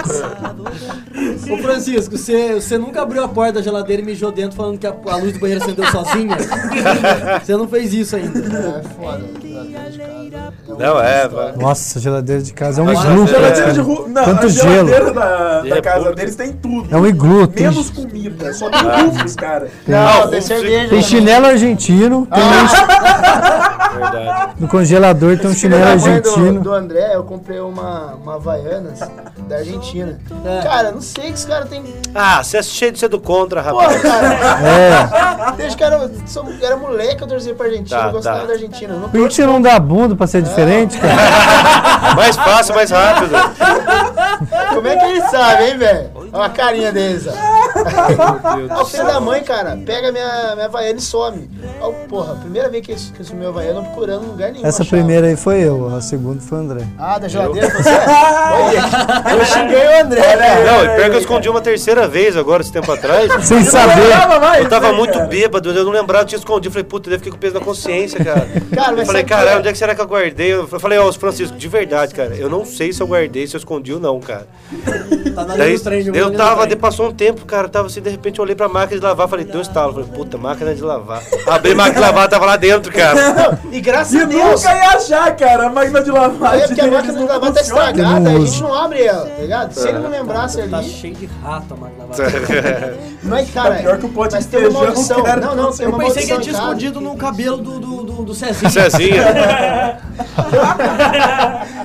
[SPEAKER 3] Ô Francisco, você, você nunca abriu a porta da geladeira e mijou dentro falando que a, a luz do banheiro acendeu sozinha? Você não fez isso ainda.
[SPEAKER 6] É foda. geladeira de casa. né?
[SPEAKER 4] Não, é, vai.
[SPEAKER 7] Nossa, a geladeira de casa é um
[SPEAKER 4] Nossa,
[SPEAKER 7] iglu.
[SPEAKER 4] a geladeira
[SPEAKER 2] geladeira de
[SPEAKER 7] cara.
[SPEAKER 2] rua. Não,
[SPEAKER 7] Tanto
[SPEAKER 2] a geladeira
[SPEAKER 7] gelo.
[SPEAKER 2] da, da
[SPEAKER 4] De
[SPEAKER 2] casa
[SPEAKER 4] república.
[SPEAKER 2] deles tem tudo.
[SPEAKER 7] É um iglu. Tem,
[SPEAKER 2] Menos comida, só tem rufos, cara.
[SPEAKER 6] Não,
[SPEAKER 4] Ah,
[SPEAKER 6] tem
[SPEAKER 4] o-
[SPEAKER 6] cerveja. né?
[SPEAKER 7] tem chinelo argentino.
[SPEAKER 6] Ah.
[SPEAKER 7] Tem
[SPEAKER 4] Verdade.
[SPEAKER 7] um- no congelador tem um
[SPEAKER 6] Filha
[SPEAKER 7] chinelo
[SPEAKER 6] da mãe do,
[SPEAKER 7] argentino.
[SPEAKER 6] do André, eu comprei uma, uma Havaianas da Argentina.
[SPEAKER 3] É.
[SPEAKER 6] Cara, não sei que os caras têm.
[SPEAKER 4] Ah, você é cheio de ser do contra, rapaz.
[SPEAKER 6] Porra, cara.
[SPEAKER 7] É.
[SPEAKER 6] Ah, Desde que eu era, sou- era moleque, eu torcia pra Argentina.
[SPEAKER 4] Tá,
[SPEAKER 6] eu gostava
[SPEAKER 4] tá.
[SPEAKER 6] da Argentina. Não
[SPEAKER 7] Por que você não dá bunda pra ser diferente, cara?
[SPEAKER 4] Mais fácil, mais rápido.
[SPEAKER 6] Como é que ele sabe, hein, velho? Olha a carinha deles, ó. Aí o filho da mãe, cara, pega minha, minha Havaiana e some. Ó, porra, a primeira vez que eu, que eu sumi a Havaiana, eu procurando em lugar nenhum.
[SPEAKER 7] Essa
[SPEAKER 6] achava.
[SPEAKER 7] primeira aí foi eu, a segunda foi o André.
[SPEAKER 6] Ah, da geladeira, você? é? Olha, eu xinguei o André, né?
[SPEAKER 4] Não, e pior que eu escondi uma terceira vez agora, esse tempo atrás.
[SPEAKER 7] Sem saber.
[SPEAKER 3] Ah,
[SPEAKER 4] Eu
[SPEAKER 3] é
[SPEAKER 2] né,
[SPEAKER 4] tava muito bêbado, eu não lembrava, eu tinha escondido. Falei, puta, eu fiquei com peso na consciência, cara.
[SPEAKER 6] Cara,
[SPEAKER 4] eu falei,
[SPEAKER 6] mas sabe
[SPEAKER 4] caralho,
[SPEAKER 6] que-
[SPEAKER 4] onde é que será que eu guardei? Eu falei, ó, os Francisco, de verdade, cara, eu não sei se eu guardei, se eu escondi ou não, cara.
[SPEAKER 3] Tá na linha
[SPEAKER 4] Daí
[SPEAKER 3] do trem de um
[SPEAKER 4] É eu
[SPEAKER 3] olho no
[SPEAKER 4] tava,
[SPEAKER 3] trem.
[SPEAKER 4] daí passou um tempo, cara, eu tava assim, de repente eu olhei pra máquina de lavar, falei, deu estalo. Falei, puta, máquina de lavar. Abri a máquina de lavar, tava lá dentro, cara.
[SPEAKER 6] E graças
[SPEAKER 2] E
[SPEAKER 6] a Deus.
[SPEAKER 2] nunca ia achar, cara, a máquina de lavar.
[SPEAKER 6] É porque a máquina de lavar tá estragada, a
[SPEAKER 7] Não
[SPEAKER 6] gente não abre ela, tá ligado? Se ele
[SPEAKER 4] É.
[SPEAKER 6] não lembrasse
[SPEAKER 3] Tá
[SPEAKER 6] ali.
[SPEAKER 3] cheio de rato a máquina lavada.
[SPEAKER 6] Mas, cara,
[SPEAKER 2] Tá pior que o pote
[SPEAKER 6] mas
[SPEAKER 2] de
[SPEAKER 6] tem uma
[SPEAKER 2] feijão,
[SPEAKER 6] maldição.
[SPEAKER 2] cara.
[SPEAKER 6] Não, não, tem
[SPEAKER 3] Eu
[SPEAKER 6] uma
[SPEAKER 3] pensei que
[SPEAKER 6] maldição.
[SPEAKER 3] ele tinha
[SPEAKER 6] em casa.
[SPEAKER 3] escondido no cabelo do, do, do, do Cezinho.
[SPEAKER 4] Cezinha.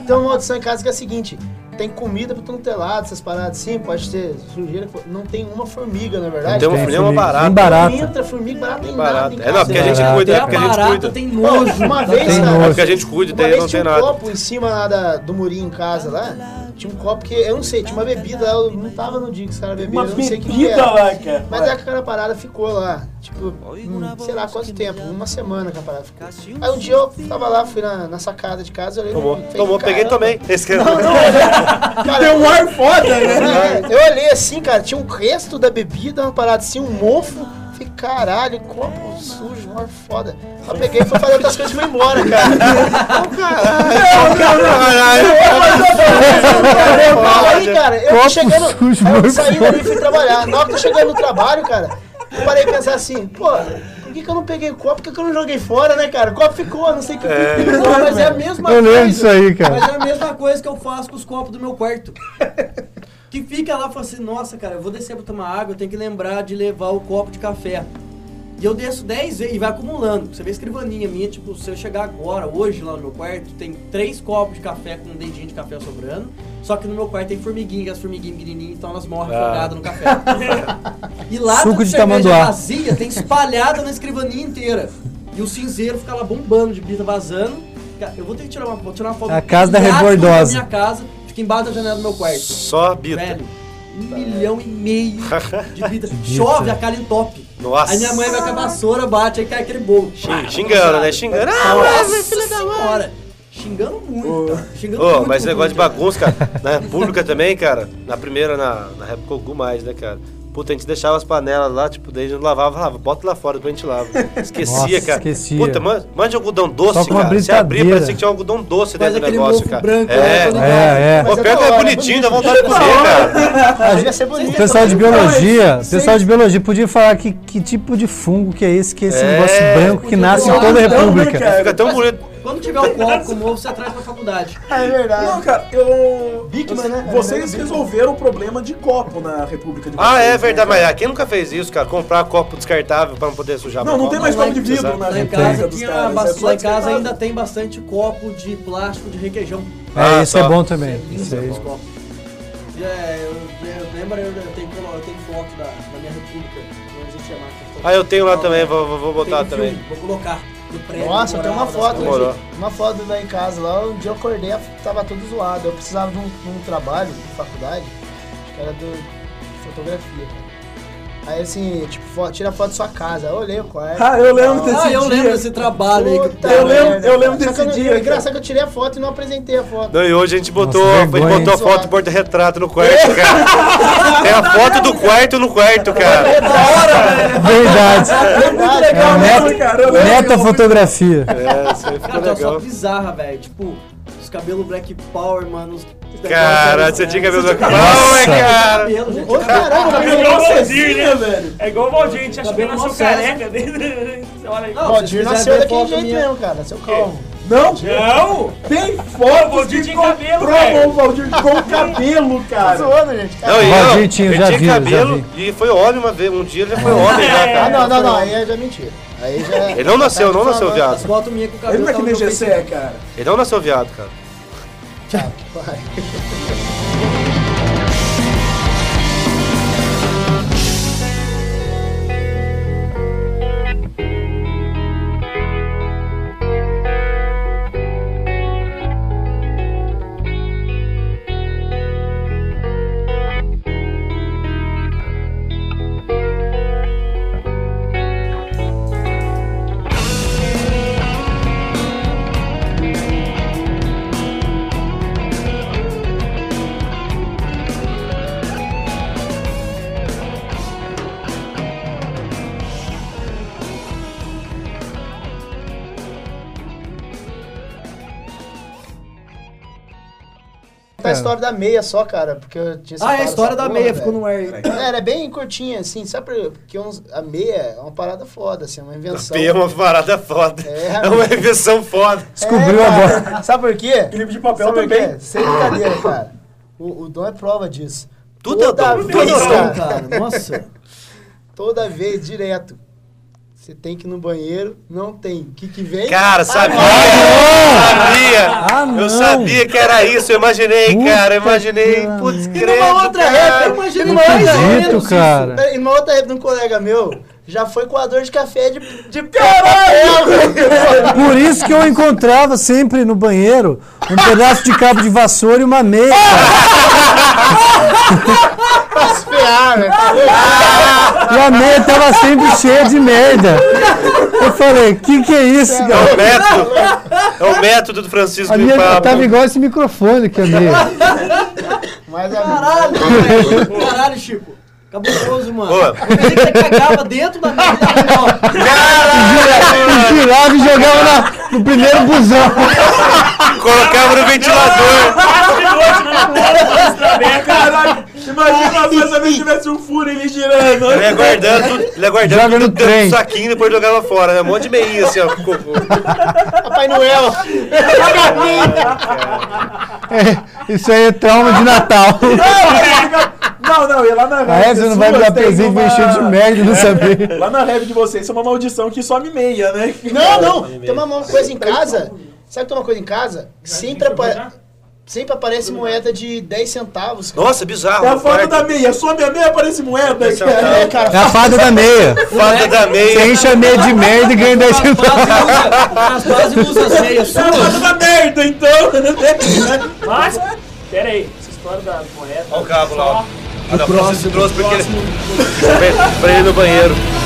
[SPEAKER 6] Tem uma maldição em casa que é a seguinte: tem comida pra todo telado, essas paradas assim, pode ter sujeira. Não tem uma formiga, na verdade.
[SPEAKER 4] Tem uma
[SPEAKER 7] Tem
[SPEAKER 4] formiga, uma
[SPEAKER 7] formiga.
[SPEAKER 4] barata.
[SPEAKER 7] Tem
[SPEAKER 6] Não
[SPEAKER 7] barata.
[SPEAKER 6] entra formiga barata, nem nada.
[SPEAKER 4] Barata.
[SPEAKER 6] em
[SPEAKER 4] É, não,
[SPEAKER 6] casa. né?
[SPEAKER 4] porque a gente
[SPEAKER 7] Barata.
[SPEAKER 4] cuida,
[SPEAKER 3] Tem
[SPEAKER 4] é
[SPEAKER 3] a
[SPEAKER 4] porque a gente
[SPEAKER 3] barata,
[SPEAKER 4] cuida.
[SPEAKER 3] tem nojo.
[SPEAKER 6] Uma
[SPEAKER 3] tá
[SPEAKER 6] vez,
[SPEAKER 3] vendo?
[SPEAKER 6] cara,
[SPEAKER 4] É porque a gente cuida,
[SPEAKER 6] Uma
[SPEAKER 4] daí
[SPEAKER 6] vez
[SPEAKER 4] não
[SPEAKER 6] tinha
[SPEAKER 4] tem
[SPEAKER 6] um
[SPEAKER 4] nada.
[SPEAKER 6] copo em cima lá da- do murinho em casa lá. Tinha um copo que, eu não sei, tinha uma bebida lá, eu não tava no dia que os caras beberam,
[SPEAKER 2] Uma
[SPEAKER 6] eu não sei o que que
[SPEAKER 2] bebida
[SPEAKER 6] era.
[SPEAKER 2] lá, cara.
[SPEAKER 6] Mas é aquela parada ficou lá, tipo, hum, sei lá quanto tempo, uma semana que a parada ficou. Aí um dia eu tava lá, fui na, na sacada de casa, olhei um
[SPEAKER 4] Tomou,
[SPEAKER 6] e falei,
[SPEAKER 4] tomou, peguei e
[SPEAKER 6] "Caramba,
[SPEAKER 4] tomei. Esse que é-
[SPEAKER 2] Deu um ar foda, né?
[SPEAKER 6] Não, Eu olhei assim, cara, tinha um resto da bebida, uma parada assim, um mofo. Falei, caralho, copo sujo, mó foda. Só peguei e fui fazer outras coisas e fui embora, cara. Ô, caralho. Aí, cara, eu tô
[SPEAKER 7] Copo
[SPEAKER 6] chegando.
[SPEAKER 7] sujo,
[SPEAKER 6] aí eu
[SPEAKER 7] mó
[SPEAKER 6] saí
[SPEAKER 7] foda.
[SPEAKER 6] dali e fui trabalhar. Na hora que eu tô chegando no trabalho, cara, eu parei e pensar assim, pô. Por que, que eu não peguei o copo? Por que, que eu não joguei fora, né, cara? O copo ficou, não sei o que.
[SPEAKER 4] É.
[SPEAKER 6] mas é a mesma
[SPEAKER 7] Eu lembro
[SPEAKER 6] coisa.
[SPEAKER 7] disso aí,
[SPEAKER 3] Mas
[SPEAKER 7] cara.
[SPEAKER 3] é a mesma coisa que eu faço com os copos do meu quarto. Que fica lá e fala assim, nossa, cara, eu vou descer pra tomar água, eu tenho que lembrar de levar o copo de café. E eu desço 10 vezes e vai acumulando. Você vê a escrivaninha minha, tipo, se eu chegar agora, hoje, lá no meu quarto, tem três copos de café com um dedinho de café sobrando. Só que no meu quarto tem formiguinha, que as formiguinhas pequenininhas, então elas morrem afogadas no café. e lá
[SPEAKER 7] Ah. Suco de tamanduá.
[SPEAKER 3] vazia tem espalhada na escrivaninha inteira. E o cinzeiro fica lá bombando de bita vazando. Cara, Eu vou ter que tirar uma, vou tirar uma foto.
[SPEAKER 7] A casa da
[SPEAKER 3] do penhasco
[SPEAKER 7] rebordosa.
[SPEAKER 3] minha casa, fica embaixo da janela do meu quarto.
[SPEAKER 4] Só bita.
[SPEAKER 3] Velho, um milhão e meio de bita. Chove, a cara entope.
[SPEAKER 4] Nossa.
[SPEAKER 3] Aí minha mãe vai com a vassoura, bate, aí cai aquele bolo.
[SPEAKER 4] Xing- Xingando, né? Xingando. Ah,
[SPEAKER 3] Nossa senhora. Xingando muito, cara. Xingando
[SPEAKER 4] Ô,
[SPEAKER 3] muito.
[SPEAKER 4] mas esse negócio de
[SPEAKER 3] muito,
[SPEAKER 4] bagunça, cara, na República também, cara, na primeira, na, na Repcogu mais, né, cara? Puta, a gente deixava as panelas lá, tipo, daí a gente lavava, lavava, bota lá fora, depois a gente lava. Esquecia,
[SPEAKER 7] Nossa,
[SPEAKER 4] cara.
[SPEAKER 7] esquecia.
[SPEAKER 4] Puta, man- mande algodão doce,
[SPEAKER 7] Só com uma
[SPEAKER 4] cara. Se abrir,
[SPEAKER 7] brincadeira.
[SPEAKER 4] parecia que tinha algodão doce
[SPEAKER 3] Faz
[SPEAKER 4] dentro do
[SPEAKER 3] aquele
[SPEAKER 4] negócio,
[SPEAKER 3] mofo
[SPEAKER 4] cara.
[SPEAKER 3] branco, né,
[SPEAKER 4] é,
[SPEAKER 3] quando
[SPEAKER 7] É, é.
[SPEAKER 4] Pô,
[SPEAKER 6] Mas é
[SPEAKER 4] pior
[SPEAKER 6] da
[SPEAKER 4] que é
[SPEAKER 3] né?
[SPEAKER 6] hora,
[SPEAKER 4] bonitinho, dá
[SPEAKER 6] bonito.
[SPEAKER 4] vontade de comer, cara.
[SPEAKER 6] Devia ser bonito.
[SPEAKER 7] Pessoal de
[SPEAKER 6] também.
[SPEAKER 7] biologia, pessoal de biologia podia falar que, que tipo de fungo que é esse, que é esse
[SPEAKER 4] É,
[SPEAKER 7] negócio branco que
[SPEAKER 3] podia
[SPEAKER 7] nasce em
[SPEAKER 3] falar,
[SPEAKER 7] toda a
[SPEAKER 2] Não, né,
[SPEAKER 7] república. É,
[SPEAKER 2] cara?
[SPEAKER 4] Fica tão bonito.
[SPEAKER 3] cara. Quando tiver o copo com ovo, você traz pra faculdade.
[SPEAKER 6] É verdade.
[SPEAKER 2] Não, cara, eu.
[SPEAKER 6] Bigman,
[SPEAKER 2] vocês-
[SPEAKER 6] né?
[SPEAKER 2] Vocês resolveram o problema de copo na República de
[SPEAKER 4] Ah,
[SPEAKER 2] vocês,
[SPEAKER 4] é
[SPEAKER 2] né,
[SPEAKER 4] verdade,
[SPEAKER 2] cara?
[SPEAKER 4] mas ah, quem nunca fez isso, cara? Comprar copo descartável pra não poder sujar
[SPEAKER 2] Não,
[SPEAKER 4] meu
[SPEAKER 2] não
[SPEAKER 4] copo.
[SPEAKER 2] tem mais copo de vidro na
[SPEAKER 3] Lá em
[SPEAKER 2] República
[SPEAKER 3] casa,
[SPEAKER 2] dos
[SPEAKER 3] tinha
[SPEAKER 2] caras.
[SPEAKER 3] ba-
[SPEAKER 2] é só
[SPEAKER 3] lá em casa
[SPEAKER 2] descartável.
[SPEAKER 3] ainda tem bastante copo de plástico de requeijão.
[SPEAKER 4] Ah,
[SPEAKER 7] É, isso
[SPEAKER 4] só.
[SPEAKER 7] é bom também.
[SPEAKER 3] Isso
[SPEAKER 7] Isso aí.
[SPEAKER 3] é bom. É, eu, eu lembro, eu, eu tenho, colo- eu tenho foto da, da minha república, não existia mais.
[SPEAKER 4] Ah, eu tenho lá também, vou, vou- vou botar
[SPEAKER 3] Tem um
[SPEAKER 4] também.
[SPEAKER 3] filme, Vou colocar no prédio.
[SPEAKER 6] Nossa, tem uma
[SPEAKER 3] moral,
[SPEAKER 6] foto,
[SPEAKER 3] das coisas.
[SPEAKER 4] Demorou.
[SPEAKER 6] uma foto lá em casa, lá um dia eu acordei, tava tudo zoado. Eu precisava de um, de um trabalho, de faculdade, que era do de fotografia. cara. Aí assim, tipo, fo- tira foto da sua casa. Aí eu olhei o quarto.
[SPEAKER 2] Ah, eu lembro
[SPEAKER 6] tal.
[SPEAKER 2] desse
[SPEAKER 3] Ah, eu
[SPEAKER 2] dia.
[SPEAKER 3] lembro desse trabalho aí. que-
[SPEAKER 6] Puta
[SPEAKER 2] Eu lembro-
[SPEAKER 6] merda,
[SPEAKER 2] eu lembro
[SPEAKER 6] cara. Só
[SPEAKER 2] desse
[SPEAKER 6] que eu não-
[SPEAKER 2] dia,
[SPEAKER 6] é Engraçado que eu tirei a foto e não apresentei a foto.
[SPEAKER 4] Não, e hoje a gente botou,
[SPEAKER 7] Nossa,
[SPEAKER 4] a
[SPEAKER 7] vergonha,
[SPEAKER 4] gente botou a
[SPEAKER 6] hein?
[SPEAKER 4] foto do porta-retrato no quarto, cara. Tem a foto do quarto no quarto, cara.
[SPEAKER 7] Verdade.
[SPEAKER 2] É muito legal
[SPEAKER 7] É,
[SPEAKER 2] mesmo, cara. Eu lembro.
[SPEAKER 7] Meta fotografia.
[SPEAKER 4] É, isso aí ficou
[SPEAKER 3] Cara, tem uma foto
[SPEAKER 4] legal.
[SPEAKER 3] bizarra, velho. Tipo, os cabelos Black Power, mano. Os... né?
[SPEAKER 4] Cara, você tinha cabelo branco. Não,
[SPEAKER 7] Nossa.
[SPEAKER 4] é, cara.
[SPEAKER 3] Cabelo, gente,
[SPEAKER 6] Ô, caramba,
[SPEAKER 1] É
[SPEAKER 6] meu
[SPEAKER 1] igual o
[SPEAKER 6] Deus.
[SPEAKER 1] Valdir, né?
[SPEAKER 2] velho.
[SPEAKER 1] É igual o Valdir, a gente acha que ele
[SPEAKER 3] Cabelo
[SPEAKER 1] nasceu
[SPEAKER 3] mó sério.
[SPEAKER 1] careca. Olha aí.
[SPEAKER 3] Não,
[SPEAKER 6] Valdir
[SPEAKER 3] se vocês
[SPEAKER 6] nasceu
[SPEAKER 3] quiserem ver
[SPEAKER 6] daquele
[SPEAKER 3] foto
[SPEAKER 6] jeito
[SPEAKER 3] minha-
[SPEAKER 6] mesmo, cara. Seu calmo.
[SPEAKER 2] Não,
[SPEAKER 1] Não!
[SPEAKER 2] tem
[SPEAKER 1] O
[SPEAKER 2] fotos
[SPEAKER 1] Valdir
[SPEAKER 2] que
[SPEAKER 1] tinha cabelo,
[SPEAKER 2] comprovam
[SPEAKER 1] velho.
[SPEAKER 2] o Valdir com cabelo,
[SPEAKER 6] Tá
[SPEAKER 2] cara.
[SPEAKER 6] zoando, gente.
[SPEAKER 4] Não, e
[SPEAKER 7] Valdir
[SPEAKER 4] eu-
[SPEAKER 7] tinha,
[SPEAKER 4] eu
[SPEAKER 7] já É. vi, já
[SPEAKER 4] cabelo e foi homem uma vez. Um dia ele já foi homem já,
[SPEAKER 6] Ah,
[SPEAKER 4] cara.
[SPEAKER 6] não, não, não. Aí é já mentira. Aí já.
[SPEAKER 4] Ele não nasceu, não nasceu
[SPEAKER 3] As
[SPEAKER 4] viado.
[SPEAKER 3] fotos minhas com o cabelo.
[SPEAKER 2] Ele não é que
[SPEAKER 3] tava
[SPEAKER 2] nem
[SPEAKER 3] no meu
[SPEAKER 2] GC,
[SPEAKER 3] Facebook.
[SPEAKER 2] cara.
[SPEAKER 4] Ele não nasceu viado, cara.
[SPEAKER 6] Tá, vai. Tá a história da meia só, cara, porque eu tinha
[SPEAKER 3] Ah, é
[SPEAKER 6] separado
[SPEAKER 3] a história
[SPEAKER 6] essa
[SPEAKER 3] da
[SPEAKER 6] porra,
[SPEAKER 3] meia,
[SPEAKER 6] velho.
[SPEAKER 3] ficou no ar aí.
[SPEAKER 6] É, Era bem curtinha, assim, só pra- porque uns- a meia é uma parada foda, assim, é uma invenção.
[SPEAKER 4] Tem uma parada foda.
[SPEAKER 6] É,
[SPEAKER 4] É uma invenção foda.
[SPEAKER 7] Descobriu
[SPEAKER 6] É,
[SPEAKER 7] agora.
[SPEAKER 6] cara, Sabe por quê?
[SPEAKER 2] Clipe de papel
[SPEAKER 6] Sabe é? por
[SPEAKER 2] também.
[SPEAKER 6] quê? Sem brincadeira, cara. O, o Dom é prova disso.
[SPEAKER 4] Tudo é
[SPEAKER 6] toda
[SPEAKER 4] dom,
[SPEAKER 6] vez,
[SPEAKER 4] tudo é dom,
[SPEAKER 3] Então,
[SPEAKER 6] cara,
[SPEAKER 3] cara, nossa.
[SPEAKER 6] Toda vez, direto. Você tem que ir no banheiro, não tem. O que que vem?
[SPEAKER 4] Cara, sabia!
[SPEAKER 7] Ah,
[SPEAKER 4] sabia!
[SPEAKER 7] não.
[SPEAKER 4] Eu sabia que era isso, eu imaginei,
[SPEAKER 7] Puta
[SPEAKER 4] cara, eu imaginei.
[SPEAKER 7] que-
[SPEAKER 4] Putz,
[SPEAKER 6] e numa
[SPEAKER 4] credo,
[SPEAKER 6] outra
[SPEAKER 4] cara.
[SPEAKER 6] época, imagina
[SPEAKER 3] É
[SPEAKER 7] Não
[SPEAKER 6] uma outra
[SPEAKER 7] acredito,
[SPEAKER 6] época.
[SPEAKER 7] cara.
[SPEAKER 6] E numa outra época de um colega meu, já foi coador de café de, de
[SPEAKER 7] Por isso que eu encontrava sempre no banheiro um pedaço de cabo de vassoura e uma meia.
[SPEAKER 6] Aspear, velho.
[SPEAKER 7] E a meia tava sempre cheia de merda. Eu falei, que que é isso,
[SPEAKER 4] É o
[SPEAKER 7] cara?
[SPEAKER 4] método. É o método do Francisco
[SPEAKER 7] A minha
[SPEAKER 4] limpar
[SPEAKER 7] tava
[SPEAKER 4] bunda.
[SPEAKER 7] igual esse microfone que a meia.
[SPEAKER 6] Mas a-
[SPEAKER 3] Caralho, velho. Caralho, Chico. Cabuloso, mano.
[SPEAKER 4] Boa.
[SPEAKER 3] Eu pensei que você cagava dentro da minha
[SPEAKER 7] Tirava e jogava na- no primeiro busão.
[SPEAKER 4] Colocava no ventilador.
[SPEAKER 2] Caralho, imagina se essa vez tivesse um furo ele girando.
[SPEAKER 4] Ele ia guardando, tudo- ele ia guardando
[SPEAKER 7] Joga no
[SPEAKER 4] tudo dentro
[SPEAKER 7] trem.
[SPEAKER 4] do saquinho e depois jogava fora, né? Um monte de meinha assim, ó. com cocô.
[SPEAKER 6] Papai Noel.
[SPEAKER 7] É, isso aí é trauma de Natal.
[SPEAKER 2] Não, não, e lá na
[SPEAKER 7] A Eva não vai me dar presente, vai encher de merda, não saber.
[SPEAKER 2] Lá na rave de vocês é uma maldição que some meia, né?
[SPEAKER 6] Não, não. Tem uma coisa em casa. Sabe que tem uma coisa em casa? Sempre, apa- sempre aparece moeda de 10 centavos. cara.
[SPEAKER 4] Nossa, bizarro.
[SPEAKER 2] É a
[SPEAKER 4] no
[SPEAKER 2] foto
[SPEAKER 4] quarto.
[SPEAKER 2] da meia, some a meia, parece moeda,
[SPEAKER 4] Esse é o
[SPEAKER 2] cara.
[SPEAKER 4] cara.
[SPEAKER 6] É, cara.
[SPEAKER 7] É a fada da meia.
[SPEAKER 4] Foda da meia.
[SPEAKER 7] Você enche a meia de merda e ganha 10 centavos.
[SPEAKER 3] As bases usa ceia
[SPEAKER 2] É a foto
[SPEAKER 3] sua.
[SPEAKER 2] da merda, então. né?
[SPEAKER 1] Mas, pera aí, essa história da moeda.
[SPEAKER 4] Olha o cabo lá, ó.
[SPEAKER 1] Só-
[SPEAKER 4] Ah, não, o Francisco trouxe porque ele. Pra ele ir no banheiro.